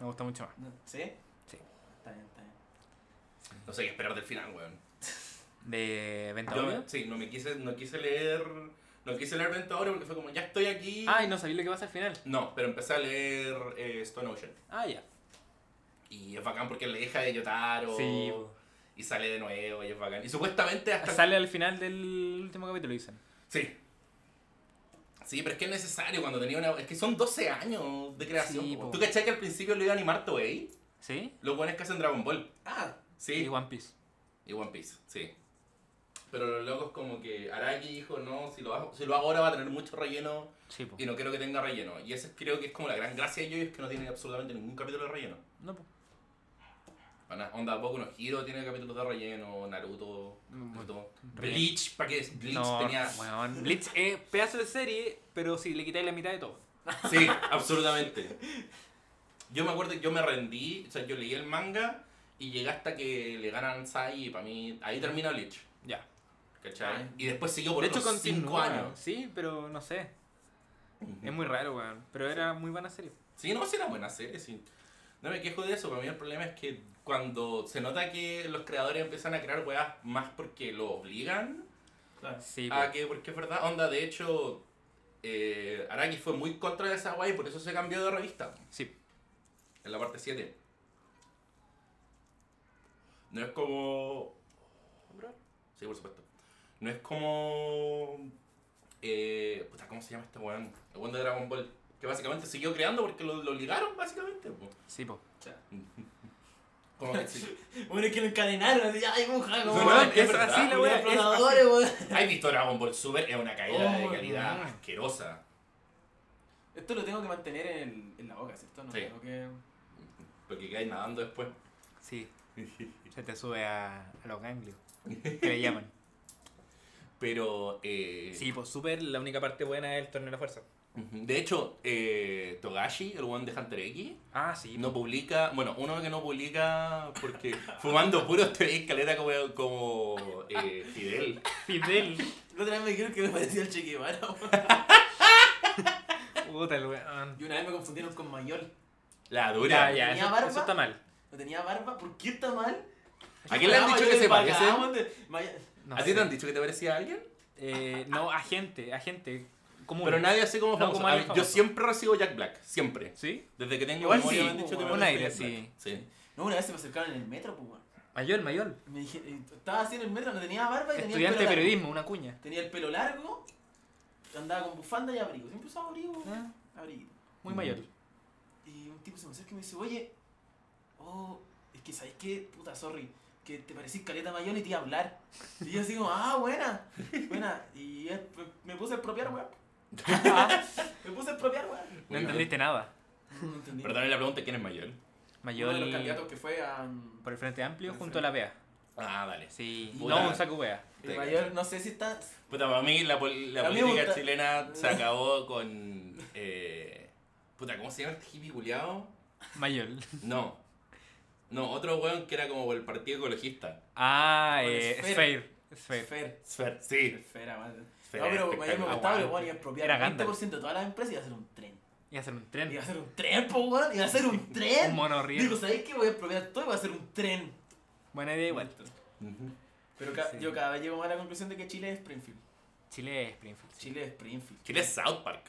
Speaker 5: Me gusta mucho más.
Speaker 1: no- ¿Sí?
Speaker 5: Sí.
Speaker 1: Está bien, está bien.
Speaker 2: No sé qué esperar del final, weón.
Speaker 5: ¿De venta
Speaker 2: Yo-
Speaker 5: Obvio?
Speaker 2: sí, no me quise, no quise leer... No quise leer Ventadora porque fue como, ya estoy aquí.
Speaker 5: Ah, y no sabía lo que pasa al final.
Speaker 2: No, pero empecé a leer eh, Stone Ocean.
Speaker 5: Ah, ya.
Speaker 2: Y es bacán porque es la hija de Yotaro.
Speaker 5: Sí, po.
Speaker 2: Y sale de nuevo y es bacán. Y supuestamente hasta.
Speaker 5: Sale al final del último capítulo, dicen.
Speaker 2: Sí. Sí, pero es que es necesario cuando tenía una. Es que son 12 años de creación.
Speaker 5: Sí,
Speaker 2: po.
Speaker 5: po.
Speaker 2: ¿Tú cachai que al principio lo iba a animar Toei?
Speaker 5: ¿Sí?
Speaker 2: Los buenos que hacen Dragon Ball.
Speaker 1: Ah,
Speaker 2: Sí.
Speaker 5: Y One Piece.
Speaker 2: Y One Piece, sí. Pero los locos, como que Araki dijo: No, si lo, hago, si lo hago ahora va a tener mucho relleno
Speaker 5: Sí, po.
Speaker 2: y no quiero que tenga relleno. Y esa creo que es como la gran gracia de ellos: es que no tienen absolutamente ningún capítulo de relleno.
Speaker 5: No, po.
Speaker 2: Pa' nada. Onda, Boku no Hero tiene capítulos de relleno, Naruto,
Speaker 5: Mm,
Speaker 2: Naruto.
Speaker 5: relleno.
Speaker 2: Bleach, ¿para qué es? Bleach
Speaker 5: No,
Speaker 2: tenía...
Speaker 5: weón. Bleach es pedazo de serie, pero si le quitáis la mitad de todo.
Speaker 2: Sí, absolutamente. Yo me acuerdo que yo me rendí, o sea, yo leí el manga y llegué hasta que le ganan Sai y para mí... Ahí termina Bleach,
Speaker 5: Ya.
Speaker 2: ¿cachai?
Speaker 1: Ah.
Speaker 2: Y después siguió por
Speaker 5: de hecho,
Speaker 2: otros 5
Speaker 5: continúa.
Speaker 2: años.
Speaker 5: Sí, pero no sé. Es muy raro, weón. Pero era muy buena serie.
Speaker 2: Sí, no, sí era buena serie, sí. No me quejo de eso, para mí el problema es que cuando se nota que los creadores empiezan a crear weas más porque lo obligan,
Speaker 1: claro.
Speaker 5: Sí,
Speaker 2: Ah,
Speaker 5: po.
Speaker 2: que porque es verdad. Onda, de hecho, eh, Araki fue muy contra de esa guay y por eso se cambió de revista
Speaker 5: sí.
Speaker 2: en la parte 7. No es como. Sí, por supuesto. No es como. Eh, puta, ¿cómo se llama este weón? El weón de Dragon Ball. Que básicamente siguió creando porque lo, lo ligaron, básicamente. po.
Speaker 5: Sí, po.
Speaker 2: Como que sí.
Speaker 1: Bueno, es que lo encadenaron, así, ay, muja, como
Speaker 2: No,
Speaker 1: weón,
Speaker 2: es verdad,
Speaker 5: la
Speaker 1: los
Speaker 5: weá, es así.
Speaker 1: explotadores, weón.
Speaker 2: ¿Has visto Dragon Ball Super? Es una caída de
Speaker 1: Oh,
Speaker 2: calidad
Speaker 5: no.
Speaker 2: asquerosa.
Speaker 1: Esto lo tengo que mantener en, el- en la boca, ¿cierto? No
Speaker 2: Sí.
Speaker 1: tengo que...
Speaker 2: Porque caes nadando después.
Speaker 5: Sí. Se te sube a, a los ganglios. Que le llaman.
Speaker 2: Pero. Eh,
Speaker 5: Sí, pues súper. La única parte buena es el torneo de la fuerza.
Speaker 2: Ujú. De hecho, eh, Togashi, el one de Hunter X,
Speaker 5: Ah, sí.
Speaker 2: no publica. Bueno, uno que no publica porque fumando puro te ve escaleta como, como eh, Fidel.
Speaker 5: Fidel.
Speaker 1: La otra vez me dijeron que me parecía el Che Guevara, weón.
Speaker 5: Puta, el weón.
Speaker 1: Y una vez me confundieron con Mayol.
Speaker 2: La dura.
Speaker 5: Ya, ya.
Speaker 1: ¿Tenía
Speaker 5: Eso,
Speaker 1: barba?
Speaker 5: eso está mal.
Speaker 1: No tenía barba, ¿por qué está mal?
Speaker 2: ¿A quién le han
Speaker 1: Ah,
Speaker 2: dicho
Speaker 1: Mayol
Speaker 2: que se
Speaker 1: es bacán,
Speaker 2: parece?
Speaker 1: weón, de- May-
Speaker 5: No
Speaker 2: ¿A ti
Speaker 5: sé.
Speaker 2: te han dicho que te parecía a alguien?
Speaker 5: Eh, no, a gente, a gente. Común.
Speaker 2: Pero nadie así como
Speaker 5: No,
Speaker 2: famoso.
Speaker 5: como
Speaker 2: A
Speaker 5: alguien
Speaker 2: mí- Yo
Speaker 5: famoso.
Speaker 2: siempre recibo Jack Black, siempre.
Speaker 5: ¿Sí?
Speaker 2: Desde que tengo
Speaker 5: Igual
Speaker 2: memoria
Speaker 5: sí,
Speaker 2: me han dicho que me
Speaker 5: un
Speaker 2: parece
Speaker 5: aire,
Speaker 2: Jack Black.
Speaker 5: sí.
Speaker 2: sí.
Speaker 1: No, una vez se me acercaron en el metro, pues, weón.
Speaker 5: Mayor, mayor.
Speaker 1: Me dije, eh, estaba así en el metro, no tenía barba y tenía el
Speaker 5: Estudiante de
Speaker 1: pelo largo.
Speaker 5: periodismo, una cuña.
Speaker 1: Tenía el pelo largo, andaba con bufanda y abrigo. Siempre usaba abrigo,
Speaker 5: Ah,
Speaker 1: abrigo.
Speaker 5: Muy mayor.
Speaker 1: Y un tipo se me acerca y me dice, oye, oh, es que sabes qué, puta, sorry,
Speaker 6: que te parecís caleta mayor y te iba a hablar. Y yo así como, ah, buena, buena. Y eh, me puse a expropiar, weón. Me puse a expropiar, weón.
Speaker 5: no entendiste nada.
Speaker 6: No entendí.
Speaker 2: Pero también la pregunta quién es mayor.
Speaker 5: Mayor
Speaker 6: Uno de los candidatos que fue a. mm,
Speaker 5: por el Frente Amplio
Speaker 6: Por el
Speaker 5: junto a la PEA.
Speaker 2: Ah, dale.
Speaker 5: Sí,
Speaker 2: Puta.
Speaker 5: no un saco wea.
Speaker 6: el
Speaker 2: Te
Speaker 6: mayor,
Speaker 2: cacho.
Speaker 6: no sé si está.
Speaker 2: Puta, para mí la, pol- la
Speaker 6: A mí me
Speaker 2: política
Speaker 6: gusta-
Speaker 2: chilena se acabó con. Eh, puta, ¿cómo se llama este hippie culiao?
Speaker 5: Mayor.
Speaker 2: No. No, otro weón que era como el partido ecologista.
Speaker 5: Ah,
Speaker 6: Con
Speaker 5: eh,
Speaker 6: Sfer.
Speaker 5: Sfer. Sfer.
Speaker 6: Fer.
Speaker 2: Sfer, sí.
Speaker 6: Sfera, ah, weón.
Speaker 2: Sfer,
Speaker 6: No, pero mayor me
Speaker 2: espectacular.
Speaker 6: gustaba, pero bueno, iba a expropiar
Speaker 5: Era
Speaker 6: el
Speaker 5: Gandalf.
Speaker 6: 20% de todas las empresas y iba a hacer un tren.
Speaker 5: Y hacer un
Speaker 6: Iba
Speaker 5: tren.
Speaker 6: a hacer un tren, po, weón. Iba a hacer un
Speaker 5: Un
Speaker 6: tren. Digo,
Speaker 5: monorriel.
Speaker 6: ¿sabéis qué? Voy a expropiar todo y voy a hacer un tren.
Speaker 5: Buena idea igual.
Speaker 2: Ujú.
Speaker 6: Pero ca-
Speaker 5: Sí.
Speaker 6: yo cada vez llego más a la conclusión de que Chile es Springfield.
Speaker 5: Chile es Springfield. sí.
Speaker 6: Chile es Springfield.
Speaker 2: ¿Quién es South Park?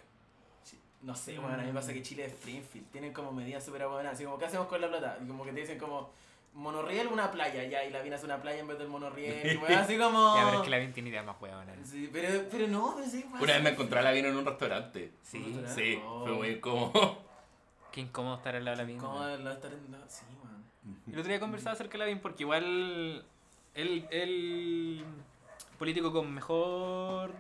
Speaker 6: Chi- No sé, weón, a mí me pasa que Chile es Springfield. Tienen como medidas súper buenas. Así como, ¿qué hacemos con la plata? Y como que te dicen como, monorriel, una playa. Ya, y la viene hace una playa en vez del monorriel. Y weón, así como...
Speaker 5: Ya, pero es que la bien tiene ideas más huevonas.
Speaker 6: Sí, pero, pero no, pero sí, weón.
Speaker 2: Una vez me encontré a la Vino en un restaurante.
Speaker 5: Sí.
Speaker 6: Ah,
Speaker 2: Sí,
Speaker 6: oh.
Speaker 2: fue muy incómodo.
Speaker 5: Qué incómodo estar al lado de la bien.
Speaker 6: ¿Cómo lo estar en la- Sí, weón.
Speaker 5: El otro día conversaba acerca de Lavín porque igual el, el político con mejor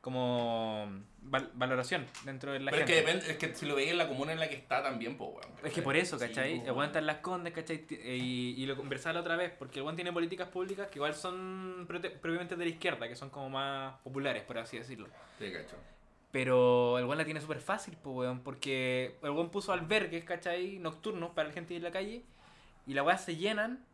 Speaker 5: como val- valoración dentro de la
Speaker 2: Pero es que
Speaker 5: gente.
Speaker 2: depende, es que si lo veis en la comuna en la que está también, pues weón.
Speaker 5: Es que por eso,
Speaker 6: Sí,
Speaker 5: ¿cachai?
Speaker 2: pues,
Speaker 6: po,
Speaker 5: el weón está en las condes, ¿cachai? Ti- eh, Y, y lo conversaba la otra vez, porque el weón tiene políticas públicas que igual son prote- propiamente de la izquierda, que son como más populares, por así decirlo.
Speaker 2: Sí, pues, cacho.
Speaker 5: Pero el weón la tiene súper fácil, po, weón, porque el weón puso albergues, ¿cachai? Nocturnos para la gente de la calle, y la weá se llenan,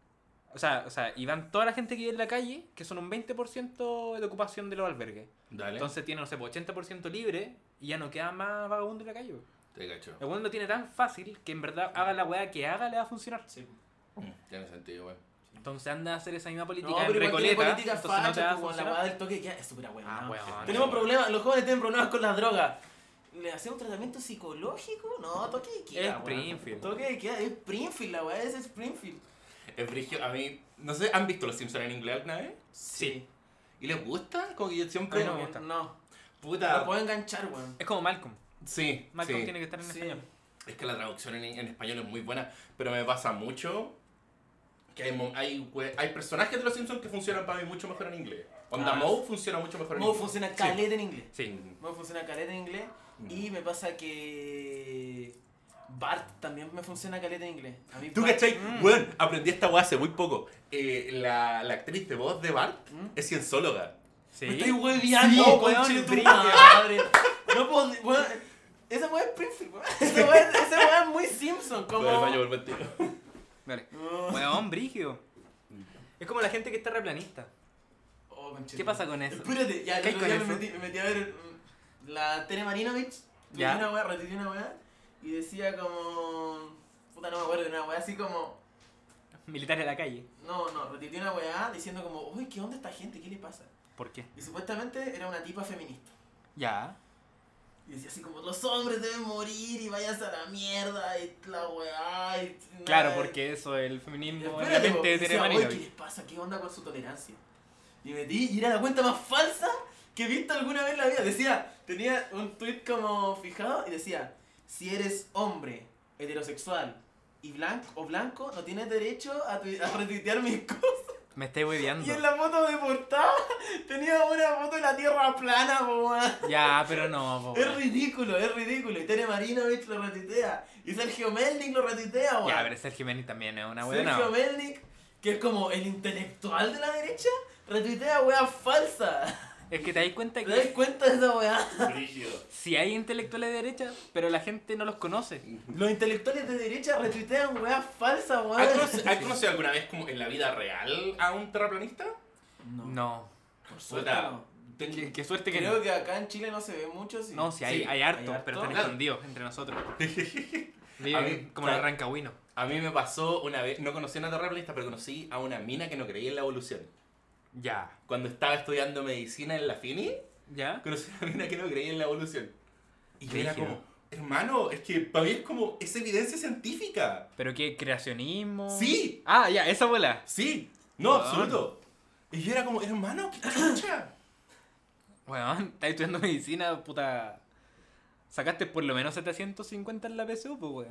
Speaker 5: o sea, o sea, y van toda la gente que vive en la calle, que son un 20% de ocupación de los albergues.
Speaker 2: Dale.
Speaker 5: Entonces tiene, no sé, po, 80% libre, y ya no queda más vagabundo en la calle, weón.
Speaker 2: Te cacho.
Speaker 5: El weón lo tiene tan fácil que en verdad haga la weá que haga le va a funcionar.
Speaker 6: Sí.
Speaker 2: Mm, Tiene sentido, weón.
Speaker 5: Entonces anda a hacer esa misma política
Speaker 6: No,
Speaker 5: en
Speaker 6: pero igual tiene
Speaker 5: Recoleta,
Speaker 6: políticas
Speaker 5: entonces no te va
Speaker 6: fachas,
Speaker 5: a
Speaker 6: como la
Speaker 5: funcionar.
Speaker 6: weá del toque que es súper weón.
Speaker 5: Ah, weón.
Speaker 6: Tenemos
Speaker 2: Sí.
Speaker 6: problemas, los jóvenes tienen problemas con las drogas. ¿Le hacemos tratamiento psicológico? No, toque de queda.
Speaker 5: Es
Speaker 6: weón.
Speaker 5: Springfield.
Speaker 6: Toque de queda, es Springfield, la weá, es Springfield.
Speaker 2: Es brigio, a mí, no sé, ¿han visto Los Simpsons en inglés alguna vez?
Speaker 6: Sí.
Speaker 2: ¿Y les gusta? Como que yo
Speaker 6: Ay,
Speaker 2: siempre...
Speaker 5: A mí
Speaker 6: no,
Speaker 5: me gusta.
Speaker 6: no. Lo
Speaker 2: Puta.
Speaker 6: puedo enganchar, weón.
Speaker 5: Es como Malcolm.
Speaker 2: Sí,
Speaker 5: Malcolm
Speaker 2: sí.
Speaker 5: tiene que estar en
Speaker 6: Sí.
Speaker 5: español.
Speaker 2: Es que la traducción en, en español es muy buena, pero me pasa mucho que hay, mo- hay, we- hay personajes de Los Simpsons que funcionan para mí mucho mejor en inglés. Onda
Speaker 6: Ah,
Speaker 2: Moe funciona mucho mejor en
Speaker 6: Moe
Speaker 2: inglés.
Speaker 6: funciona
Speaker 2: Sí. Mm.
Speaker 6: caleta en inglés.
Speaker 5: Sí.
Speaker 6: Moe funciona caleta en inglés. Y me pasa que. Bart también me funciona caleta en inglés. A mí
Speaker 2: ¿Tú
Speaker 6: Bart-
Speaker 2: cachai?
Speaker 5: Mm.
Speaker 2: Weón, aprendí esta weá hace muy poco. Eh, la, la actriz de voz de Bart
Speaker 6: ¿Mm?
Speaker 2: es cienzóloga.
Speaker 5: Sí.
Speaker 6: Me estoy hueviando,
Speaker 5: Sí,
Speaker 6: weón,
Speaker 5: weón,
Speaker 6: conche tu
Speaker 5: brilla.
Speaker 6: madre. No puedo. weón, Esa weá es Springfield, weón. Esa weá esa weá es muy Simpson, como.
Speaker 2: Voy al baño, vuelvo al tiro.
Speaker 5: Dale.
Speaker 6: Oh,
Speaker 5: Weón, brígido. Es como la gente que está replanista.
Speaker 6: oh, conche
Speaker 5: ¿Qué
Speaker 6: tu
Speaker 5: pasa con eso?
Speaker 6: Espérate, ya, el
Speaker 5: ¿Qué hay
Speaker 6: otro
Speaker 5: con
Speaker 6: día
Speaker 5: eso?
Speaker 6: me metí, me metí a ver mm, la Tere Marinovich, tuiteó
Speaker 5: Ya.
Speaker 6: una weá, retuiteó una weá, y decía como... Puta, no me acuerdo, una weá así como...
Speaker 5: Militar en la calle.
Speaker 6: No, no, retuiteó una weá diciendo como, uy, ¿qué onda esta gente? ¿Qué le pasa?
Speaker 5: ¿Por qué?
Speaker 6: Y supuestamente era una tipa feminista.
Speaker 5: Ya.
Speaker 6: Y decía así como, los hombres deben morir y vayas a la mierda y la weá y...
Speaker 5: Claro,
Speaker 6: nada".
Speaker 5: porque eso, el feminismo,
Speaker 6: eh, Espérate,
Speaker 5: la mente
Speaker 6: po,
Speaker 5: de
Speaker 6: decía,
Speaker 5: Tere
Speaker 6: "Oye, ¿Qué
Speaker 5: Marinovich.
Speaker 6: les pasa? ¿Qué onda con su tolerancia? Y metí y era la cuenta más falsa que he visto alguna vez en la vida. Decía, tenía un tweet como fijado y decía, si eres hombre, heterosexual y blanco o blanco, no tienes derecho a, tu- a retuitear mis cosas.
Speaker 5: Me estoy hueveando.
Speaker 6: Y en la foto de portada tenía una foto de la tierra plana, po, weón.
Speaker 5: Ya, pero no, po,
Speaker 6: Es
Speaker 5: Oh, weón.
Speaker 6: ridículo, es ridículo. Y Tere Marinovich lo retuitea. Y Sergio
Speaker 2: Eh.
Speaker 6: Melnik lo retuitea, weón.
Speaker 5: Ya, pero Sergio Meni también es una weona.
Speaker 6: Sergio Melnik, que es como el intelectual de la derecha, retuitea weá falsa.
Speaker 5: Es que te das cuenta
Speaker 6: ¿Te das
Speaker 1: ¿Eh?
Speaker 5: que
Speaker 6: cuenta de esa weá?
Speaker 2: Brígido.
Speaker 5: si hay intelectuales de derecha, pero la gente no los conoce.
Speaker 6: Los intelectuales de derecha retuitean weá falsa,
Speaker 2: ¿Has
Speaker 6: weón.
Speaker 2: conocido, has conocido alguna vez como en la vida real a un terraplanista?
Speaker 5: No.
Speaker 6: por suerte
Speaker 2: Puta,
Speaker 6: no.
Speaker 2: tengo-
Speaker 5: Qué, qué suerte que
Speaker 6: Creo
Speaker 5: no.
Speaker 6: que acá en Chile no se ve mucho, sí.
Speaker 5: No, si hay,
Speaker 2: Sí,
Speaker 5: hay, harto,
Speaker 6: hay harto.
Speaker 5: pero están
Speaker 2: Claro.
Speaker 5: escondidos entre nosotros.
Speaker 2: A
Speaker 5: Viven
Speaker 2: mí-
Speaker 5: como los
Speaker 2: claro.
Speaker 5: rancagüinos.
Speaker 2: A mí me pasó una vez, no conocí a una terraplanista, pero conocí a una mina que no creía en la evolución.
Speaker 5: Ya.
Speaker 2: Cuando estaba estudiando medicina en la FINI,
Speaker 5: ¿Ya?
Speaker 2: conocí a una mina que no creía en la evolución. Y yo era
Speaker 5: Brígido.
Speaker 2: como, hermano, es que para mí es como, es evidencia científica.
Speaker 5: ¿Pero qué? ¿Creacionismo?
Speaker 2: Sí.
Speaker 5: Ah, ya, esa bola.
Speaker 2: Sí, no,
Speaker 5: Weón.
Speaker 2: absoluto. Y yo era como, hermano, qué chucha.
Speaker 5: Weón, estás estudiando medicina, puta. Sacaste por lo menos 750 en la PSU, pues, weón.
Speaker 6: Te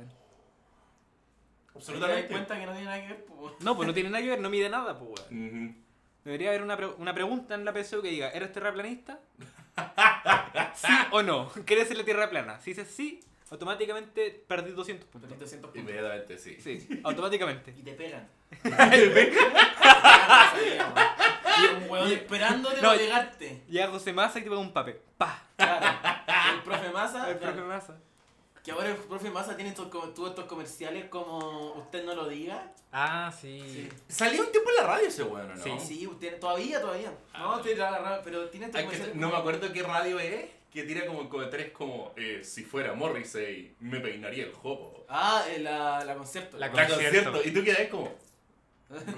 Speaker 6: das
Speaker 2: Absolutamente.
Speaker 6: cuenta que no tiene nada que ver, pues.
Speaker 5: No, pues no tiene nada que ver, no mide nada, pues weón.
Speaker 2: Ujú.
Speaker 5: Debería haber una, pre- una pregunta en la PSU que diga, ¿eres terraplanista? ¿Sí o no? ¿Quieres ser la tierra plana? Si dices sí, automáticamente perdí 200 puntos.
Speaker 6: Perdí 200 puntos.
Speaker 2: Inmediatamente sí.
Speaker 5: Sí, automáticamente.
Speaker 6: Y te pegan.
Speaker 2: Ay,
Speaker 6: y un weón esperándote
Speaker 5: No,
Speaker 6: para pegarte.
Speaker 5: Llega José Massa y te pega un papel. ¡Pah!
Speaker 6: Claro. El profe Massa.
Speaker 5: El profe
Speaker 6: Ah, claro.
Speaker 5: Massa.
Speaker 6: Que ahora el profe Massa tiene estos, co- tuvo estos comerciales como usted no lo diga.
Speaker 5: Ah, sí.
Speaker 2: Salió un tiempo en la radio ese weón, ¿o ¿no?
Speaker 5: Sí. Ah.
Speaker 6: Sí, usted, todavía, todavía. No, tiene la ra- pero tiene estos
Speaker 2: Hay que-
Speaker 6: comerciales
Speaker 2: no me
Speaker 6: como-
Speaker 2: acuerdo qué radio es, que tira como comentarios como, eh, si fuera Morrissey, me peinaría el jopo.
Speaker 6: Ah, eh, la, la concepto.
Speaker 5: La
Speaker 2: La
Speaker 5: Concierto.
Speaker 2: concierto. Y tú quedas como,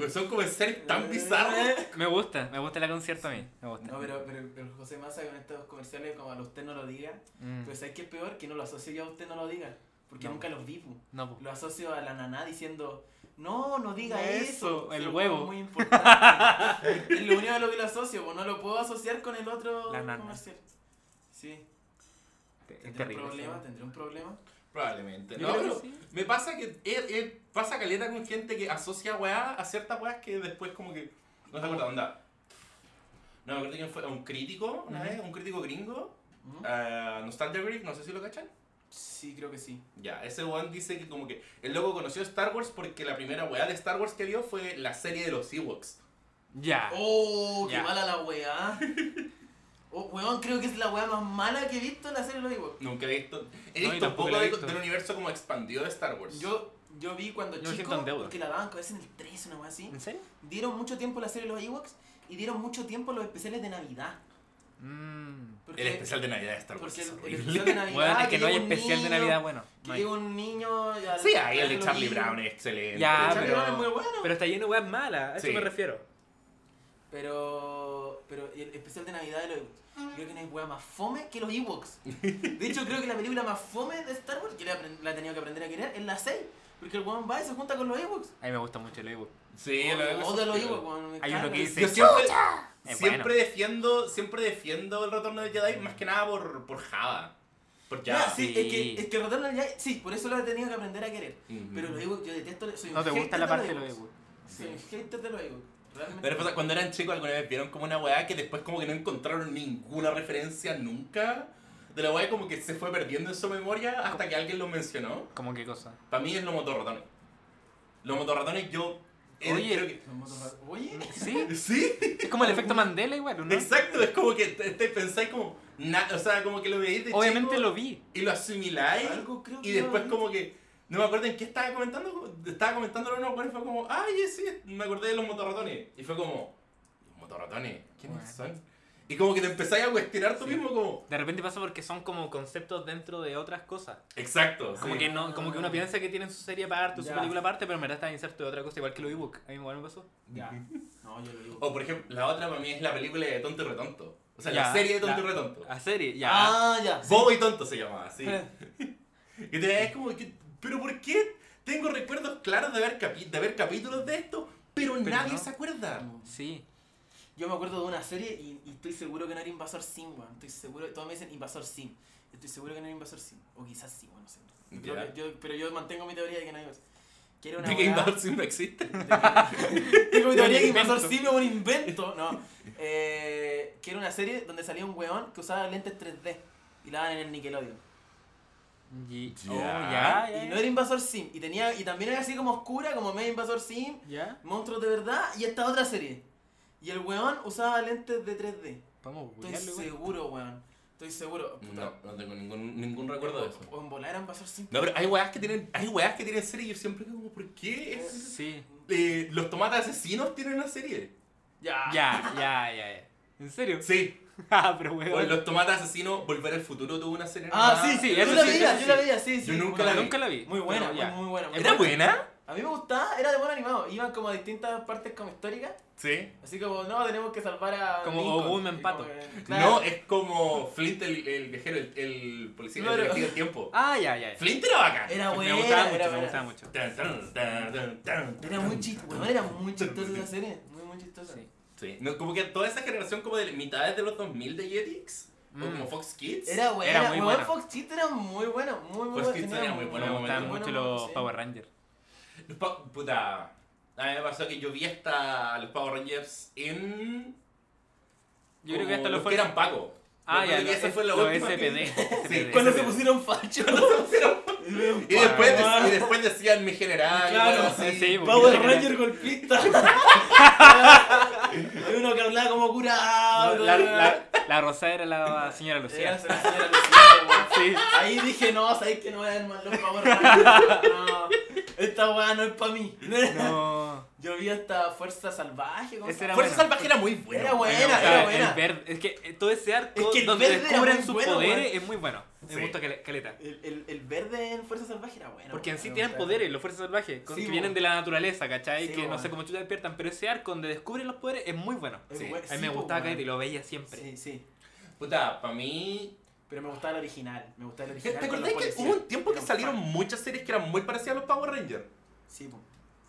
Speaker 2: son comentarios tan bizarros.
Speaker 5: Me gusta, me gusta la concierto a mí. Me gusta.
Speaker 6: No, pero, pero, pero José Massa con estos comerciales como a usted no lo diga.
Speaker 5: Mm.
Speaker 6: Pero ¿sabes qué es peor? Que no lo asocio yo a usted no lo diga. Porque
Speaker 5: No.
Speaker 6: nunca los vi. pu.
Speaker 5: No, pues, po.
Speaker 6: Lo asocio a la naná diciendo, no, no diga
Speaker 5: Eso,
Speaker 6: eso.
Speaker 5: el
Speaker 6: Lo
Speaker 5: huevo.
Speaker 6: cual Es muy importante. es lo único de lo que lo asocio, pues no lo puedo asociar con el otro
Speaker 5: La nana.
Speaker 6: comercial. Sí.
Speaker 5: Es
Speaker 6: ¿Tendré un
Speaker 5: terrible.
Speaker 6: problema?
Speaker 5: sí.
Speaker 6: ¿Tendré un problema?
Speaker 2: Probablemente.
Speaker 5: Yo
Speaker 2: No,
Speaker 5: creo que
Speaker 2: pero
Speaker 5: sí.
Speaker 2: me pasa que eh, eh, pasa caleta con gente que asocia weá a ciertas weas que después como que no se acuerda onda. No, me acuerdo quién fue, a un crítico una
Speaker 5: Ujú.
Speaker 2: vez, un crítico gringo,
Speaker 6: ¿Mm?
Speaker 2: a Nostalgia Greek, no sé si lo cachan.
Speaker 6: Sí, creo que sí.
Speaker 2: Ya, ese weón dice que como que el loco conoció Star Wars porque la primera weá de Star Wars que vio fue la serie de los Ewoks.
Speaker 5: Ya.
Speaker 6: ¡Oh,
Speaker 5: Ya.
Speaker 6: qué mala la weá! Oh, weón, creo que es la weá más mala que he visto en la serie de los Ewoks.
Speaker 2: Nunca he visto. He
Speaker 5: No, y
Speaker 2: visto un
Speaker 5: tampoco
Speaker 2: poco
Speaker 5: la he
Speaker 2: de-
Speaker 5: visto.
Speaker 2: del universo como expandido de Star Wars.
Speaker 6: Yo, yo vi cuando
Speaker 5: Yo me siento
Speaker 6: chico,
Speaker 5: en deuda.
Speaker 6: porque la daban a veces en el 3 o una weá así,
Speaker 5: ¿En serio?
Speaker 6: dieron mucho tiempo la serie de los Ewoks y dieron mucho tiempo los especiales de Navidad.
Speaker 5: Mm.
Speaker 6: Porque,
Speaker 2: el especial de Navidad de Star Wars.
Speaker 6: porque
Speaker 2: es
Speaker 6: el, el
Speaker 2: horrible.
Speaker 6: especial de Navidad.
Speaker 5: Bueno, es que no hay
Speaker 6: llega un
Speaker 5: especial de
Speaker 6: niño-
Speaker 5: Navidad bueno.
Speaker 6: Que
Speaker 5: no hay.
Speaker 6: llega un niño. y al-
Speaker 2: Sí, hay el
Speaker 6: al
Speaker 2: de Charlie
Speaker 6: niño.
Speaker 2: Brown es excelente.
Speaker 5: Ya,
Speaker 6: Charlie
Speaker 5: pero-
Speaker 6: Brown es muy bueno.
Speaker 5: Pero está lleno de weas malas, a eso
Speaker 2: Sí.
Speaker 5: me refiero.
Speaker 6: Pero, pero el especial de Navidad de los Ewoks. Creo que no hay wea más fome que los Ewoks. De hecho, creo que la película más fome de Star Wars, que la, apren- la he tenido que aprender a querer, es la 6. Porque el weón va y se junta con los Ewoks.
Speaker 5: A mí me gusta mucho el Ewood.
Speaker 2: Sí,
Speaker 6: Oh,
Speaker 2: lo-
Speaker 6: odio a los Ewoks, weón. me
Speaker 5: Hay uno
Speaker 6: cagan.
Speaker 5: que dice-
Speaker 2: Yo siempre,
Speaker 5: Es
Speaker 2: siempre
Speaker 5: bueno.
Speaker 2: defiendo, siempre defiendo el retorno de Jedi, más que nada por, por Java. Por
Speaker 6: Ya,
Speaker 2: Java.
Speaker 6: sí,
Speaker 5: Sí.
Speaker 6: Es, que, es que el retorno ya. Sí, por eso lo he tenido que aprender a querer.
Speaker 2: Ujú.
Speaker 6: Pero los Ewoks, yo detesto. Soy un
Speaker 5: ¿No te gusta
Speaker 6: hater
Speaker 5: la parte de
Speaker 6: los
Speaker 5: lo
Speaker 6: Ewoks.
Speaker 5: Ewood?
Speaker 6: Soy un hater de los Ewoks. Realmente.
Speaker 2: Pero pasa, cuando eran chicos alguna vez vieron como una weá que después como que no encontraron ninguna referencia nunca. De la weá como que se fue perdiendo en su memoria hasta que alguien lo mencionó.
Speaker 5: ¿Cómo qué cosa?
Speaker 2: Para mí es los motorratones. Los motorratones yo... eh,
Speaker 5: Oye.
Speaker 2: creo que-
Speaker 6: Los motorra- Oye.
Speaker 5: Sí,
Speaker 2: Sí,
Speaker 5: es como el efecto Mandela igual, ¿no?
Speaker 2: exacto. Es como que te, te pensáis como... na- o sea, como que lo veíais de
Speaker 5: Obviamente
Speaker 2: chico
Speaker 5: lo vi.
Speaker 2: Y lo asimiláis.
Speaker 6: Algo creo que
Speaker 2: Y
Speaker 6: yo
Speaker 2: después
Speaker 6: había
Speaker 2: como que... No me acuerdo en qué estaba comentando. Estaba comentando a unos weones y fue como... Ay, sí, me acordé de los motorratones. Y fue como... ¿Los motorratones? ¿Quiénes
Speaker 5: Bueno.
Speaker 2: son? Y como que te empezáis a cuestionar tú mismo como...
Speaker 5: De repente pasa porque son como conceptos dentro de otras cosas.
Speaker 2: Exacto.
Speaker 5: Como,
Speaker 2: sí.
Speaker 5: que no, como que uno piensa que tienen su serie aparte, o su
Speaker 6: Ya.
Speaker 5: película aparte, pero en verdad están insertos de otra cosa, igual que el ebook. A mí igual me pasó.
Speaker 6: Ya. No, yo lo digo.
Speaker 2: O por ejemplo, la otra para mí es la película de Tonto y Retonto. O sea,
Speaker 5: Ya,
Speaker 2: la Ah, serie de
Speaker 5: la-
Speaker 2: Tonto y Retonto.
Speaker 5: A serie, ya.
Speaker 6: Ah, ya.
Speaker 2: Bobo y Tonto se llamaba, sí.
Speaker 6: Eh.
Speaker 2: Y te es como que... ¿Pero por qué tengo recuerdos claros de ver, capi- de ver capítulos de esto? Pero, nadie
Speaker 5: no.
Speaker 2: se acuerda.
Speaker 5: Sí.
Speaker 6: Yo me acuerdo de una serie y, y estoy seguro que no era Invasor Sim, weón. Estoy seguro, todos me dicen Invasor Sim. Estoy seguro que no era Invasor Sim. O quizás sí, bueno, no sé. Yo creo
Speaker 2: Ya.
Speaker 6: que- yo- pero yo mantengo mi teoría de que no era Invasor Que era una
Speaker 2: De que
Speaker 6: weá-
Speaker 2: Invasor Sim no existe.
Speaker 6: Tengo mi teoría de que
Speaker 5: Un
Speaker 6: Invasor
Speaker 5: invento.
Speaker 6: Sim es un invento. No. Eh, que era una serie donde salía un weón que usaba lentes 3D y la daban en el Nickelodeon.
Speaker 5: Y,
Speaker 2: Ya.
Speaker 5: oh, ya, ya,
Speaker 6: Y no era Invasor Sim. Y, tenía, y también era así como oscura, como medio Invasor Sim.
Speaker 5: ya.
Speaker 6: Monstruos de verdad y esta otra serie. Y el weón usaba lentes de 3D.
Speaker 5: Vamos a
Speaker 6: Estoy
Speaker 5: googlearlo igual.
Speaker 6: seguro, weón. Estoy seguro. Puta.
Speaker 2: No, no tengo ningún, ningún recuerdo de eso.
Speaker 6: O en volar eran pasar sin.
Speaker 2: No, pero hay weas que tienen, hay weas que tienen serie y yo siempre digo como, ¿por qué? es-
Speaker 5: Sí.
Speaker 2: eh, los tomates asesinos tienen una serie.
Speaker 6: Ya.
Speaker 5: Ya, ya, ya, ya. ¿En serio?
Speaker 2: Sí.
Speaker 5: Ah, pero
Speaker 2: o
Speaker 5: weón.
Speaker 2: los tomates asesinos, Volver al Futuro tuvo una serie.
Speaker 6: Ah,
Speaker 2: animada.
Speaker 6: sí, sí.
Speaker 5: Yo
Speaker 6: Yo
Speaker 5: eso
Speaker 6: la
Speaker 5: sí,
Speaker 6: veía,
Speaker 5: eso
Speaker 6: yo
Speaker 5: sí.
Speaker 6: la veía, sí, sí.
Speaker 2: Yo nunca
Speaker 6: muy
Speaker 2: la
Speaker 6: buena.
Speaker 5: Nunca la vi.
Speaker 6: Muy buena,
Speaker 5: pero ya.
Speaker 6: muy, muy buena. muy
Speaker 2: ¿Era buena?
Speaker 6: A mí me gustaba, era de buen animado. Iban como a distintas partes como históricas.
Speaker 2: Sí.
Speaker 6: Así como, no, tenemos que salvar a.
Speaker 5: Como
Speaker 6: Lincoln.
Speaker 5: Ogum en
Speaker 6: Y
Speaker 5: Pato.
Speaker 6: como que, claro.
Speaker 2: No, es como Flint el, el viajero, el, el policía,
Speaker 6: Claro.
Speaker 2: el detective del tiempo.
Speaker 5: Ah, ya, ya. ya.
Speaker 2: Flint era bacán.
Speaker 6: Era
Speaker 5: me
Speaker 6: buena.
Speaker 5: gustaba mucho,
Speaker 6: era
Speaker 5: me
Speaker 6: buena.
Speaker 5: gustaba mucho.
Speaker 2: Tan, tan, tan, tan, tan,
Speaker 6: Era
Speaker 2: tan.
Speaker 6: muy chistosa, weón. Era muy chistosa esa serie. Muy, muy chistosa.
Speaker 5: Sí.
Speaker 2: Sí. No, como que toda esa generación como de mitades de los 2000 de Jetix,
Speaker 5: Mm.
Speaker 2: o como Fox Kids.
Speaker 6: Era buena,
Speaker 5: Era muy
Speaker 6: weón,
Speaker 5: buena.
Speaker 6: Fox Kids era muy buena, muy, muy
Speaker 2: Fox
Speaker 6: buena.
Speaker 2: Kids
Speaker 6: tenía
Speaker 2: era muy
Speaker 5: Me
Speaker 2: Bueno,
Speaker 5: gustaban
Speaker 2: bueno,
Speaker 5: mucho
Speaker 6: bueno,
Speaker 5: los
Speaker 6: sí.
Speaker 5: Power Rangers.
Speaker 2: Los pa- puta. A mí me pasó que yo vi hasta los Power Rangers en.
Speaker 5: Yo creo que hasta
Speaker 2: como
Speaker 5: los
Speaker 2: que eran Paco.
Speaker 5: Ah,
Speaker 2: Yo creo
Speaker 5: ya,
Speaker 2: que esa fue la
Speaker 5: los
Speaker 2: última que-
Speaker 5: SPD. SPD.
Speaker 6: Cuando se pusieron facho.
Speaker 2: Y después, de- y después decían mi general.
Speaker 6: Claro,
Speaker 2: bueno, así.
Speaker 5: Sí, porque
Speaker 6: Power
Speaker 5: era-
Speaker 6: Ranger golpista. Hay uno que hablaba como curado.
Speaker 5: No, La, la, la Rosa era la señora
Speaker 6: Era
Speaker 5: Lucía.
Speaker 6: esa señora Lucía, weón.
Speaker 5: Sí.
Speaker 6: Ahí dije, no, sabéis que no voy a ver más los Power Rangers. No, esta weá no es para mí.
Speaker 5: No.
Speaker 6: Yo vi hasta Fuerza Salvaje. ¿cómo
Speaker 5: Ese
Speaker 6: se
Speaker 5: era
Speaker 6: llama?
Speaker 2: Fuerza
Speaker 5: bueno.
Speaker 2: Salvaje era muy buena.
Speaker 6: Era buena,
Speaker 5: O
Speaker 6: era
Speaker 5: sea,
Speaker 6: buena.
Speaker 5: el verde, es que eh, todo ese arco
Speaker 6: Es que el
Speaker 5: donde
Speaker 6: verde era
Speaker 5: descubren
Speaker 6: muy
Speaker 5: sus
Speaker 6: bueno,
Speaker 5: poderes
Speaker 6: weón.
Speaker 5: es muy bueno.
Speaker 2: Sí.
Speaker 5: Me gusta cale- caleta.
Speaker 6: El, el, el verde en Fuerza Salvaje era bueno.
Speaker 5: Porque en sí
Speaker 6: me
Speaker 5: tienen
Speaker 6: gustaba.
Speaker 5: poderes, los fuerzas salvajes, con-
Speaker 6: Sí,
Speaker 5: que
Speaker 6: weón.
Speaker 5: vienen de la naturaleza, ¿cachai?
Speaker 6: Sí,
Speaker 5: que no
Speaker 6: weón.
Speaker 5: sé cómo chuta despiertan, pero ese arco donde descubren los poderes es muy bueno.
Speaker 6: Es
Speaker 2: Sí.
Speaker 6: buen-
Speaker 5: A mí me
Speaker 6: sí, po,
Speaker 5: gustaba
Speaker 6: weón.
Speaker 5: caleta y lo veía siempre.
Speaker 6: Sí, sí.
Speaker 2: Puta, para mí.
Speaker 6: Pero me gustaba el original. Me gustaba el
Speaker 2: ¿Te
Speaker 6: original. con
Speaker 2: acordás
Speaker 6: los
Speaker 2: que
Speaker 6: policías.
Speaker 2: hubo un tiempo que
Speaker 6: Era un
Speaker 2: salieron
Speaker 6: fan.
Speaker 2: muchas series que eran muy parecidas a los Power Rangers?
Speaker 6: Sí, po.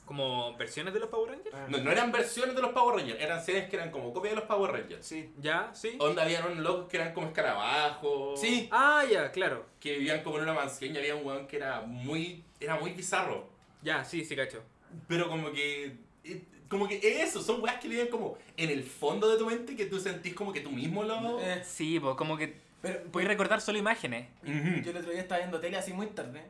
Speaker 5: Como versiones de los Power Rangers.
Speaker 6: Ah,
Speaker 2: No, no eran versiones de los Power Rangers, eran series que eran como copia de los Power Rangers.
Speaker 6: Sí.
Speaker 5: Ya, sí.
Speaker 2: Onda habían locos que eran como escarabajos.
Speaker 6: Oh, Sí.
Speaker 5: Ah, ya, claro.
Speaker 2: Que vivían como en una mansión y había un weón que era muy. era muy bizarro.
Speaker 5: Ya, sí, sí, cacho.
Speaker 2: Pero como que. eh, Como que eso, son weas que viven como en el fondo de tu mente que tú sentís como que tú mismo lo.
Speaker 6: Eh,
Speaker 5: Sí, pues como que
Speaker 6: pero pues,
Speaker 5: voy a recordar solo imágenes.
Speaker 2: Ujú.
Speaker 6: Yo el otro día estaba viendo tele así muy tarde,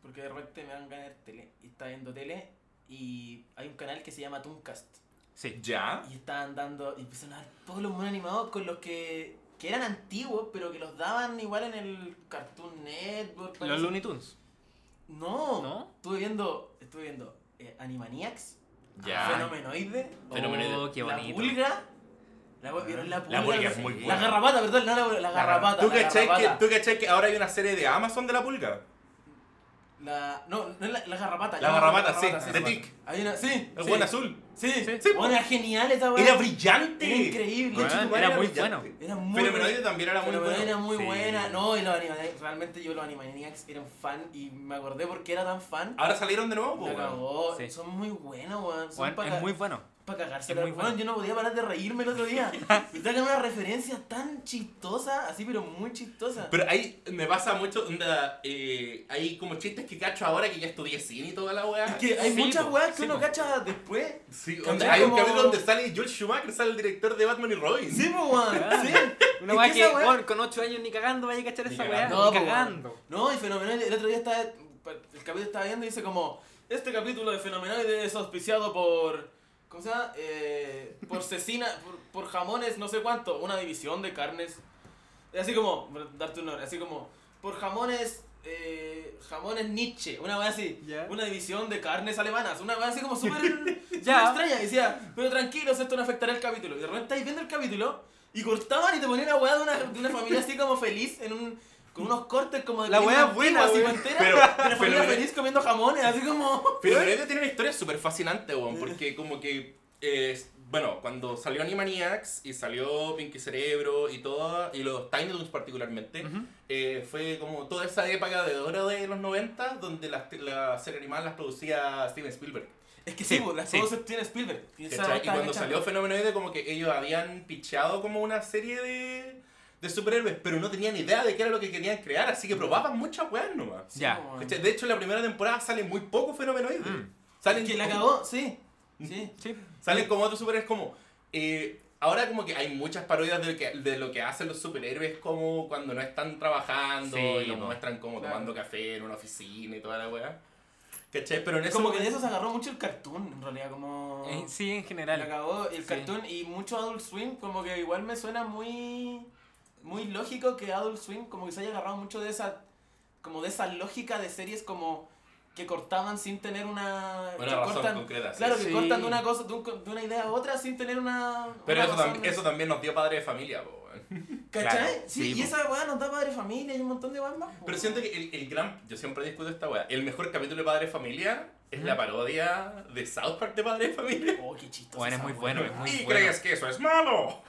Speaker 6: porque de repente me dan ganas de ver tele. Y estaba viendo tele y hay un canal que se llama Tooncast.
Speaker 5: Sí.
Speaker 2: ¿Ya?
Speaker 6: Y estaban dando, y empezaron a dar todos los monos animados con los que, que eran antiguos, pero que los daban igual en el Cartoon Network.
Speaker 5: Los
Speaker 6: parece.
Speaker 5: Looney Tunes.
Speaker 6: No,
Speaker 5: ¿No?
Speaker 6: estuve viendo, estuve viendo eh, Animaniacs,
Speaker 2: Ya.
Speaker 6: Fenomenoide,
Speaker 2: Fenomenal.
Speaker 5: Ah, Oh, qué
Speaker 6: La
Speaker 5: bonito.
Speaker 6: Pulga. La, bu- ¿Vieron la pulga?
Speaker 2: Pulga es muy buena.
Speaker 6: La garrapata, perdón, no la pulga, la garrapata.
Speaker 2: ¿Tú
Speaker 6: la
Speaker 2: cachai que,
Speaker 6: garrapata.
Speaker 2: tú cachai que ahora hay una serie de Amazon de la pulga?
Speaker 6: La, no, no es la, la garrapata.
Speaker 2: La
Speaker 6: yo-
Speaker 2: garrapata, sí,
Speaker 6: sí.
Speaker 2: de Tic.
Speaker 6: Hay una, sí.
Speaker 2: El
Speaker 6: sí,
Speaker 2: buen azul.
Speaker 6: Sí,
Speaker 5: Sí,
Speaker 6: sí.
Speaker 2: sí,
Speaker 6: Bueno, era genial esa weá.
Speaker 2: Era brillante.
Speaker 6: Era increíble.
Speaker 5: Bueno,
Speaker 2: Conchetumare,
Speaker 5: era muy
Speaker 2: brillante.
Speaker 5: bueno.
Speaker 6: Era muy
Speaker 2: Fenomenoide
Speaker 6: buena.
Speaker 2: también era muy
Speaker 6: Pero
Speaker 2: bueno.
Speaker 6: era muy
Speaker 5: Sí.
Speaker 6: buena. No, y los Animaniacs, realmente yo los Animaniacs era un fan y me acordé por qué era tan fan.
Speaker 2: Ahora salieron de nuevo, po,
Speaker 6: La
Speaker 2: weón.
Speaker 6: cagó.
Speaker 5: Sí.
Speaker 6: Oh, Son muy buenos, weón. Son
Speaker 5: Juan,
Speaker 6: pa'
Speaker 5: es
Speaker 6: ca-
Speaker 5: muy bueno.
Speaker 6: Para cagarse
Speaker 5: Es
Speaker 6: la
Speaker 5: muy
Speaker 6: bueno,
Speaker 5: bueno.
Speaker 6: yo no podía parar de reírme el otro día. Me sacan una referencia tan chistosa, así pero muy chistosa.
Speaker 2: Pero ahí me pasa mucho, onda, eh, hay como chistes que cacho ahora que ya estudié cine y toda la weá.
Speaker 6: es que hay
Speaker 5: Sí,
Speaker 6: muchas
Speaker 5: po,
Speaker 6: weas que
Speaker 5: sí,
Speaker 6: uno
Speaker 5: po.
Speaker 6: cacha después.
Speaker 2: Sí,
Speaker 6: ¿Cachai?
Speaker 2: onda, hay un
Speaker 6: Como-
Speaker 2: capítulo donde sale George Schumacher, sale el director de Batman y Robin.
Speaker 6: Sí, po, weón.
Speaker 5: Claro.
Speaker 6: Sí.
Speaker 5: Una
Speaker 6: Es
Speaker 5: weá
Speaker 6: que
Speaker 5: que,
Speaker 6: esa weá-
Speaker 5: weón, con 8 años ni cagando vaya a cachar
Speaker 2: Ni
Speaker 5: esa weá.
Speaker 2: cagando.
Speaker 6: No,
Speaker 5: ni
Speaker 6: po,
Speaker 5: cagando.
Speaker 6: No, y Fenomenal, el otro día estaba, el capítulo estaba viendo y dice como, este capítulo de Fenomenal es auspiciado por, ¿cómo se llama? Eh, por cecina, por, por jamones, no sé cuánto, una división de carnes. Y así como, por darte un nombre, así como, por jamones, eh, jamones Nietzsche, una vez así,
Speaker 5: Ya.
Speaker 6: una división de carnes alemanas, una vez así como súper
Speaker 5: Ya.
Speaker 6: ya extraña. Y decía, pero tranquilos, esto no afectará el capítulo. Y de repente estáis viendo el capítulo y cortaban y te ponían la weá de una, de una familia así como feliz en un. Con unos cortes como de
Speaker 5: La
Speaker 6: película
Speaker 5: weá buena,
Speaker 6: antigua,
Speaker 5: weón.
Speaker 6: así entera,
Speaker 2: Pero-
Speaker 6: de la familia
Speaker 2: pero-
Speaker 6: feliz comiendo jamones, así como...
Speaker 2: Pero en realidad tiene una historia súper fascinante, weón, porque como que, eh, bueno, cuando salió Animaniacs y salió Pinky Cerebro y todo, y los Tiny Toons particularmente,
Speaker 5: Ujú.
Speaker 2: eh, fue como toda esa época de oro de los 90 donde las la series animadas las producía Steven Spielberg.
Speaker 6: Es que sí,
Speaker 5: Sí,
Speaker 6: pues, las
Speaker 5: sí.
Speaker 6: cosas tiene Spielberg. Y esa
Speaker 2: ¿Cachai? Y
Speaker 6: estaba
Speaker 2: cuando
Speaker 6: hecha-
Speaker 2: salió Fenomenoide, como que ellos habían pichado como una serie de, de superhéroes, pero no tenían idea de qué era lo que querían crear, así que probaban muchas weas nomás.
Speaker 6: Sí,
Speaker 5: Ya.
Speaker 6: como-
Speaker 2: ¿Cachai? De hecho, en la primera temporada sale muy poco Fenomenoide.
Speaker 5: Mm.
Speaker 2: Salen,
Speaker 6: Que la
Speaker 2: como-
Speaker 6: cagó, sí. Sí.
Speaker 5: Sí.
Speaker 2: salen como otros superhéroes como... eh, ahora como que hay muchas parodias de lo, que, de lo que hacen los superhéroes como cuando no están trabajando
Speaker 5: Sí,
Speaker 2: y los
Speaker 5: po.
Speaker 2: muestran como
Speaker 6: Claro.
Speaker 2: tomando café en una oficina y toda la wea. ¿Cachai? Pero en ese
Speaker 6: Como que de
Speaker 2: momento-
Speaker 6: eso se agarró mucho el cartoon, en realidad, como...
Speaker 5: En- sí, en
Speaker 6: La
Speaker 5: general.
Speaker 6: cagó el
Speaker 5: Sí.
Speaker 6: cartoon y mucho Adult Swim, como que igual me suena muy muy lógico que Adult Swim como que se haya agarrado mucho de esa como de esa lógica de series como que cortaban sin tener una
Speaker 2: Una
Speaker 6: que
Speaker 2: razón
Speaker 6: cortan-
Speaker 2: concreta. sí.
Speaker 6: claro, que
Speaker 5: Sí.
Speaker 6: cortan de una cosa de, un co- de una idea a otra sin tener una
Speaker 2: Pero
Speaker 6: una
Speaker 2: eso,
Speaker 6: razón
Speaker 2: tam-
Speaker 6: de-
Speaker 2: eso también nos dio padre de familia, po, weón.
Speaker 6: ¿Cachai?
Speaker 5: Claro,
Speaker 6: sí,
Speaker 5: sí,
Speaker 6: y
Speaker 5: po.
Speaker 6: esa weá nos da padre familia y un montón de weas más. po.
Speaker 2: Pero siento que el, el gran. Yo siempre discuto esta weá. El mejor capítulo de Padre de Familia es la parodia de South Park de Padre de Familia.
Speaker 6: Oh, qué chistoso.
Speaker 5: Bueno, es muy bueno, es muy
Speaker 2: ¿Y
Speaker 5: bueno.
Speaker 2: crees que eso es malo?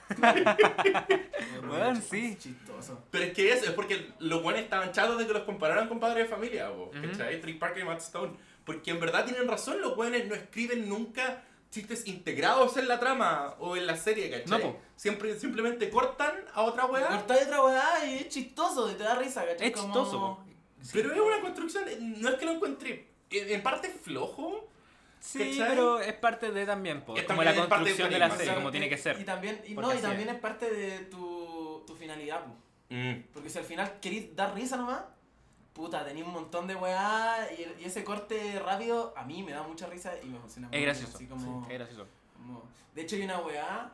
Speaker 5: Weón, sí.
Speaker 6: Chistoso.
Speaker 2: Pero es que eso es porque los buenos estaban chatos de que los compararan con Padre de Familia, po,
Speaker 5: Ujú.
Speaker 2: ¿cachai? Trey Parker y Matt Stone. Porque en verdad tienen razón, los buenos no escriben nunca chistes integrados en la trama o en la serie,
Speaker 5: No,
Speaker 2: ¿cachai?
Speaker 5: po.
Speaker 2: Siempre, simplemente cortan a otra weá.
Speaker 6: Cortáis otra weá y es chistoso y te da risa, ¿cachai?
Speaker 5: Es
Speaker 6: Como-
Speaker 5: chistoso. po.
Speaker 2: Pero es una construcción. No es que lo encuentre en en parte flojo.
Speaker 5: Sí,
Speaker 2: ¿Cachai?
Speaker 5: pero es parte de también, po.
Speaker 2: Es
Speaker 5: Es como
Speaker 2: también
Speaker 5: la
Speaker 2: es parte de
Speaker 5: construcción de,
Speaker 2: un
Speaker 5: la
Speaker 2: anime,
Speaker 5: serie,
Speaker 2: o sea,
Speaker 5: como tiene que
Speaker 6: Y
Speaker 5: ser.
Speaker 6: también, y no,
Speaker 5: Porque
Speaker 6: y
Speaker 5: así
Speaker 6: también es parte de tu, tu finalidad, po.
Speaker 2: Mm.
Speaker 6: Porque si al final querís dar risa nomás, puta, tenéis un montón de weá y, el- y ese corte rápido a mí me da mucha risa y me funciona muy
Speaker 5: Es
Speaker 6: bien,
Speaker 5: gracioso.
Speaker 6: así como-
Speaker 5: sí, es gracioso.
Speaker 6: como- De hecho, hay una weá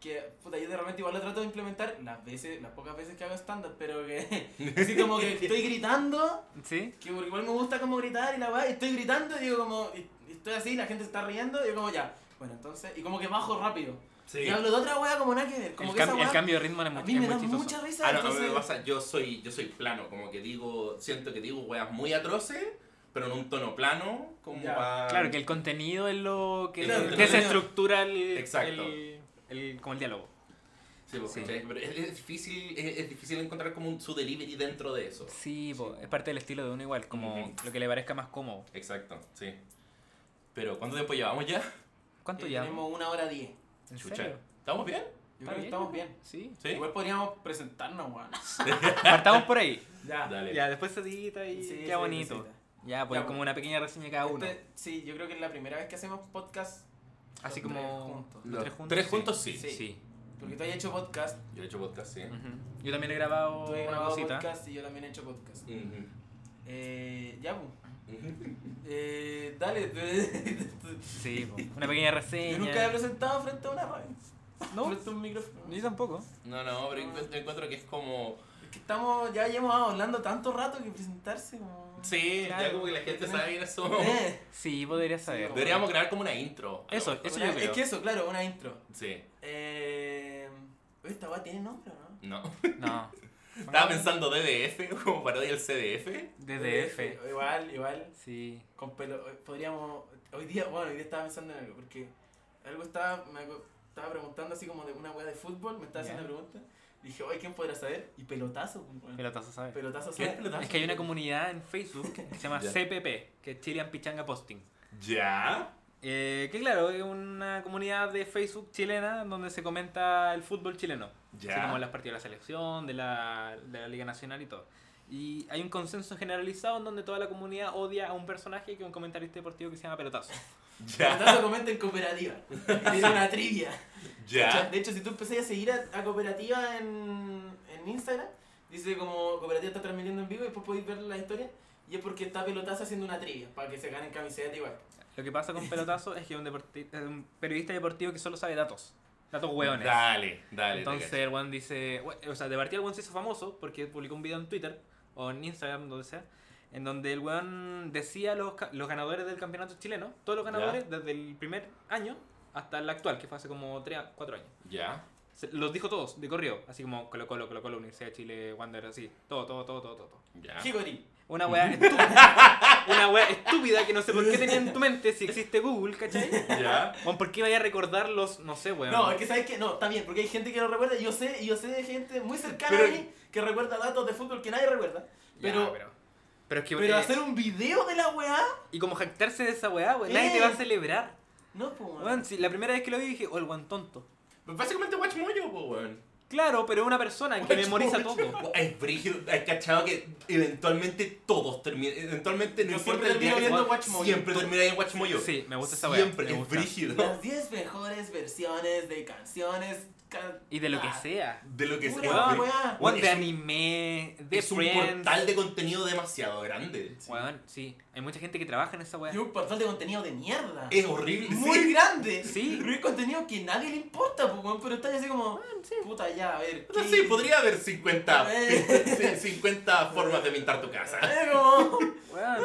Speaker 6: que, puta, yo de repente igual lo trato de implementar las veces, las pocas veces que hago stand-up, pero que así como que estoy gritando,
Speaker 5: ¿Sí?
Speaker 6: que igual me gusta como gritar y la weá, y estoy gritando y digo como, y- y estoy así, la gente se está riendo y yo como ya, bueno, entonces, y como que bajo rápido.
Speaker 2: Sí.
Speaker 6: Y hablo de otra weá como nada que ver, como
Speaker 5: el,
Speaker 6: que
Speaker 5: cam-
Speaker 6: esa
Speaker 5: el
Speaker 6: weá
Speaker 5: cambio de ritmo es
Speaker 6: a
Speaker 5: muy,
Speaker 6: mí me
Speaker 5: es
Speaker 6: da
Speaker 5: muy chistoso.
Speaker 6: mucha risa.
Speaker 2: Ah, no, a mí me
Speaker 6: entonces-
Speaker 2: pasa, yo soy, yo soy plano, como que digo, siento que digo weas muy atroces, pero en un tono plano, como
Speaker 6: Ya.
Speaker 2: pa-
Speaker 5: Claro, que el contenido es lo que
Speaker 2: Claro,
Speaker 6: el
Speaker 5: desestructura el,
Speaker 2: Exacto.
Speaker 5: el- el- como el diálogo.
Speaker 2: Sí, pues,
Speaker 5: Sí.
Speaker 2: ¿cachai? Pero es, es difícil, es, es difícil encontrar como un, su delivery dentro de eso.
Speaker 5: Sí, po, es parte del estilo de uno igual, como
Speaker 2: Ujú.
Speaker 5: lo que le parezca más cómodo.
Speaker 2: Exacto, sí. Pero, ¿cuánto tiempo llevamos ya?
Speaker 5: ¿Cuánto
Speaker 6: Eh,
Speaker 5: ya?
Speaker 6: Tenemos una hora diez.
Speaker 5: ¿En
Speaker 2: Chucha.
Speaker 5: serio?
Speaker 2: ¿Estamos bien?
Speaker 6: Yo
Speaker 5: ¿Está
Speaker 6: creo que
Speaker 5: bien?
Speaker 6: estamos bien.
Speaker 5: Sí.
Speaker 2: Sí.
Speaker 6: Igual podríamos presentarnos, weón.
Speaker 5: Partamos por ahí.
Speaker 6: Ya.
Speaker 2: Dale.
Speaker 5: Ya, después se edita y
Speaker 6: Sí,
Speaker 5: queda
Speaker 6: sí,
Speaker 5: bonito.
Speaker 6: receta.
Speaker 5: Ya, pues
Speaker 6: Ya,
Speaker 5: como una pequeña reseña cada uno.
Speaker 6: Este- sí, yo creo que es la primera vez que hacemos podcast.
Speaker 5: Así
Speaker 6: los
Speaker 5: como
Speaker 6: tres juntos.
Speaker 5: los tres juntos.
Speaker 2: Tres juntos sí.
Speaker 5: Sí.
Speaker 6: Sí. Porque tú has hecho podcast,
Speaker 2: Yo he hecho podcast, sí.
Speaker 5: Ujú. Yo también he
Speaker 6: tú
Speaker 5: grabado
Speaker 6: has
Speaker 5: una
Speaker 6: grabado
Speaker 5: cosita.
Speaker 6: podcast y yo también he hecho podcast.
Speaker 2: Ujú.
Speaker 6: Eh, ya, pues.
Speaker 2: Ujú.
Speaker 6: Eh, dale. yo
Speaker 5: Sí, po, una pequeña reseña.
Speaker 6: nunca he presentado frente a una radio.
Speaker 5: No,
Speaker 6: Frente a un micrófono.
Speaker 5: yo tampoco.
Speaker 2: No, no, pero encuentro, encuentro que es como...
Speaker 6: Es que estamos, ya llevamos hablando tanto rato que presentarse como...
Speaker 2: Sí,
Speaker 5: Claro.
Speaker 2: ya como que la gente sabe quiénes somos.
Speaker 6: Eh,
Speaker 5: Sí, podría saber.
Speaker 6: po.
Speaker 2: Deberíamos crear como una intro.
Speaker 5: Eso,
Speaker 2: Algo.
Speaker 5: eso
Speaker 6: una-
Speaker 5: yo creo.
Speaker 6: Es que eso, claro, una intro.
Speaker 2: Sí,
Speaker 6: Eh, oye, esta weá tiene nombre, o ¿no?
Speaker 2: no.
Speaker 5: No.
Speaker 2: Estaba pensando DDF, como parodia del CDF.
Speaker 5: DDF.
Speaker 6: Igual, igual.
Speaker 5: Sí.
Speaker 6: Con pelo. Podríamos. Hoy día, bueno, hoy día estaba pensando en algo, porque algo estaba. Me acu- estaba preguntando así como de una weá de fútbol, me estaba
Speaker 5: Ya.
Speaker 6: haciendo preguntas. Dije, oye, ¿quién podrá saber? Y pelotazo, pues, weón.
Speaker 5: Pelotazo, ¿sabes?
Speaker 6: Pelotazo
Speaker 2: ¿Qué es
Speaker 6: sabe.
Speaker 2: pelotazo?
Speaker 5: Es que hay una comunidad en Facebook que se llama
Speaker 2: Ya.
Speaker 5: CPP, que es Chilean Pichanga Posting.
Speaker 2: Ya.
Speaker 5: Eh, que claro, es una comunidad de Facebook chilena donde se comenta el fútbol chileno. Así como
Speaker 2: Ya.
Speaker 5: las partidas de la selección, de la, de la Liga Nacional y todo. Y hay un consenso generalizado en donde toda la comunidad odia a un personaje que es un comentarista deportivo que se llama Pelotazo.
Speaker 2: Ya.
Speaker 6: Pelotazo comenta en cooperativa. Tiene una trivia.
Speaker 2: Ya.
Speaker 6: De hecho, si tú empecé a seguir a, a cooperativa en, en Instagram, dice como cooperativa está transmitiendo en vivo y después podéis ver la historia. Y es porque está pelotazo haciendo una trivia, para que se ganen camiseta igual.
Speaker 5: Lo que pasa con Pelotazo es que es un, deporti- es un periodista deportivo que solo sabe datos. Datos hueones.
Speaker 2: Dale, dale.
Speaker 5: Entonces
Speaker 2: te
Speaker 5: el one dice, we- o sea, de partida el one se hizo famoso porque publicó un video en Twitter o en Instagram, donde sea, en donde el one decía los, ca- los ganadores del campeonato chileno, todos los ganadores desde el primer año hasta el actual, que fue hace como 3 a 4 años.
Speaker 2: cacho. Ya.
Speaker 5: Se- los dijo todos, de corrido, así como Colo Colo, Colo Colo, Universidad de Chile, Wander, así, todo, todo, todo, todo, todo. todo.
Speaker 2: Ya.
Speaker 6: Higori.
Speaker 5: Una weá estúpida, una weá estúpida que no sé por qué tenía en tu mente si existe Google, ¿cachai?
Speaker 2: Ya.
Speaker 5: Bueno, ¿por qué vaya a recordar los, no sé, weón?
Speaker 6: No, es que sabes que no, está bien, porque hay gente que lo recuerda. Yo sé, yo sé de gente muy cercana
Speaker 2: Pero-
Speaker 6: a mí que recuerda datos de fútbol que nadie recuerda. Pero, pero,
Speaker 5: pero, pero es que... eh,
Speaker 6: hacer un video de la weá,
Speaker 5: Y como jactarse de esa weá, weón. Nadie te va a
Speaker 6: Eh.
Speaker 5: celebrar.
Speaker 6: no, pues weón.
Speaker 5: Weón, si la primera vez que lo vi dije, oh, el weón tonto.
Speaker 2: Pues básicamente Watch Mojo,
Speaker 6: pues,
Speaker 2: po, weón.
Speaker 5: Claro, pero una persona que
Speaker 2: Guacho,
Speaker 5: memoriza
Speaker 2: guacho.
Speaker 5: todo.
Speaker 2: Es brígido, Pues, hay cachado que eventualmente todos terminan. Eventualmente no
Speaker 6: Yo
Speaker 2: importa
Speaker 6: siempre
Speaker 2: el día
Speaker 6: termino
Speaker 2: que
Speaker 6: viendo
Speaker 2: sea,
Speaker 6: Watch Mojo.
Speaker 2: Siempre termináis en Watch Mojo.
Speaker 5: Sí, me gusta esa weá.
Speaker 2: Siempre,
Speaker 5: me
Speaker 2: es
Speaker 5: gusta.
Speaker 2: brígido.
Speaker 6: Las 10 mejores versiones de canciones. ca-
Speaker 5: Y de lo que
Speaker 6: ah,
Speaker 5: sea.
Speaker 2: De lo que sea.
Speaker 6: Pura
Speaker 2: weón.
Speaker 6: weá.
Speaker 5: Weón,
Speaker 2: es
Speaker 5: de
Speaker 2: un-
Speaker 5: anime, de
Speaker 2: Es un
Speaker 5: Friends.
Speaker 2: portal de contenido demasiado grande.
Speaker 5: Weón, sí. Hay mucha gente que trabaja en esa weá.
Speaker 6: Y un portal de contenido de mierda.
Speaker 2: Es horrible.
Speaker 6: muy
Speaker 2: sí.
Speaker 6: grande.
Speaker 5: Sí.
Speaker 6: Pero hay contenido que nadie le importa, pues, weón, pero está así como,
Speaker 2: Ah,
Speaker 6: puta, ya, a ver.
Speaker 2: No
Speaker 6: ¿qué-
Speaker 2: sé, podría haber 50,
Speaker 6: Eh.
Speaker 2: 50 formas de pintar tu casa.
Speaker 6: Eh, como,
Speaker 5: Weón.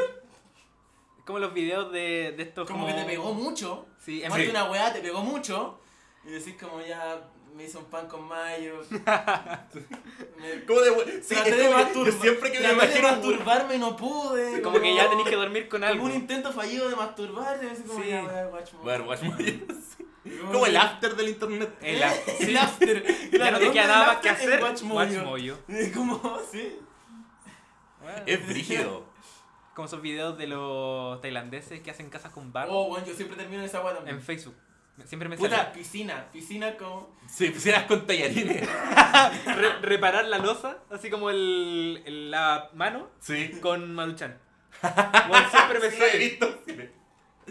Speaker 5: Es como los videos de, de estos
Speaker 6: como que te pegó mucho.
Speaker 5: Sí, en
Speaker 6: Más de
Speaker 5: fin.
Speaker 6: una weá te pegó mucho. Y decís como ya me hice un pan con mayo. me,
Speaker 2: ¿Cómo de sí,
Speaker 6: traté
Speaker 2: es
Speaker 6: de
Speaker 2: como que-
Speaker 6: masturba-
Speaker 2: siempre que me
Speaker 6: traté de
Speaker 2: imagino
Speaker 6: masturbarme y no pude.
Speaker 5: Como que ya tenés que dormir con
Speaker 6: Algún
Speaker 5: algo.
Speaker 6: intento fallido de masturbarse. y decís como
Speaker 5: Sí.
Speaker 6: ya, weá, watch more.
Speaker 2: Bueno, Watch Mojo.
Speaker 6: Y
Speaker 2: Como el after del internet.
Speaker 5: El a- sí.
Speaker 6: el after.
Speaker 5: Ya no te queda nada más que
Speaker 6: after en
Speaker 5: hacer.
Speaker 6: Watch
Speaker 5: Watch
Speaker 6: Mojo.
Speaker 5: Mojo.
Speaker 6: Es como, sí.
Speaker 5: Weón.
Speaker 2: Es brígido.
Speaker 5: Como esos videos de los tailandeses que hacen casas con barro
Speaker 6: Oh, bueno, yo siempre termino en esa weá también.
Speaker 5: en Facebook. Siempre me sale.
Speaker 6: Puta, piscina, piscina como.
Speaker 2: Si pusieras pues, con tallarines.
Speaker 5: Re- reparar la losa, así como el, el- la mano,
Speaker 2: Sí.
Speaker 5: con Maruchan. Weón, siempre me
Speaker 2: Sí, lo he
Speaker 5: sale.
Speaker 2: visto.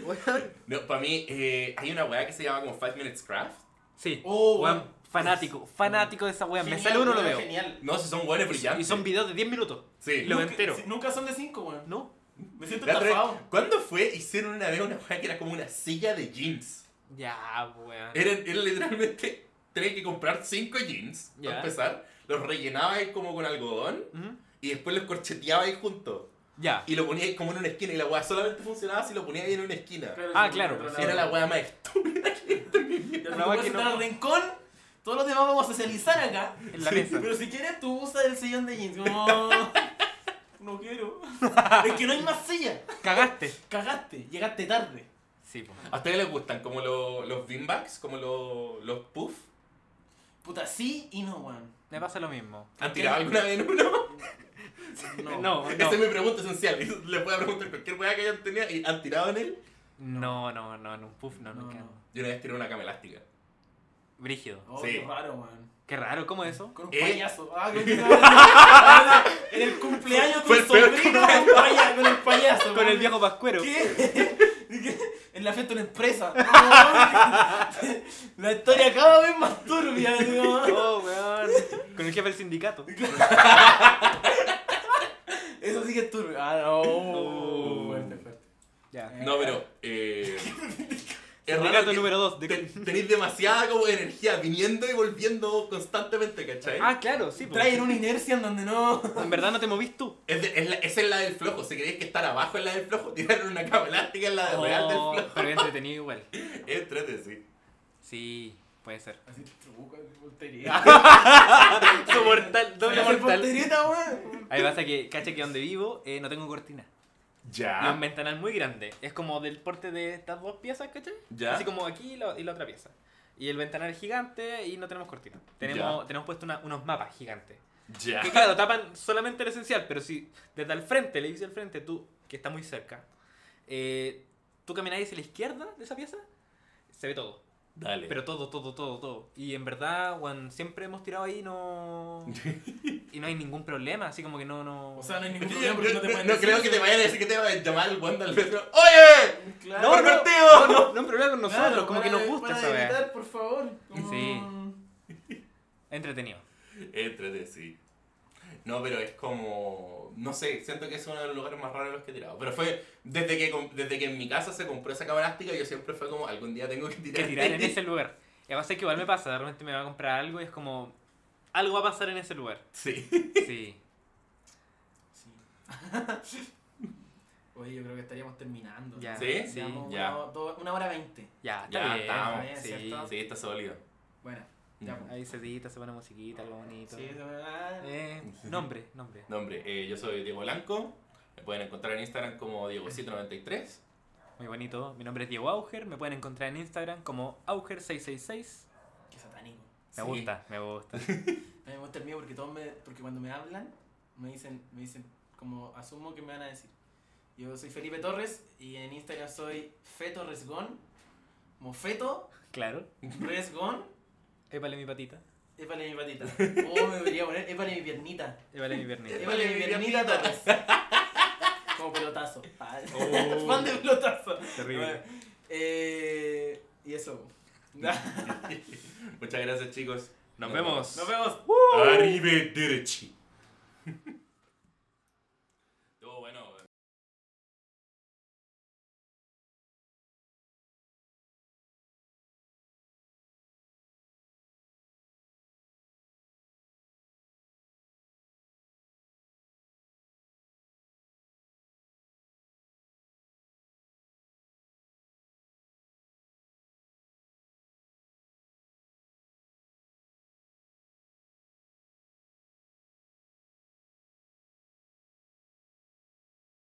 Speaker 5: Weón.
Speaker 2: No, para mí eh, hay una weá que se llama como 5 Minutes Craft.
Speaker 5: Sí.
Speaker 6: Oh,
Speaker 5: Weón, fanático, fanático de esa weá. Me sale uno, lo veo.
Speaker 6: Genial.
Speaker 2: No, si son weones
Speaker 5: Y
Speaker 2: brillantes.
Speaker 5: son videos de 10 minutos.
Speaker 2: Sí.
Speaker 5: Lo
Speaker 6: Nunca-
Speaker 5: entero.
Speaker 6: si- Nunca son de 5, weón.
Speaker 5: ¿No?
Speaker 6: Me siento
Speaker 2: La otra vez-
Speaker 6: estafado.
Speaker 2: ¿Cuándo fue? Hicieron una vez una weá que era como una silla de jeans.
Speaker 5: Ya, weón.
Speaker 2: Eran, eran literalmente, tenés que comprar 5 jeans,
Speaker 5: Ya.
Speaker 2: para empezar. Los rellenabas como con algodón
Speaker 5: Ujú.
Speaker 2: y después los corcheteabas juntos.
Speaker 5: ¿Mm? Ya.
Speaker 2: Y lo ponías como en una esquina y la weá solamente funcionaba si lo ponías en una esquina.
Speaker 5: Ah,
Speaker 6: sí,
Speaker 5: claro,
Speaker 6: por otro
Speaker 5: sí,
Speaker 2: Era
Speaker 6: lado.
Speaker 2: la weá más estúpida que he tenido.
Speaker 6: Ya,
Speaker 5: Una
Speaker 6: tú
Speaker 5: weá
Speaker 6: puedes
Speaker 5: que no-
Speaker 6: estar al rincón, todos los demás vamos a socializar acá.
Speaker 5: En la mesa.
Speaker 6: Pero si quieres, tú usas el sillón de jeans. Como... no quiero. es que no hay más silla.
Speaker 5: Cagaste.
Speaker 6: Cagaste, llegaste tarde.
Speaker 5: Sí, po.
Speaker 2: ¿A ustedes les gustan como lo- los beanbags? ¿Como lo- los puff?
Speaker 6: Puta, sí y no, weón.
Speaker 5: Me pasa lo mismo.
Speaker 2: ¿Han tirado alguna vez en uno?
Speaker 6: No.
Speaker 5: No,
Speaker 2: Esa
Speaker 5: no.
Speaker 2: es mi pregunta esencial. Les voy a preguntar cualquier weá que hayan tenido y han tirado en él.
Speaker 5: No, no, no, no. Puff, no,
Speaker 6: No,
Speaker 5: no. queda.
Speaker 6: no.
Speaker 2: Yo una vez tiré una cama elástica.
Speaker 5: Brígido.
Speaker 6: Oh,
Speaker 2: Sí.
Speaker 6: qué raro, weón.
Speaker 5: Qué raro, ¿cómo es eso?
Speaker 6: Con un
Speaker 2: Eh.
Speaker 6: payaso. Ah, con un- En el cumpleaños
Speaker 2: Fue
Speaker 6: con
Speaker 2: el
Speaker 6: el
Speaker 2: peor
Speaker 6: sobrino, con, paya- con el payaso.
Speaker 5: Con
Speaker 6: weón.
Speaker 5: el viejo pascuero.
Speaker 6: ¿Qué? ¿Qué? En la fiesta de una empresa. No, weón. la historia cada vez más turbia, digo.
Speaker 5: Oh, weón. Con el jefe del sindicato.
Speaker 6: Eso sí que es turbio. Ah, no.
Speaker 5: Oh.
Speaker 6: Fuerte, fuerte.
Speaker 5: Ya.
Speaker 2: No, pero. Eh, es raro.
Speaker 5: Sindicato
Speaker 2: que
Speaker 5: número 2.
Speaker 2: te- tenéis demasiada como energía viniendo y volviendo constantemente, ¿cachai?
Speaker 5: Ah, claro, sí. po.
Speaker 6: Traen una inercia en donde no.
Speaker 5: En verdad no te movís tú.
Speaker 2: Es de- es la- esa es la del flojo. Si queréis que estar abajo en la del flojo, tirar una cama elástica en la de real del
Speaker 5: Oh,
Speaker 2: flojo.
Speaker 5: Pero bien entretenido igual.
Speaker 2: Entrete, sí.
Speaker 5: Sí, puede ser.
Speaker 6: Así te truco, portería.
Speaker 5: Tu mortal, doble mortal.
Speaker 6: Porterita, weón.
Speaker 5: Ahí pasa que, cacha que donde vivo eh, no tengo cortina. Y es un
Speaker 2: Ya.
Speaker 5: ventanal muy grande. Es como del porte de estas dos piezas, ¿cachai?
Speaker 2: Ya.
Speaker 5: Así como aquí y la, y la otra pieza. Y el ventanal es gigante y no tenemos cortina. Tenemos, tenemos puesto una- unos mapas gigantes.
Speaker 2: Ya.
Speaker 5: Que claro, tapan solamente lo esencial, pero si desde el frente, el edificio al frente, tú, que está muy cerca, eh, tú camináis hacia la izquierda de esa pieza, se ve todo.
Speaker 2: Dale.
Speaker 5: Pero todo, todo, todo, todo. Y en verdad, weón, siempre hemos tirado ahí y no. y no hay ningún problema, así como que no, no.
Speaker 6: O sea, no hay
Speaker 2: Yo-
Speaker 6: ningún
Speaker 2: yo-
Speaker 6: problema porque no te
Speaker 2: no
Speaker 6: pueden
Speaker 2: no
Speaker 6: decir
Speaker 2: creo que
Speaker 6: eso.
Speaker 2: te vayan a decir que te va a llamar el Wanda al metro. ¡Oye!
Speaker 6: Claro.
Speaker 5: no, no, no, no, no, no hay problema con nosotros,
Speaker 6: Claro,
Speaker 5: como que
Speaker 6: para-
Speaker 5: nos gusta
Speaker 6: para
Speaker 5: esa weá.
Speaker 6: evitar, por favor. Como-
Speaker 5: Sí. Entretenido.
Speaker 2: Entrete, sí. No, pero es como. No sé, siento que es uno de los lugares más raros en los que he tirado. Pero fue. Desde que, com- desde que en mi casa se compró esa cama elástica, yo siempre fue como: algún día tengo que tirar.
Speaker 5: Que tirar en ese lugar. Y además es que igual me pasa, de repente me va a comprar algo y es como. Algo va a pasar en ese lugar.
Speaker 2: Sí.
Speaker 5: Sí.
Speaker 6: Sí. Oye, yo creo que estaríamos terminando.
Speaker 5: Ya.
Speaker 2: ¿Sí?
Speaker 5: Sí.
Speaker 6: Llevamos
Speaker 2: Ya.
Speaker 6: Una, do- una hora veinte.
Speaker 5: Ya, está
Speaker 2: Ya,
Speaker 5: bien.
Speaker 2: estamos.
Speaker 6: Está bien,
Speaker 5: sí.
Speaker 6: ¿cierto?
Speaker 2: Sí, está sólido. Mm.
Speaker 6: Bueno, ya. pues.
Speaker 5: Ahí se edita, se pone musiquita, algo bonito.
Speaker 6: Sí, eso es verdad.
Speaker 5: Eh, nombre, nombre.
Speaker 2: Nombre: eh, yo soy Diego Blanco. Me pueden encontrar en Instagram como Diegocito93.
Speaker 5: Muy bonito. Mi nombre es Diego Auger. Me pueden encontrar en Instagram como Auger666.
Speaker 6: Qué satánico.
Speaker 5: Me gusta, me gusta.
Speaker 6: A mí me gusta el mío porque, todos me, porque cuando me hablan, me dicen, me dicen, como asumo que me van a decir. Yo soy Felipe Torres y en Instagram soy Feto Resgón, Mofeto
Speaker 5: Claro.
Speaker 6: Resgón,
Speaker 5: Épale mi patita.
Speaker 6: épale mi patita. O me debería poner, épale mi piernita.
Speaker 5: Épale mi pernil.
Speaker 6: Épale mi piernita Torres. Como pelotazo. Ah, Fan de pelotazo.
Speaker 5: Terrible.
Speaker 6: Eh, y eso.
Speaker 2: Muchas gracias, chicos.
Speaker 5: Nos vemos.
Speaker 6: Nos vemos.
Speaker 2: Arrivederci. eh.